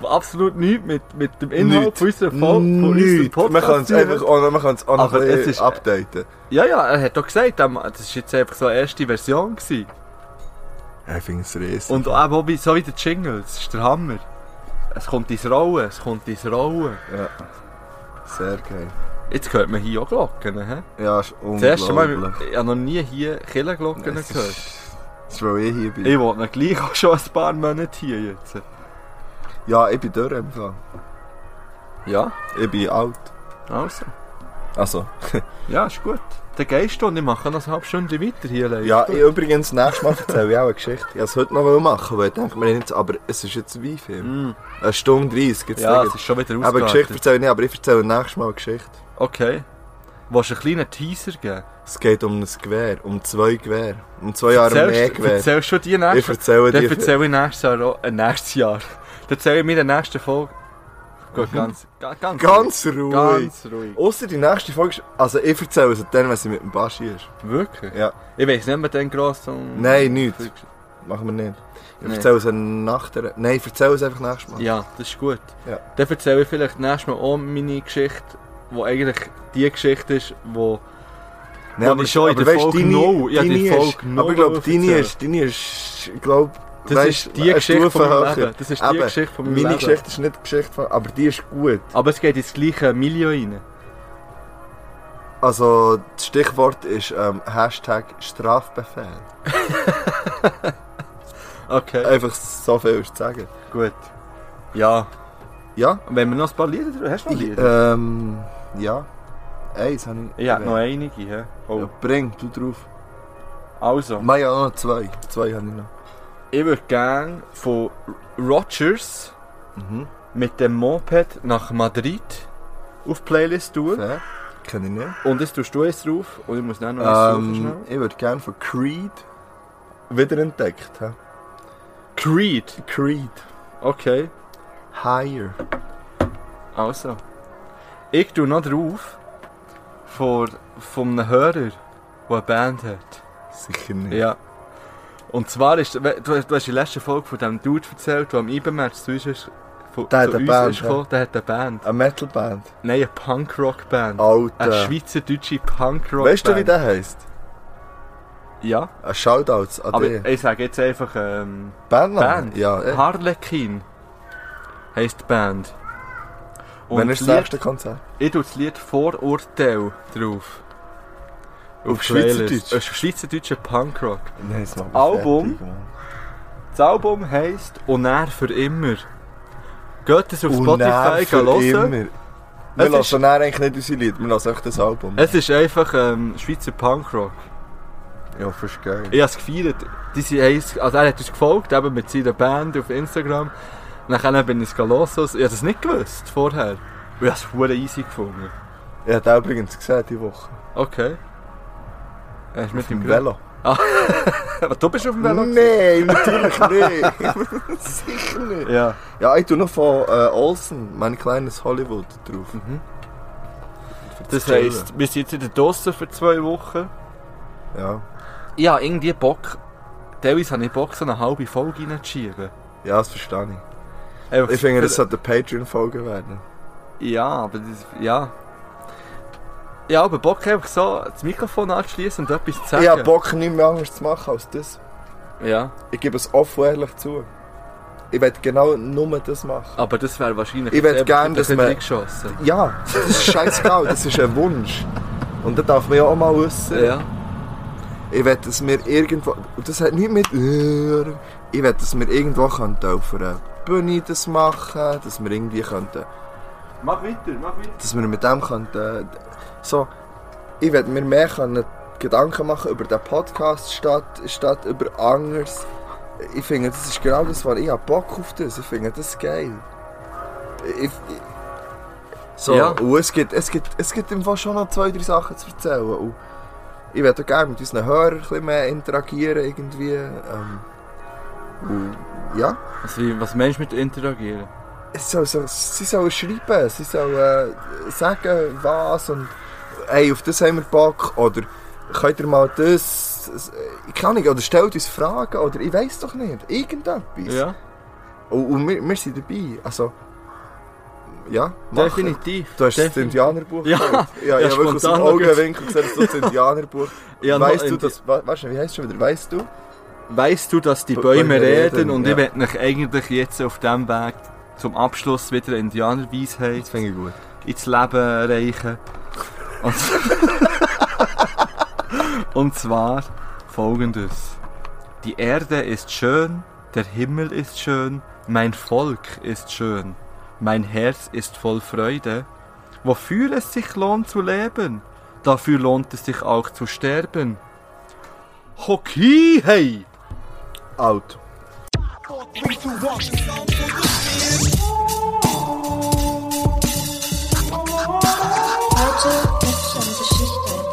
[SPEAKER 1] das absolut nichts mit, mit dem Inhalt
[SPEAKER 3] Nichts.
[SPEAKER 1] von unserer Folge, von unserem
[SPEAKER 3] Nichts. Man
[SPEAKER 1] Podcast
[SPEAKER 3] kann es
[SPEAKER 1] zu tun
[SPEAKER 3] einfach auch noch, man kann's auch noch
[SPEAKER 1] Aber
[SPEAKER 3] ein
[SPEAKER 1] es
[SPEAKER 3] bisschen
[SPEAKER 1] ist-
[SPEAKER 3] updaten.
[SPEAKER 1] hat. Ja, ja, er hat doch gesagt, ähm, das war jetzt einfach so eine erste Version. Gewesen.
[SPEAKER 3] Ja, ich finde es riesig.
[SPEAKER 1] Und eben auch wie, so wie der Jingle, das ist der Hammer. Es kommt ins Rollen, es kommt ins Rollen.
[SPEAKER 3] Sehr geil.
[SPEAKER 1] Jetzt hört man hier auch Glocken. He?
[SPEAKER 3] Ja, ist unglaublich.
[SPEAKER 1] Das erste Mal, ich habe noch nie hier Killerglocken
[SPEAKER 3] Es
[SPEAKER 1] gehört.
[SPEAKER 3] ist- Das ist, weil ich hier bin.
[SPEAKER 1] Ich wohne gleich auch schon ein paar Monate hier jetzt.
[SPEAKER 3] Ja, ich bin durch im Fall.
[SPEAKER 1] Ja,
[SPEAKER 3] Ich bin alt.
[SPEAKER 1] also.
[SPEAKER 3] Also.
[SPEAKER 1] Ja, ist gut. Dann gehst du und ich mache noch eine halbe Stunde weiter hier. Leute.
[SPEAKER 3] Ja, ich übrigens, nächstes Mal erzähle ich auch eine Geschichte. Ich wollte es heute noch machen, weil ich denke mir jetzt, aber es ist jetzt wie viel? Eine Stunde 30 jetzt
[SPEAKER 1] Mm. ja, es ist schon wieder
[SPEAKER 3] Aber Geschichte
[SPEAKER 1] ausgeartet.
[SPEAKER 3] erzähle ich nicht, aber ich erzähle nächstes Mal eine Geschichte.
[SPEAKER 1] Okay. Willst du einen kleinen Teaser geben?
[SPEAKER 3] Es geht um ein Gewehr, um zwei Gewehr. Um zwei Armee-Gewehr.
[SPEAKER 1] erzählst du die
[SPEAKER 3] Ich
[SPEAKER 1] nächste?
[SPEAKER 3] erzähle
[SPEAKER 1] Dann
[SPEAKER 3] dir.
[SPEAKER 1] erzähle ich nächstes Jahr, auch- äh, nächstes Jahr. Dann erzähle ich mir in der nächsten Folge. Gut,
[SPEAKER 3] Mhm.
[SPEAKER 1] ganz, ga- ganz,
[SPEAKER 3] Ganz ruhig.
[SPEAKER 1] Ganz ruhig.
[SPEAKER 3] Außer die nächste Folge ist. Also, ich erzähle es dann, wenn sie mit dem Baschi ist.
[SPEAKER 1] Wirklich?
[SPEAKER 3] Ja.
[SPEAKER 1] Ich weiß nicht mehr den grossen...
[SPEAKER 3] Nein, nichts. Machen wir nicht. Ich
[SPEAKER 1] Nee.
[SPEAKER 3] erzähle es nach der. Nein, ich erzähle es einfach nächstes Mal.
[SPEAKER 1] Ja, das ist gut.
[SPEAKER 3] Ja.
[SPEAKER 1] Dann erzähle ich vielleicht nächstes Mal auch meine Geschichte, die eigentlich die Geschichte ist, wo...
[SPEAKER 3] Nein,
[SPEAKER 1] Wo ich schon in der
[SPEAKER 3] weisst,
[SPEAKER 1] Folge
[SPEAKER 3] deine-
[SPEAKER 1] null- ja, die
[SPEAKER 3] deine
[SPEAKER 1] Folge
[SPEAKER 3] ist,
[SPEAKER 1] null
[SPEAKER 3] Aber ich glaube, deine
[SPEAKER 1] erzählen.
[SPEAKER 3] ist, deine ist, ich glaube,
[SPEAKER 1] Das
[SPEAKER 3] weisst,
[SPEAKER 1] ist die
[SPEAKER 3] eine
[SPEAKER 1] Geschichte
[SPEAKER 3] Stufe
[SPEAKER 1] von meinem
[SPEAKER 3] höher.
[SPEAKER 1] Leben. Das ist die
[SPEAKER 3] Eben,
[SPEAKER 1] Geschichte von meinem
[SPEAKER 3] Meine
[SPEAKER 1] Leben.
[SPEAKER 3] Geschichte ist nicht die Geschichte von, aber die ist gut.
[SPEAKER 1] Aber es geht ins gleiche Milieu rein.
[SPEAKER 3] Also, das Stichwort ist ähm, Hashtag Strafbefehl.
[SPEAKER 1] Okay,
[SPEAKER 3] Einfach so viel ist zu sagen.
[SPEAKER 1] gut. Ja.
[SPEAKER 3] Ja?
[SPEAKER 1] Wenn wir noch ein paar Lieder drüber... Hast du noch Lieder?
[SPEAKER 3] Ähm, ja. Eins habe ich.
[SPEAKER 1] Ich habe noch einige. He. Oh.
[SPEAKER 3] äh. Ja, bring, du drauf.
[SPEAKER 1] Also.
[SPEAKER 3] Nein, ja, noch zwei. Zwei habe ich noch.
[SPEAKER 1] Ich würde gerne von Rogers
[SPEAKER 3] Mhm,
[SPEAKER 1] mit dem Moped nach Madrid auf die Playlist tun.
[SPEAKER 3] Fair. Kenne ich nicht.
[SPEAKER 1] Und jetzt tust du es drauf und ich muss dann noch eins
[SPEAKER 3] Ähm,
[SPEAKER 1] suchen.
[SPEAKER 3] ich würde gerne von Creed wiederentdeckt. hä?
[SPEAKER 1] schnell. Creed.
[SPEAKER 3] Creed.
[SPEAKER 1] Okay,
[SPEAKER 3] Higher.
[SPEAKER 1] also. Ich tue noch drauf von, von einem Hörer, der eine Band hat.
[SPEAKER 3] Sicher nicht.
[SPEAKER 1] Ja. Und zwar ist, we- du, du hast in der letzten Folge von dem Dude erzählt, der am IBM-Match zu uns ist. von-
[SPEAKER 3] Der hat
[SPEAKER 1] zu
[SPEAKER 3] eine
[SPEAKER 1] uns
[SPEAKER 3] Band,
[SPEAKER 1] ist gekommen, der hat eine Band.
[SPEAKER 3] Eine Metalband.
[SPEAKER 1] Nein, eine
[SPEAKER 3] Ah,
[SPEAKER 1] Punkrock-Band. Eine
[SPEAKER 3] Alter.
[SPEAKER 1] schweizerdeutsche Punkrock-Band.
[SPEAKER 3] Weißt du, wie der heisst?
[SPEAKER 1] Ja,
[SPEAKER 3] Ein Shoutout an
[SPEAKER 1] aber
[SPEAKER 3] dich.
[SPEAKER 1] ich sage jetzt einfach ähm,
[SPEAKER 3] Bandname?
[SPEAKER 1] Band.
[SPEAKER 3] Ja, eh.
[SPEAKER 1] Harlequin heisst die Band. Und
[SPEAKER 3] Wann ist
[SPEAKER 1] das
[SPEAKER 3] das
[SPEAKER 1] Lied,
[SPEAKER 3] nächste Konzert?
[SPEAKER 1] ich tue das Lied Vorurteil drauf.
[SPEAKER 3] Auf
[SPEAKER 1] die Playlist.
[SPEAKER 3] Schweizerdeutsch?
[SPEAKER 1] Äh, Schweizerdeutscher Punkrock.
[SPEAKER 3] Nein, das macht mich
[SPEAKER 1] Album?
[SPEAKER 3] fertig, Mann.
[SPEAKER 1] Das Album heisst «Und er für immer». Geht es auf
[SPEAKER 3] Und dann
[SPEAKER 1] Spotify
[SPEAKER 3] für
[SPEAKER 1] gehen hören.
[SPEAKER 3] immer. Wir
[SPEAKER 1] Es ist- Äh.
[SPEAKER 3] lassen dann eigentlich nicht unsere Lieder, wir lassen einfach das Album.
[SPEAKER 1] Es ist einfach ähm, Schweizer Punkrock.
[SPEAKER 3] Ja, verstehe.
[SPEAKER 1] Ich habe es gefeiert. Die sind eins, also er hat uns gefolgt, eben mit seiner Band auf Instagram. Nachher bin ich es hören. Ich habe das nicht gewusst vorher. Und Ich habe es verdammt easy gefunden.
[SPEAKER 3] Ich habe den übrigens gesehen diese Woche.
[SPEAKER 1] Okay. Er ist mit
[SPEAKER 3] Im
[SPEAKER 1] dem
[SPEAKER 3] Velo.
[SPEAKER 1] Aber du bist auf dem Velo? Mhm.
[SPEAKER 3] Nein, natürlich nicht. Sicher nicht.
[SPEAKER 1] Ja.
[SPEAKER 3] Ja, ich tue noch von äh, Olsen, mein kleines Hollywood, drauf.
[SPEAKER 1] Mhm. Das heisst, wir sind jetzt in der Dosse für zwei Wochen.
[SPEAKER 3] Ja.
[SPEAKER 1] Ich habe irgendwie Bock, teilweise habe ich Bock, so eine halbe Folge reinzuschieben.
[SPEAKER 3] ja, das verstehe ich.
[SPEAKER 1] Einfach
[SPEAKER 3] Ich finde,
[SPEAKER 1] für-
[SPEAKER 3] das sollte eine Patreon-Folge werden.
[SPEAKER 1] Ja, aber das, ja. Ja, aber Bock einfach so das Mikrofon anzuschließen und etwas zu sagen.
[SPEAKER 3] Ich habe Bock, nicht mehr anders zu machen als das.
[SPEAKER 1] Ja,
[SPEAKER 3] Ich gebe es offen und ehrlich zu. Ich werde genau nur das machen.
[SPEAKER 1] aber das wäre wahrscheinlich...
[SPEAKER 3] Ich wett
[SPEAKER 1] sehr-
[SPEAKER 3] gern, dass
[SPEAKER 1] bisschen
[SPEAKER 3] man-
[SPEAKER 1] reingeschossen.
[SPEAKER 3] Ja, das ist scheißegal, das ist ein Wunsch. Und da darf man ja auch mal wissen.
[SPEAKER 1] Ja.
[SPEAKER 3] Ich will, dass wir irgendwo. Und das hat nicht mit. Ich will, dass wir irgendwo könnten auf einer Bühne das machen dass wir irgendwie könnten.
[SPEAKER 1] Mach weiter, mach weiter.
[SPEAKER 3] Dass wir mit dem könnten. So. Ich will mir mehr können Gedanken machen über den Podcast statt, statt über anders. Ich finde, das ist genau das, was ich habe Bock auf das. Ich finde das geil. Ich, ich, so,
[SPEAKER 1] Ja.
[SPEAKER 3] und es gibt, es gibt, es gibt im Fall schon noch zwei, drei Sachen zu erzählen. Und ich würde auch gerne mit unseren Hörern ein bisschen mehr interagieren irgendwie. Ähm, und, ja,
[SPEAKER 1] Was, Also wie- was meinst du mit interagieren?
[SPEAKER 3] es soll, so- sie sollen schreiben, sie sollen äh, sagen, was und hey, auf das haben wir Bock oder könnt ihr mal das, das- ich kann nicht, oder stellt uns Fragen oder ich weiß doch nicht, irgendetwas.
[SPEAKER 1] Ja,
[SPEAKER 3] Und, und wir, wir sind dabei, also ja, machen.
[SPEAKER 1] definitiv.
[SPEAKER 3] Du hast das
[SPEAKER 1] Definitiv.
[SPEAKER 3] Indianerbuch
[SPEAKER 1] Ja,
[SPEAKER 3] gekauft. ja,
[SPEAKER 1] ja,
[SPEAKER 3] ich habe wirklich aus dem
[SPEAKER 1] spontan noch
[SPEAKER 3] Augenwinkel gesehen, dass du das Indianerbuch.
[SPEAKER 1] Ja, noch
[SPEAKER 3] weißt du,
[SPEAKER 1] Indi-
[SPEAKER 3] das, we- weißt du, wie heißt es schon wieder? Weißt du?
[SPEAKER 1] Weißt du, dass die
[SPEAKER 3] B-
[SPEAKER 1] Bäume
[SPEAKER 3] Bäume
[SPEAKER 1] reden,
[SPEAKER 3] reden,
[SPEAKER 1] und
[SPEAKER 3] ja.
[SPEAKER 1] ich werde mich eigentlich jetzt auf dem Weg zum Abschluss wieder Indianerweisheit
[SPEAKER 3] finde ich gut.
[SPEAKER 1] ins Leben reichen. Und, und zwar folgendes. Die Erde ist schön, der Himmel ist schön, mein Volk ist schön, mein Herz ist voll Freude. Wofür es sich lohnt zu leben, dafür lohnt es sich auch zu sterben. Hockey, hey!
[SPEAKER 3] Out.
[SPEAKER 2] Heute Bettchen Geschichte